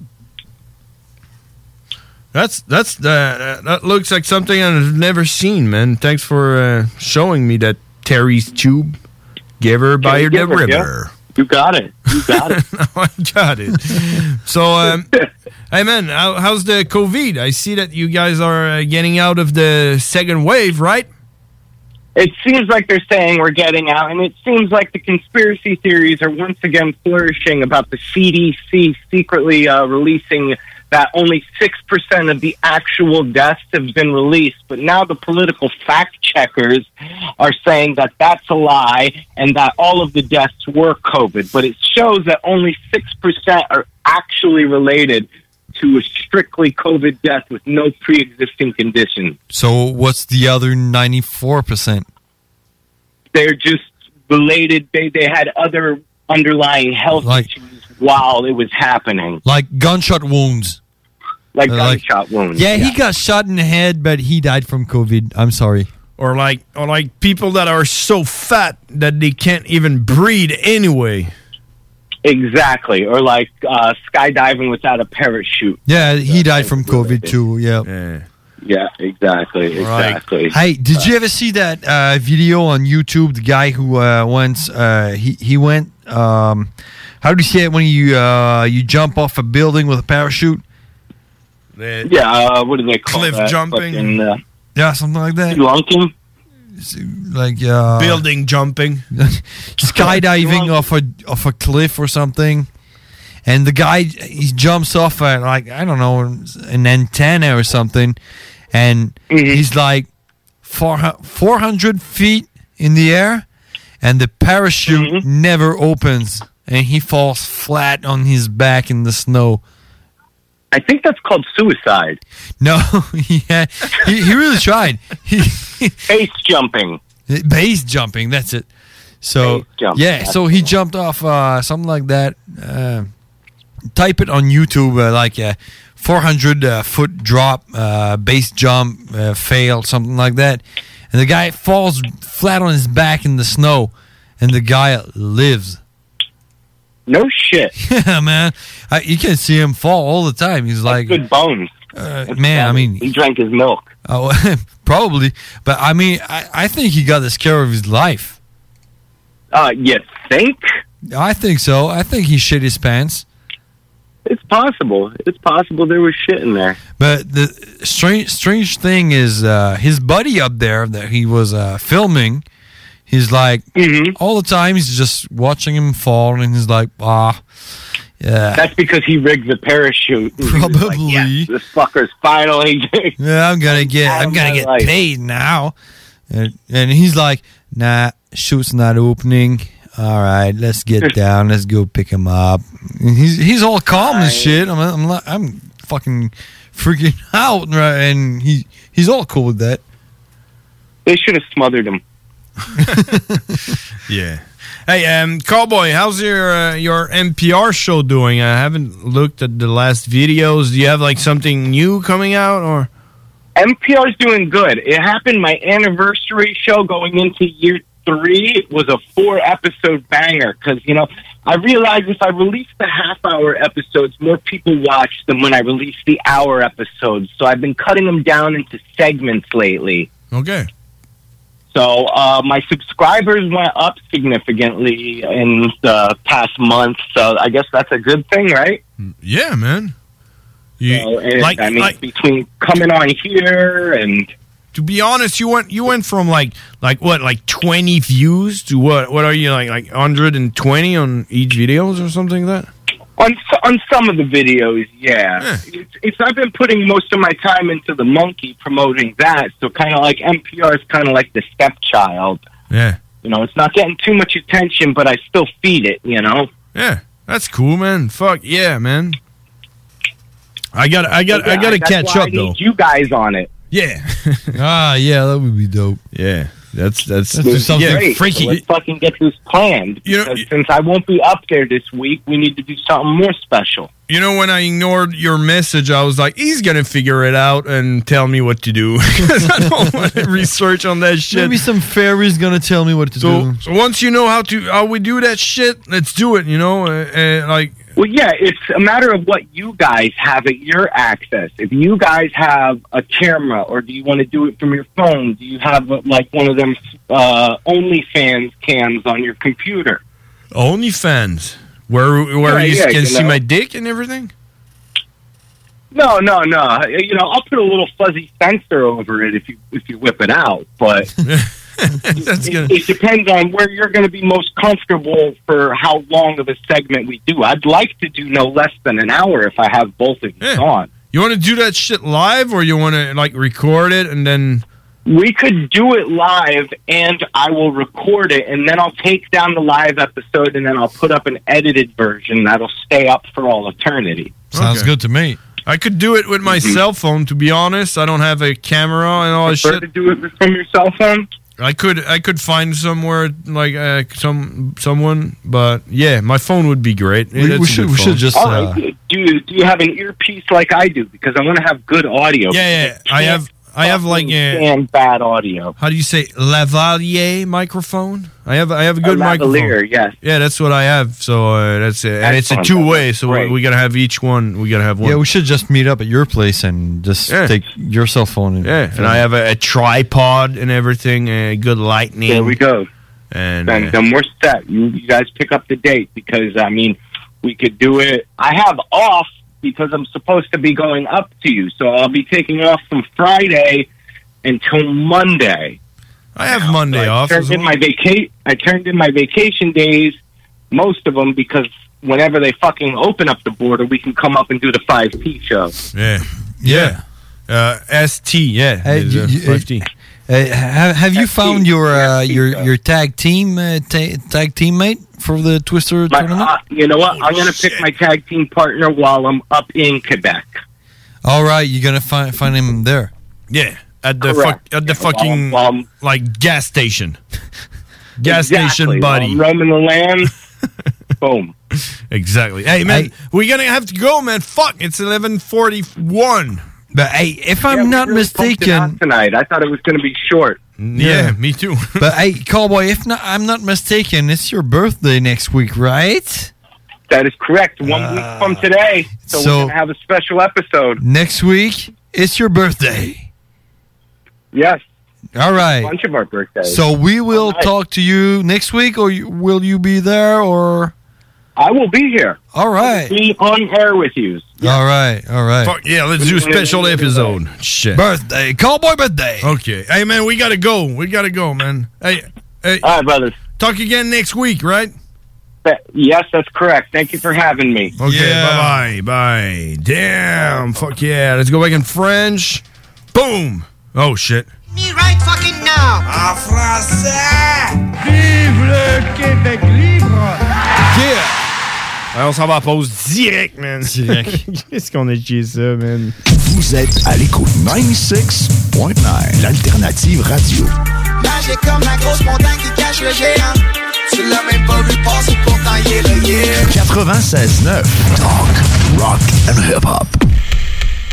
That's that's uh, that looks like something I've never seen, man. Thanks for uh, showing me that Terry's tube giver by
Terry
the
Giver, yeah.
river.
You got it. You got it.
I got it. so, um, hey man, how, how's the COVID? I see that you guys are uh, getting out of the second wave, right?
It seems like they're saying we're getting out, and it seems like the conspiracy theories are once again flourishing about the CDC secretly uh, releasing that only 6% of the actual deaths have been released. But now the political fact checkers are saying that that's a lie and that all of the deaths were COVID. But it shows that only 6% are actually related to a strictly COVID death with no pre existing conditions.
So what's the other 94%?
they're just related. They they had other underlying health issues while it was happening,
Like gunshot wounds.
like
Uh, like-
gunshot wounds.
Yeah, he got shot in the head, but he died from COVID. I'm sorry.
Or like or like people that are so fat that they can't even breathe anyway.
exactly, or like uh, skydiving without a parachute.
Yeah, he died from COVID too. Yeah.
Yeah, exactly, exactly.
Hey, did you ever see that uh, video on YouTube? The guy who uh, once uh, he he went. Um, how do you say it when you uh, you jump off a building with a parachute?
yeah, uh, what do they call
cliff
that?
jumping?
Fucking, uh,
Yeah, something like that.
Lunking?
Like uh,
Building jumping,
skydiving off a off a cliff or something. And the guy he jumps off a, like I don't know an antenna or something, and he's like four hundred feet in the air, and the parachute never opens, and he falls flat on his back in the snow.
I think that's called suicide.
No, yeah, he, he really tried. He, base
jumping.
Base jumping. That's it. So
jump,
yeah, so he jumped off uh, something like that. Uh, type it on YouTube, uh, like uh, 400 uh, foot drop, uh, base jump, uh, fail, something like that. And the guy falls flat on his back in the snow, and the guy lives.
No shit.
Yeah, man. I, you can see him fall all the time. He's like uh,
good bones.
man, I mean, he
drank his milk.
Oh, probably. But I mean, I, I think he got the scare of his life.
Uh, you think?
I think so. I think he shit his pants.
It's possible. It's possible there was shit in there.
But the strange strange thing is uh, his buddy up there that he was uh, filming. He's like
Mm-hmm.
all the time. He's just watching him fall, and he's like, ah, yeah.
That's because he rigged the parachute. Probably. this fucker's finally.
yeah, I'm gonna get,
Out of
I'm gonna
my
get
life.
paid now. And, and he's like, nah, shoot's not opening. All right, let's get down. Let's go pick him up. And he's he's all calm and shit. I'm I'm like, I'm fucking freaking out, right? And he he's all cool with that.
They should have smothered him.
Yeah. Hey, um, Cowboy, how's your uh, your NPR show doing? I haven't looked at the last videos. Do you have like something new coming out or?
NPR's doing good. It happened my anniversary show going into year three was a four episode banger because, you know, I realized if I release the half hour episodes, more people watch them when I release the hour episodes. So I've been cutting them down into segments lately.
Okay.
So uh, my subscribers went up significantly in the past month. So I guess that's a good thing, right?
Yeah, Mm, man.
so, and,
like-
I mean,
like-
between Uh, coming on here and
To be honest, you went you went from like like what like twenty views to what what are you like like hundred and twenty on each videos or something like that.
on s- on some of the videos, yeah. It's, it's I've been putting most of my time into the monkey promoting that, so kind of like NPR is kind of like the stepchild.
Yeah.
You know, it's not getting too much attention, but I still feed it. You know.
Yeah, that's cool, man. Fuck yeah, man. I got I got
Yeah,
I got to
that's
catch
why I
up though.
need You guys on it.
Yeah.
ah, yeah, that would be dope.
Yeah, that's that's
This is great. So let's fucking get this planned. because since I won't be up there this week, we need to do something more special.
You know, when I ignored your message, I was like, he's going to figure it out and tell me what to do. 'Cause I don't want to research on that shit.
Maybe some fairy's gonna tell me what to
so,
do.
so once you know how to how we do that shit, let's do it, you know? Uh, uh, like,
Well, yeah, it's a matter of what you guys have at your access. If you guys have a camera, or do you want to do it from your phone? Do you have uh, like one of them uh, OnlyFans cams on your computer?
OnlyFans, where, where
Yeah,
you
yeah,
can
you
see
know.
my dick and everything?
No, no, no. You know, I'll put a little fuzzy sensor over it if you if you whip it out, but
it,
it depends on where you're going to be most comfortable for how long of a segment we do. I'd like to do no less than an hour if I have both of you on.
You want to do that shit live or you want to, like, record it and then.
We could do it live, and I will record it, and then I'll take down the live episode, and then I'll put up an edited version that'll stay up for all eternity.
Sounds
good to me.
I could do it with my
Mm-hmm.
cell phone, to be honest. I don't have a camera and all that
Prefer
Oh, shit.
to do it from your cell phone?
I could I could find somewhere like uh, some someone, but yeah, my phone would be great. Yeah,
We-
that's
we
a
should-
good
we should
phone.
just, uh,
All right. do you do you have an earpiece like I do? Because I want to have good audio.
Yeah, yeah. I have I have like a
and bad audio.
how do you say lavalier microphone? I have I have a good
lavalier,
microphone.
Yes.
Yeah, that's what I have. So uh, that's it, and it's a
Excellent.
two way. So
Great.
we, we gotta have each one. We gotta have one.
Yeah, we should just meet up at your place and just
Yeah.
take your cell phone. And,
Yeah, and I have a, a tripod and everything, uh, good lightning.
There we go.
And
then,
uh,
then we're set. You, you guys pick up the date because I mean, we could do it. I have off because I'm supposed to be going up to you, so I'll be taking off from Friday until Monday.
I have Monday
off. Turned
as
in
well.
my vaca- I turned in my vacation days, most of them because whenever they fucking open up the border, we can come up and do the five P show.
yeah, yeah. Uh, ST, yeah.
Hey,
It's,
you-
uh,
you-
5T.
Uh, have, have you found your uh, your your tag team uh, ta- tag teammate for the Twister tournament?
Uh, you know what? I'm going to pick my tag team partner while I'm up in Quebec.
All right, you're gonna find find him there.
Yeah, at the fuck,
Correct.
at the
Yeah, Um, well,
fucking like gas station, gas
Exactly.
station, buddy.
While I'm roaming the land. Boom.
Exactly. Hey man, we're gonna have to go, man. Fuck, it's eleven forty one.
But hey, if I'm not mistaken,
tonight I thought it was going to be short.
Yeah, me too.
but hey, cowboy, if not, I'm not mistaken, it's your birthday next week, right? Ah.
That is correct. One week from today, so,
so-
we're going to have a special episode.
Next week, it's your birthday.
Yes,
All
a
right.
bunch of our birthdays.
So we will
Alright.
talk to you next week, or you, will you be there? Or
I will be here.
All right.
Be on air with you.
All right. All right.
Fuck yeah, let's do a special episode. Shit.
Birthday, cowboy birthday.
Okay. Hey man, we gotta go. We gotta go, man. Hey, hey.
All right, brothers.
Talk again next week, right?
But- yes, that's correct. Thank you for having me.
Okay. Bye bye. Bye. Damn. Fuck yeah. Let's go back in French. Boom. Oh shit.
Me right fucking now. En français. Vive le Québec libre.
Ouais, on s'en va à pause direct, man. Direct. Qu'est-ce qu'on a dit ça, man?
Vous êtes à l'écoute 96.9, l'alternative radio.
Ben, J'ai comme la grosse montagne qui cache le géant. Tu l'as même pas vu passer pourtant il est le yeah.
96.9, talk, rock and hip-hop.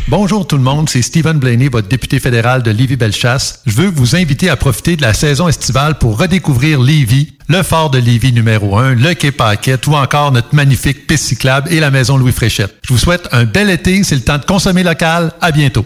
Bonjour tout le monde, c'est Stephen Blaney, votre député fédéral de Lévis-Bellechasse. Je veux vous inviter à profiter de la saison estivale pour redécouvrir Lévis, le fort de Lévis numéro 1, le Quai Paquette ou encore notre magnifique piste cyclable et la maison Louis Fréchette. Je vous souhaite un bel été, c'est le temps de consommer local. À bientôt.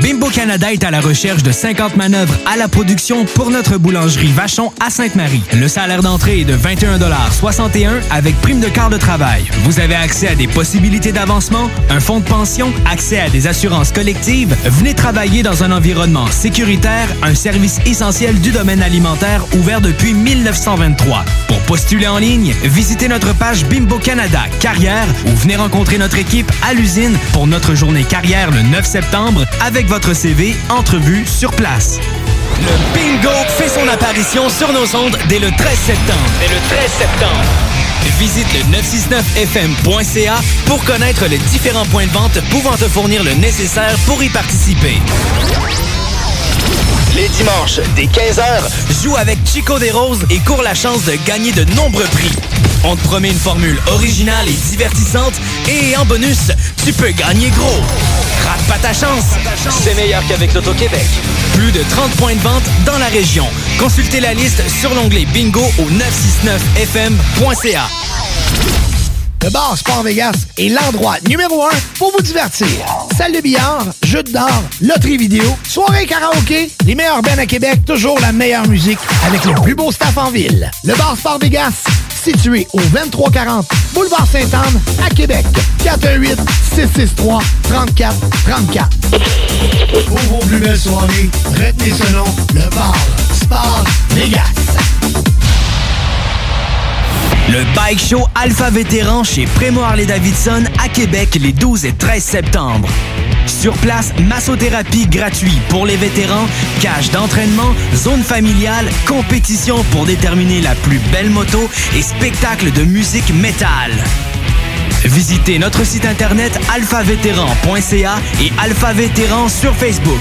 Bimbo Canada est à la recherche de 50 manœuvres à la production pour notre boulangerie Vachon à Sainte-Marie. Le salaire d'entrée est de 21,61 avec prime de quart de travail. Vous avez accès à des possibilités d'avancement, un fonds de pension, accès à des assurances collectives. Venez travailler dans un environnement sécuritaire, un service essentiel du domaine alimentaire ouvert depuis 1923. Pour postuler en ligne, visitez notre page Bimbo Canada Carrière ou venez rencontrer notre équipe à l'usine pour notre journée carrière le 9 septembre avec votre CV entrevue sur place.
Le bingo fait son apparition sur nos ondes dès le 13 septembre. Dès le 13 septembre.
Visite le 969fm.ca pour connaître les différents points de vente pouvant te fournir le nécessaire pour y participer.
Les dimanches, dès 15h,
joue avec Chico des Roses et cours la chance de gagner de nombreux prix. On te promet une formule originale et divertissante et en bonus, tu peux gagner gros. Rate pas ta chance. C'est meilleur qu'avec l'Auto-Québec. Plus de 30 points de vente dans la région. Consultez la liste sur l'onglet bingo au 969fm.ca.
Le bar Sport Vegas est l'endroit numéro un pour vous divertir. Salle de billard, jeux de d'or, loterie vidéo, soirée karaoké, les meilleurs bennes à Québec, toujours la meilleure musique avec le plus beau staff en ville. Le bar Sport Vegas, situé au 2340 Boulevard Sainte-Anne à Québec. 418 663 34 34. Pour vos plus belles soirées, retenez ce nom, le bar Sport Vegas.
Le Bike Show Alpha Vétéran chez Prémo Harley-Davidson à Québec les 12 et 13 septembre. Sur place, massothérapie gratuite pour les vétérans, cage d'entraînement, zone familiale, compétition pour déterminer la plus belle moto et spectacle de musique métal. Visitez notre site internet alphavétéran.ca et Alpha Vétéran sur Facebook.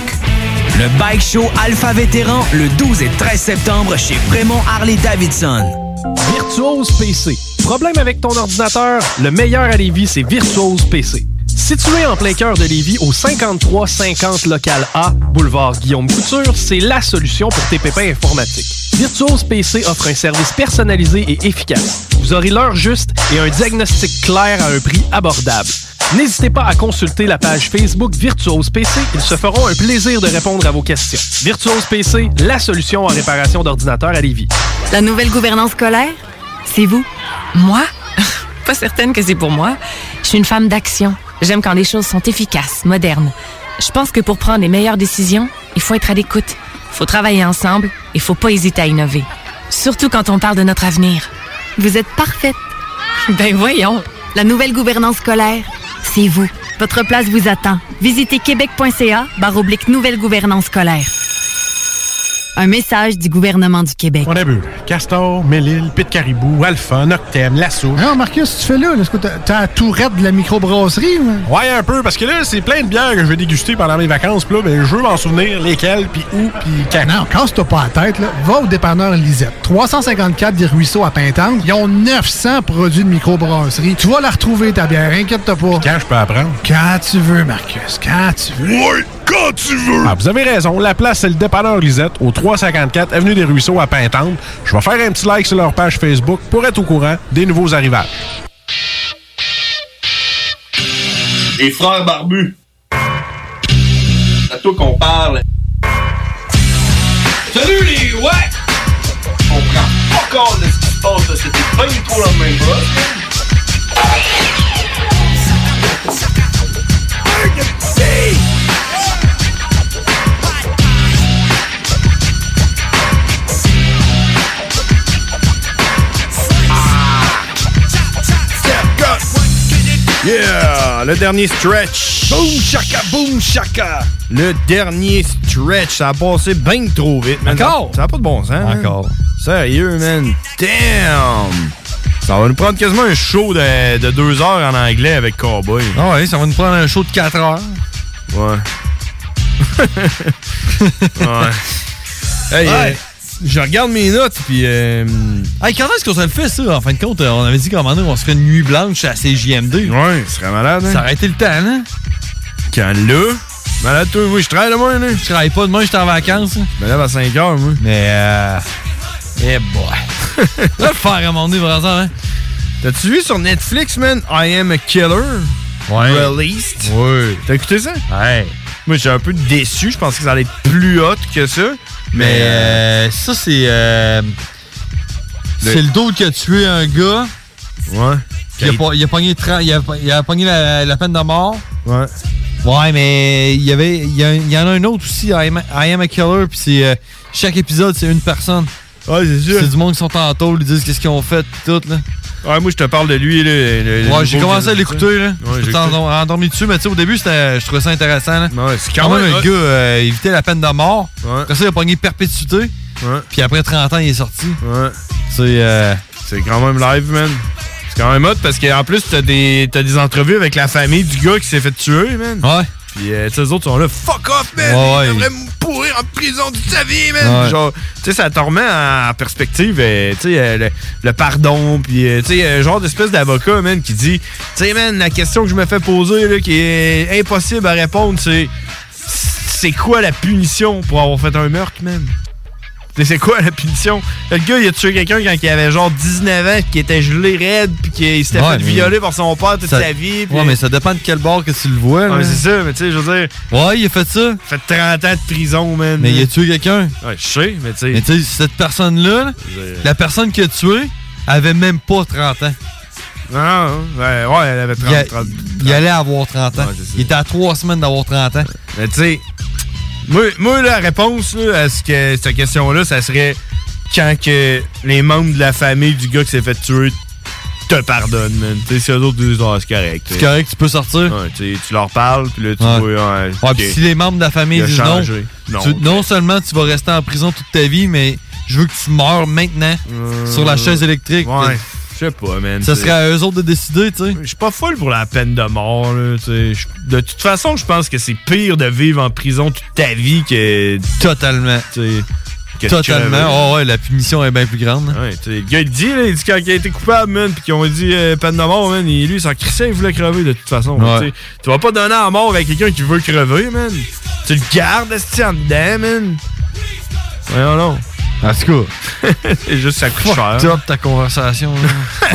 Le Bike Show Alpha Vétéran le 12 et 13 septembre chez Prémont Harley-Davidson.
Virtuose PC. Problème avec ton ordinateur? Le meilleur à Lévis, c'est Virtuose PC. Situé en plein cœur de Lévis, au 5350 local A, boulevard Guillaume Couture, c'est la solution pour tes pépins informatiques. Virtuose PC offre un service personnalisé et efficace. Vous aurez l'heure juste et un diagnostic clair à un prix abordable. N'hésitez pas à consulter la page Facebook Virtuose PC. Ils se feront un plaisir de répondre à vos questions. Virtuose PC, la solution en réparation d'ordinateurs à Lévis.
La nouvelle gouvernance scolaire, c'est vous. Moi? Pas certaine que c'est pour moi. Je suis une femme d'action. J'aime quand les choses sont efficaces, modernes. Je pense que pour prendre les meilleures décisions, il faut être à l'écoute. faut travailler ensemble et faut pas hésiter à innover. Surtout quand on parle de notre avenir. Vous êtes parfaite. Ben voyons. La nouvelle gouvernance scolaire, c'est vous. Votre place vous attend. Visitez québec.ca barre oblique nouvelle gouvernance scolaire. Un message du gouvernement du Québec.
On a bu. Castor, Mélile, Pit Caribou, Alpha, Noctem, La Souche.
Non, Marcus, tu fais là. là, Est-ce que t'as t'as la tourette de la microbrasserie? ou-
Ouais, un peu, parce que là, c'est plein de bières que je vais déguster pendant mes vacances. Puis là, ben, je veux m'en souvenir lesquelles, puis où, puis quand.
Non, casse-toi pas la tête, là. va au dépanneur Lisette. 354 des Ruisseaux à Pintante. Ils ont 900 produits de microbrasserie. Tu vas la retrouver, ta bière, inquiète-toi pas.
Quand je peux apprendre?
Quand tu veux, Marcus, quand tu veux.
Oui, quand tu veux! Ah, vous avez raison. La place, c'est le dépanneur Lisette, au 354 Avenue des Ruisseaux à Pintante. Je vais faire un petit like sur leur page Facebook pour être au courant des nouveaux arrivages.
Les frères barbus. C'est à toi qu'on parle. Salut les ouais! On prend pas compte de ce qui se passe, là. c'était pas du tout la même chose.
Yeah! Le dernier stretch. Boom chaka, boom chaka. Le dernier stretch. Ça a passé bien trop vite, man. Encore? Ça n'a pas de bon sens. hein?
Encore.
Sérieux, man. Damn! Ça va nous prendre quasiment un show de, de deux heures en anglais avec Cowboy.
Ah ouais, ça va nous prendre un show de 4 heures.
Ouais. ouais. Hey,
Ouais.
euh, je regarde mes notes, puis. euh,
Hey, quand est-ce qu'on se le fait, ça? En fin de compte, euh, on avait dit qu'à un moment donné, on se ferait une nuit blanche à CJMD.
Ouais, ce serait malade, hein?
Ça aurait été le temps, hein?
Quand là? Malade, toi, moi, je travaille demain, là. Je
travaille pas demain, j'étais en vacances.
Je me lève à 5 heures, moi.
Mais, euh. Eh, boy. Ça le faire à mon nez, vraiment, hein?
T'as-tu vu sur Netflix, man? I am a killer.
Ouais.
Released. Ouais. T'as écouté ça? Ouais. Moi, j'étais un peu déçu. Je pensais que ça allait être plus hot que ça. Mais,
Mais, euh, ça, c'est. euh, C'est le dos qui a tué un gars.
Ouais.
Il a, pas- il a pogné, 30 il a, il a pogné la, la peine de mort.
Ouais.
Ouais, mais il y avait, il y, a- il y en a un autre aussi, I Am, I Am a Killer, puis c'est euh, chaque épisode, c'est une personne.
Ouais, c'est sûr.
C'est du monde qui sont en tôle, ils disent qu'est-ce qu'ils ont fait, pis tout, là.
Ouais, moi, je te parle de lui, là. le- le
ouais, j'ai
nouveau
commencé à
qui-
l'écouter, là.
Ouais,
je
j'ai
suis endor- endormi dessus, mais tu sais, au début, c'était- je trouvais ça intéressant, là.
Ouais, c'est quand même
le
hot.
gars euh, il évitait la peine de mort.
Ouais.
Après ça, il a pogné perpétuité. Puis après 30 ans, il est sorti.
Ouais.
C'est
euh, C'est quand même live, man. C'est quand même hot parce qu'en plus, t'as des, t'as des entrevues avec la famille du gars qui s'est fait tuer, man.
Ouais.
Puis, euh, tu sais, les autres sont là, fuck off, man.
Ouais, ouais.
Il devrait me pourrir en prison toute sa vie, man.
Ouais.
Genre, tu sais, ça te remet en perspective, euh, tu sais, euh, le, le pardon, puis, euh, tu sais, euh, genre d'espèce d'avocat, man, qui dit, tu sais, man, la question que je me fais poser, là, qui est impossible à répondre, c'est, c'est quoi la punition pour avoir fait un meurtre, man? Tu sais, C'est quoi la punition? Le gars, il a tué quelqu'un quand il avait genre 19 ans, qui était gelé raide, puis qu'il s'était fait
Ouais, mais-
violer par son père toute
Ça-
sa vie. puis-
Ouais, mais ça dépend de quel bord que tu le vois,
Ouais,
là.
c'est ça, Ah, mais tu sais, je veux dire.
Ouais, il a fait ça.
Fait 30 ans de prison, man.
Mais il a tué quelqu'un.
Ouais, je sais, mais tu sais.
Mais tu sais, cette personne-là, là,
Euh.
la personne qui a tué, avait même pas 30 ans.
Non, non, ouais, ouais, elle avait 30,
Il, a-
30.
il allait avoir 30 ans. il était à 3 semaines d'avoir 30 ans.
Mais tu sais, moi, moi, la réponse là, à ce que, cette question-là, ça serait quand que les membres de la famille du gars qui s'est fait tuer te pardonnent, man. Tu sais, si eux autres disent, Ah, c'est correct.
C'est correct, tu peux sortir.
Ouais, tu sais, tu leur parles, puis là, tu
Ouais.
vois, ouais,
Ouais,
ok.
puis si les membres de la famille
Il a
disent non,
changé. Non.
tu- non seulement tu vas rester en prison toute ta vie, mais je veux que tu meurs maintenant sur la chaise électrique.
Euh, Ouais. Je sais pas, man.
Ça
tu sais.
serait à eux autres de décider, tu sais.
Je suis pas folle pour la peine de mort, là, tu sais. Je- De toute façon, je pense que c'est pire de vivre en prison toute ta vie que.
Totalement.
que crever.
Totalement. Oh ouais, la punition est bien plus grande. hein.
Ouais, tu sais, le gars, il dit, là, il dit quand il a été coupable, man, puis qu'ils ont dit euh, peine de mort, man, il- lui, il s'en crissait, il voulait crever de toute façon.
Ouais.
tu sais. Tu vas pas donner à mort à quelqu'un qui veut crever, man. Tu le gardes, esti, en dedans, man. Voyons non.
En tout
cas, c'est juste ça coûte cher.
Top ta conversation. là.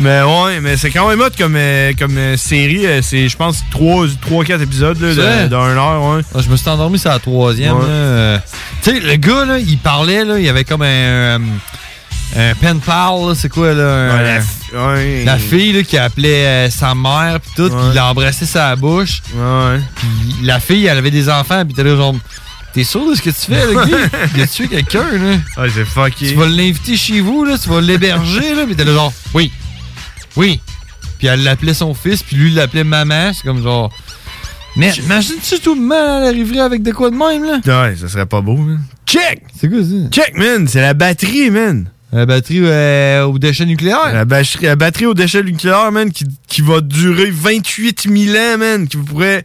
Mais ouais, mais c'est quand même hot comme, euh, comme euh, série. euh, C'est, je pense, 3-4 épisodes là,
C'est vrai?
de- d'un heure. Ouais.
Ah, je me suis endormi sur la troisième.
Ouais.
là, euh, tu sais, le gars, là, il parlait, là, il avait comme un, euh, un pen pal, là, c'est quoi, là? un-
euh, Ouais, la,
la fille là, qui appelait euh, sa mère, puis tout, puis il l'a embrassé sa bouche. Puis la fille, elle avait des enfants, puis t'es là, genre, t'es sûr de ce que tu fais, là, Guy? Il a tué quelqu'un, là.
Ouais, c'est fucké.
Tu vas l'inviter chez vous, là, tu vas l'héberger, là, puis t'es là, genre, oui, oui. Puis elle l'appelait son fils, puis lui, il l'appelait maman, c'est comme genre. Mais imagine-tu tout le mal elle arriverait avec de quoi de même, là?
Ouais, ça serait pas beau, man. Check!
C'est quoi ça?
Check, man! C'est la batterie, man!
La batterie euh, aux déchets nucléaires?
La, batterie- la batterie aux déchets nucléaires, man, qui, qui va durer 28 000 ans, man, qui pourrait...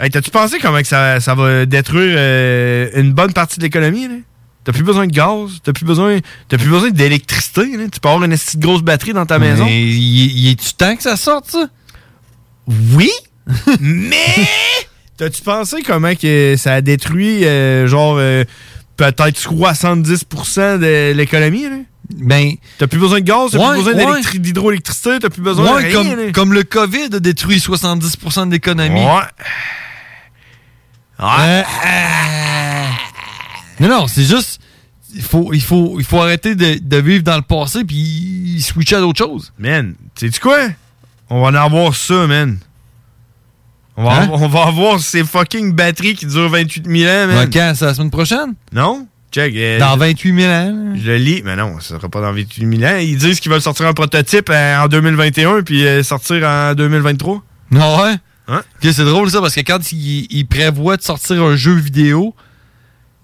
Hey, t'as-tu pensé comment que ça, ça va détruire euh, une bonne partie de l'économie, là? T'as plus besoin de gaz, t'as plus besoin, t'as plus besoin d'électricité, là. Tu peux avoir une esti de grosse batterie dans ta maison.
Mais y, y est-tu temps que ça sorte, ça?
Oui, mais t'as-tu pensé comment que ça a détruit euh, genre euh, peut-être 70% de l'économie là
Ben
t'as plus besoin de gaz, t'as
Ouais,
plus besoin
ouais.
d'électri- d'hydroélectricité, t'as plus besoin
Ouais,
de rien. là.
comme, comme le COVID a détruit 70% de l'économie. Euh, euh, Non, non, c'est juste. Il faut, il, faut, il faut arrêter de, de vivre dans le passé puis switcher à d'autres choses.
Man, sais-tu quoi? On va en avoir ça, man. On va,
Hein?
avoir, on va avoir ces fucking batteries qui durent 28 000 ans, man.
Ouais, quand? C'est la semaine prochaine?
Non? Check. euh,
Dans
je-
28 000 ans.
Je le lis, mais non, ça sera pas dans 28 000 ans. Ils disent qu'ils veulent sortir un prototype euh, en 2021 puis euh, sortir en 2023.
Non, ouais?
Hein?
Ok, c'est drôle ça parce que quand il, il prévoit de sortir un jeu vidéo,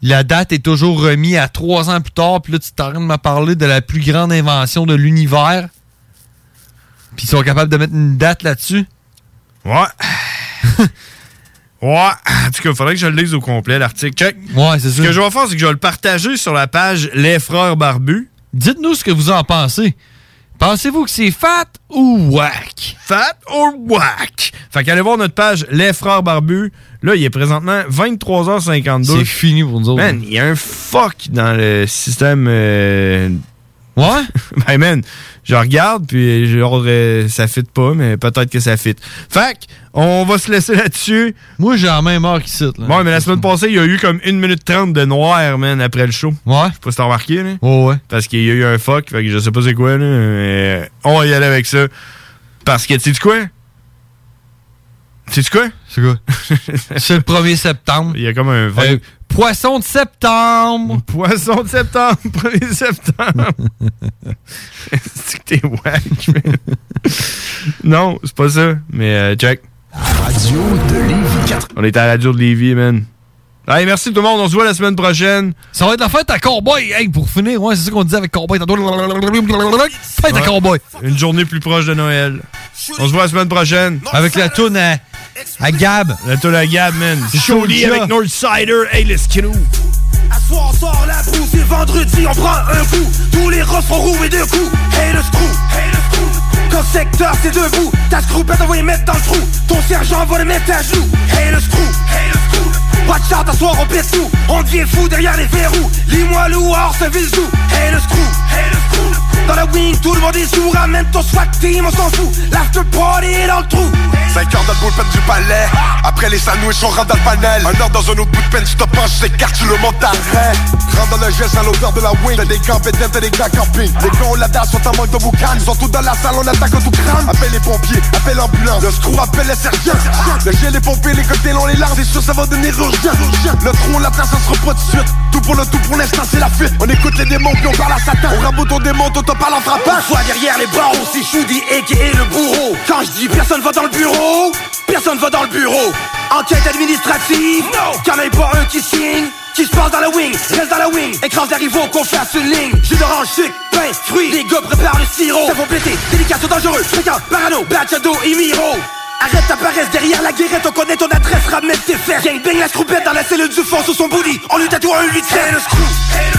la date est toujours remise à trois ans plus tard. Puis là, tu t'arrêtes de me parler de la plus grande invention de l'univers. Puis ils sont capables de mettre une date là-dessus.
Ouais. Ouais, en tout cas, il faudrait que je le lise au complet, l'article. Check.
Ouais, c'est
Ce que je vais faire, c'est que je vais le partager sur la page Les Frères Barbus.
Dites-nous ce que vous en pensez. Pensez-vous que c'est fat ou whack?
Fat ou whack? Fait qu'allez voir notre page Les Frères Barbus. Là, il est présentement 23h52.
C'est fini pour nous autres.
Man, il y a un fuck dans le système. euh,
Ouais?
ben, man, je regarde, puis genre, euh, ça fit pas, mais peut-être que ça fit. Fait que, on va se laisser là-dessus.
Moi, j'ai la même heure qui cite.
Ouais, mais la semaine passée, il y a eu comme 1 minute 30 de noir, man, après le show.
Ouais. Je
sais pas si t'as remarqué, là.
Ouais, ouais.
Parce qu'il y a eu un fuck, fait que je sais pas c'est quoi, là. mais euh, on va y aller avec ça. Parce que, tu sais quoi? Tu sais quoi?
C'est quoi? c'est le 1er septembre.
Il y a comme un
Euh, poisson de septembre!
Poisson de septembre! 1er septembre! C'est que t'es wack, man. non, c'est pas ça, mais euh, check. Radio de Lévis. On est à la radio de Lévis, man. Allez, merci tout le monde, on se voit la semaine prochaine.
Ça va être la fête à Cowboy! Hey, pour finir, ouais, c'est ça qu'on disait avec Cowboy. tantôt. Fête à
Ouais.
Cowboy!
Une journée plus proche de Noël. On se voit la semaine prochaine.
Avec la toune à, à Gab.
La toune à Gab, man.
C'est
Chaudy
chaud, ça.
avec Northsider. Hey, let's kill
À soir, on sort la boue, c'est vendredi, on prend un coup. Tous les roses sont roués de coups. Hey le screw, hey le screw. Comme secteur, c'est debout. Ta scroupette, on va les mettre dans le trou. Ton sergent va le mettre à genoux. Hey le screw, hey le screw. Watch out, à soir, on pète tout. On devient fou derrière les verrous. Lis-moi le hors, se vise tout. Hey le screw, hey le screw. Dans la wing, tout le monde est sous. Ramène ton swag team, on s'en fout. L'after party est dans le trou.
5 heures dans le bullpen du palais Après les sandwichs on rentre dans le panel Un heure dans un autre bout de peine Stop en j'écarte tu le montes arrête Rentre dans le geste à l'odeur de la wing T'as des camps pétins, t'as des gars camping Les gars ont la dalle sont en manque de boucan Ils sont tous dans la salle on attaque en tout crâne Appelle les pompiers, appelle l'ambulance Le screw appelle les sergents Le gel les pompiers, les cocktails on les larmes C'est sûr ça va devenir urgent Le trou on l'attaque ça sera pas de suite Tout pour le tout pour l'instant c'est la fuite On écoute les démons puis on parle à Satan On rabote on démonte on te parle en frappant
Soit derrière les barreaux, c'est Choudi et le bourreau. Quand je dis personne va dans le bureau, personne va dans le bureau. Enquête administrative, non. Y'en a pas un qui signe, qui se passe dans la wing, reste dans la wing. Écrase les rivaux qu'on fasse une ligne. Jus d'orange, sucre, pain, fruits, les gars préparent le sirop. Ça va péter, délicat, c'est dangereux, fréquent, parano, bachado et miro. Arrête ta paresse derrière la guérette, on connaît ton adresse, ramène tes fesses. Gang bang la scroupette dans la cellule du fond sous son booty, on lui tatoue un 8 le screw,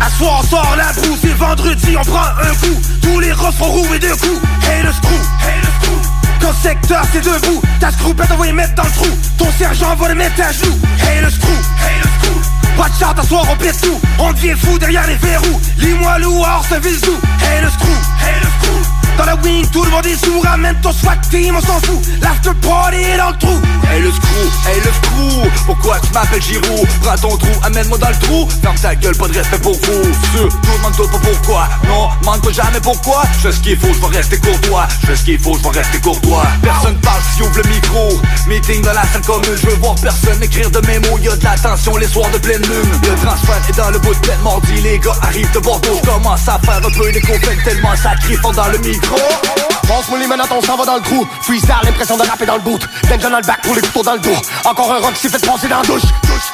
à soir, on sort la boue, c'est vendredi, on prend un coup. Tous les roses sont roués de coups. Hey le screw, hey le screw. Quand secteur, c'est debout. Ta scroupette, on va les mettre dans le trou. Ton sergent va le mettre à genoux. Hey le screw, hey le screw. Pas de charte, à soir, on pète tout. On devient fou derrière les verrous. Lis-moi le hors, se vise tout. Hey le screw, hey le screw. Dans la wing, tout le monde est sous. Ramène ton swag team, on s'en fout. L'after party est dans le trou.
Hey le screw, hey le screw Pourquoi tu m'appelles Giroud Prends ton trou, amène-moi dans le trou Ferme ta gueule, pas de respect pour vous Surtout, demande-toi pas pourquoi Non, demande-toi jamais pourquoi Je fais ce qu'il faut, je vais rester courtois Je fais ce qu'il faut, je vais rester courtois Personne parle si ouvre le micro Meeting dans la salle commune Je veux voir personne écrire de mes mots Y'a de la tension les soirs de pleine lune Le transfert est dans le bout de pleine mardi Les gars arrivent de Bordeaux Je commence à faire un peu des confettes Tellement ça crie fond dans le micro
Pense-moi les menottes, on s'en va dans le trou. Freestyle, l'impression de rapper dans le boot. Danger dans le bac pour les couteaux dans le dos. Encore un rock s'est fait penser dans la douche.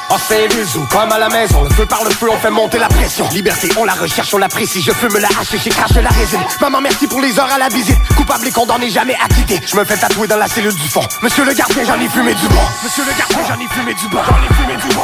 On se fait les zoos, comme à la maison. Le feu par le feu, on fait monter la pression. Liberté, on la recherche, on l'apprécie. Je fume la hache et j'ai craché la résine. Maman, merci pour les heures à la visite. Coupable et condamné, jamais acquitté. Je me fais tatouer dans la cellule du fond. Monsieur le gardien, j'en ai fumé du bon. Monsieur le gardien, j'en ai fumé du bon. J'en ai fumé du bon.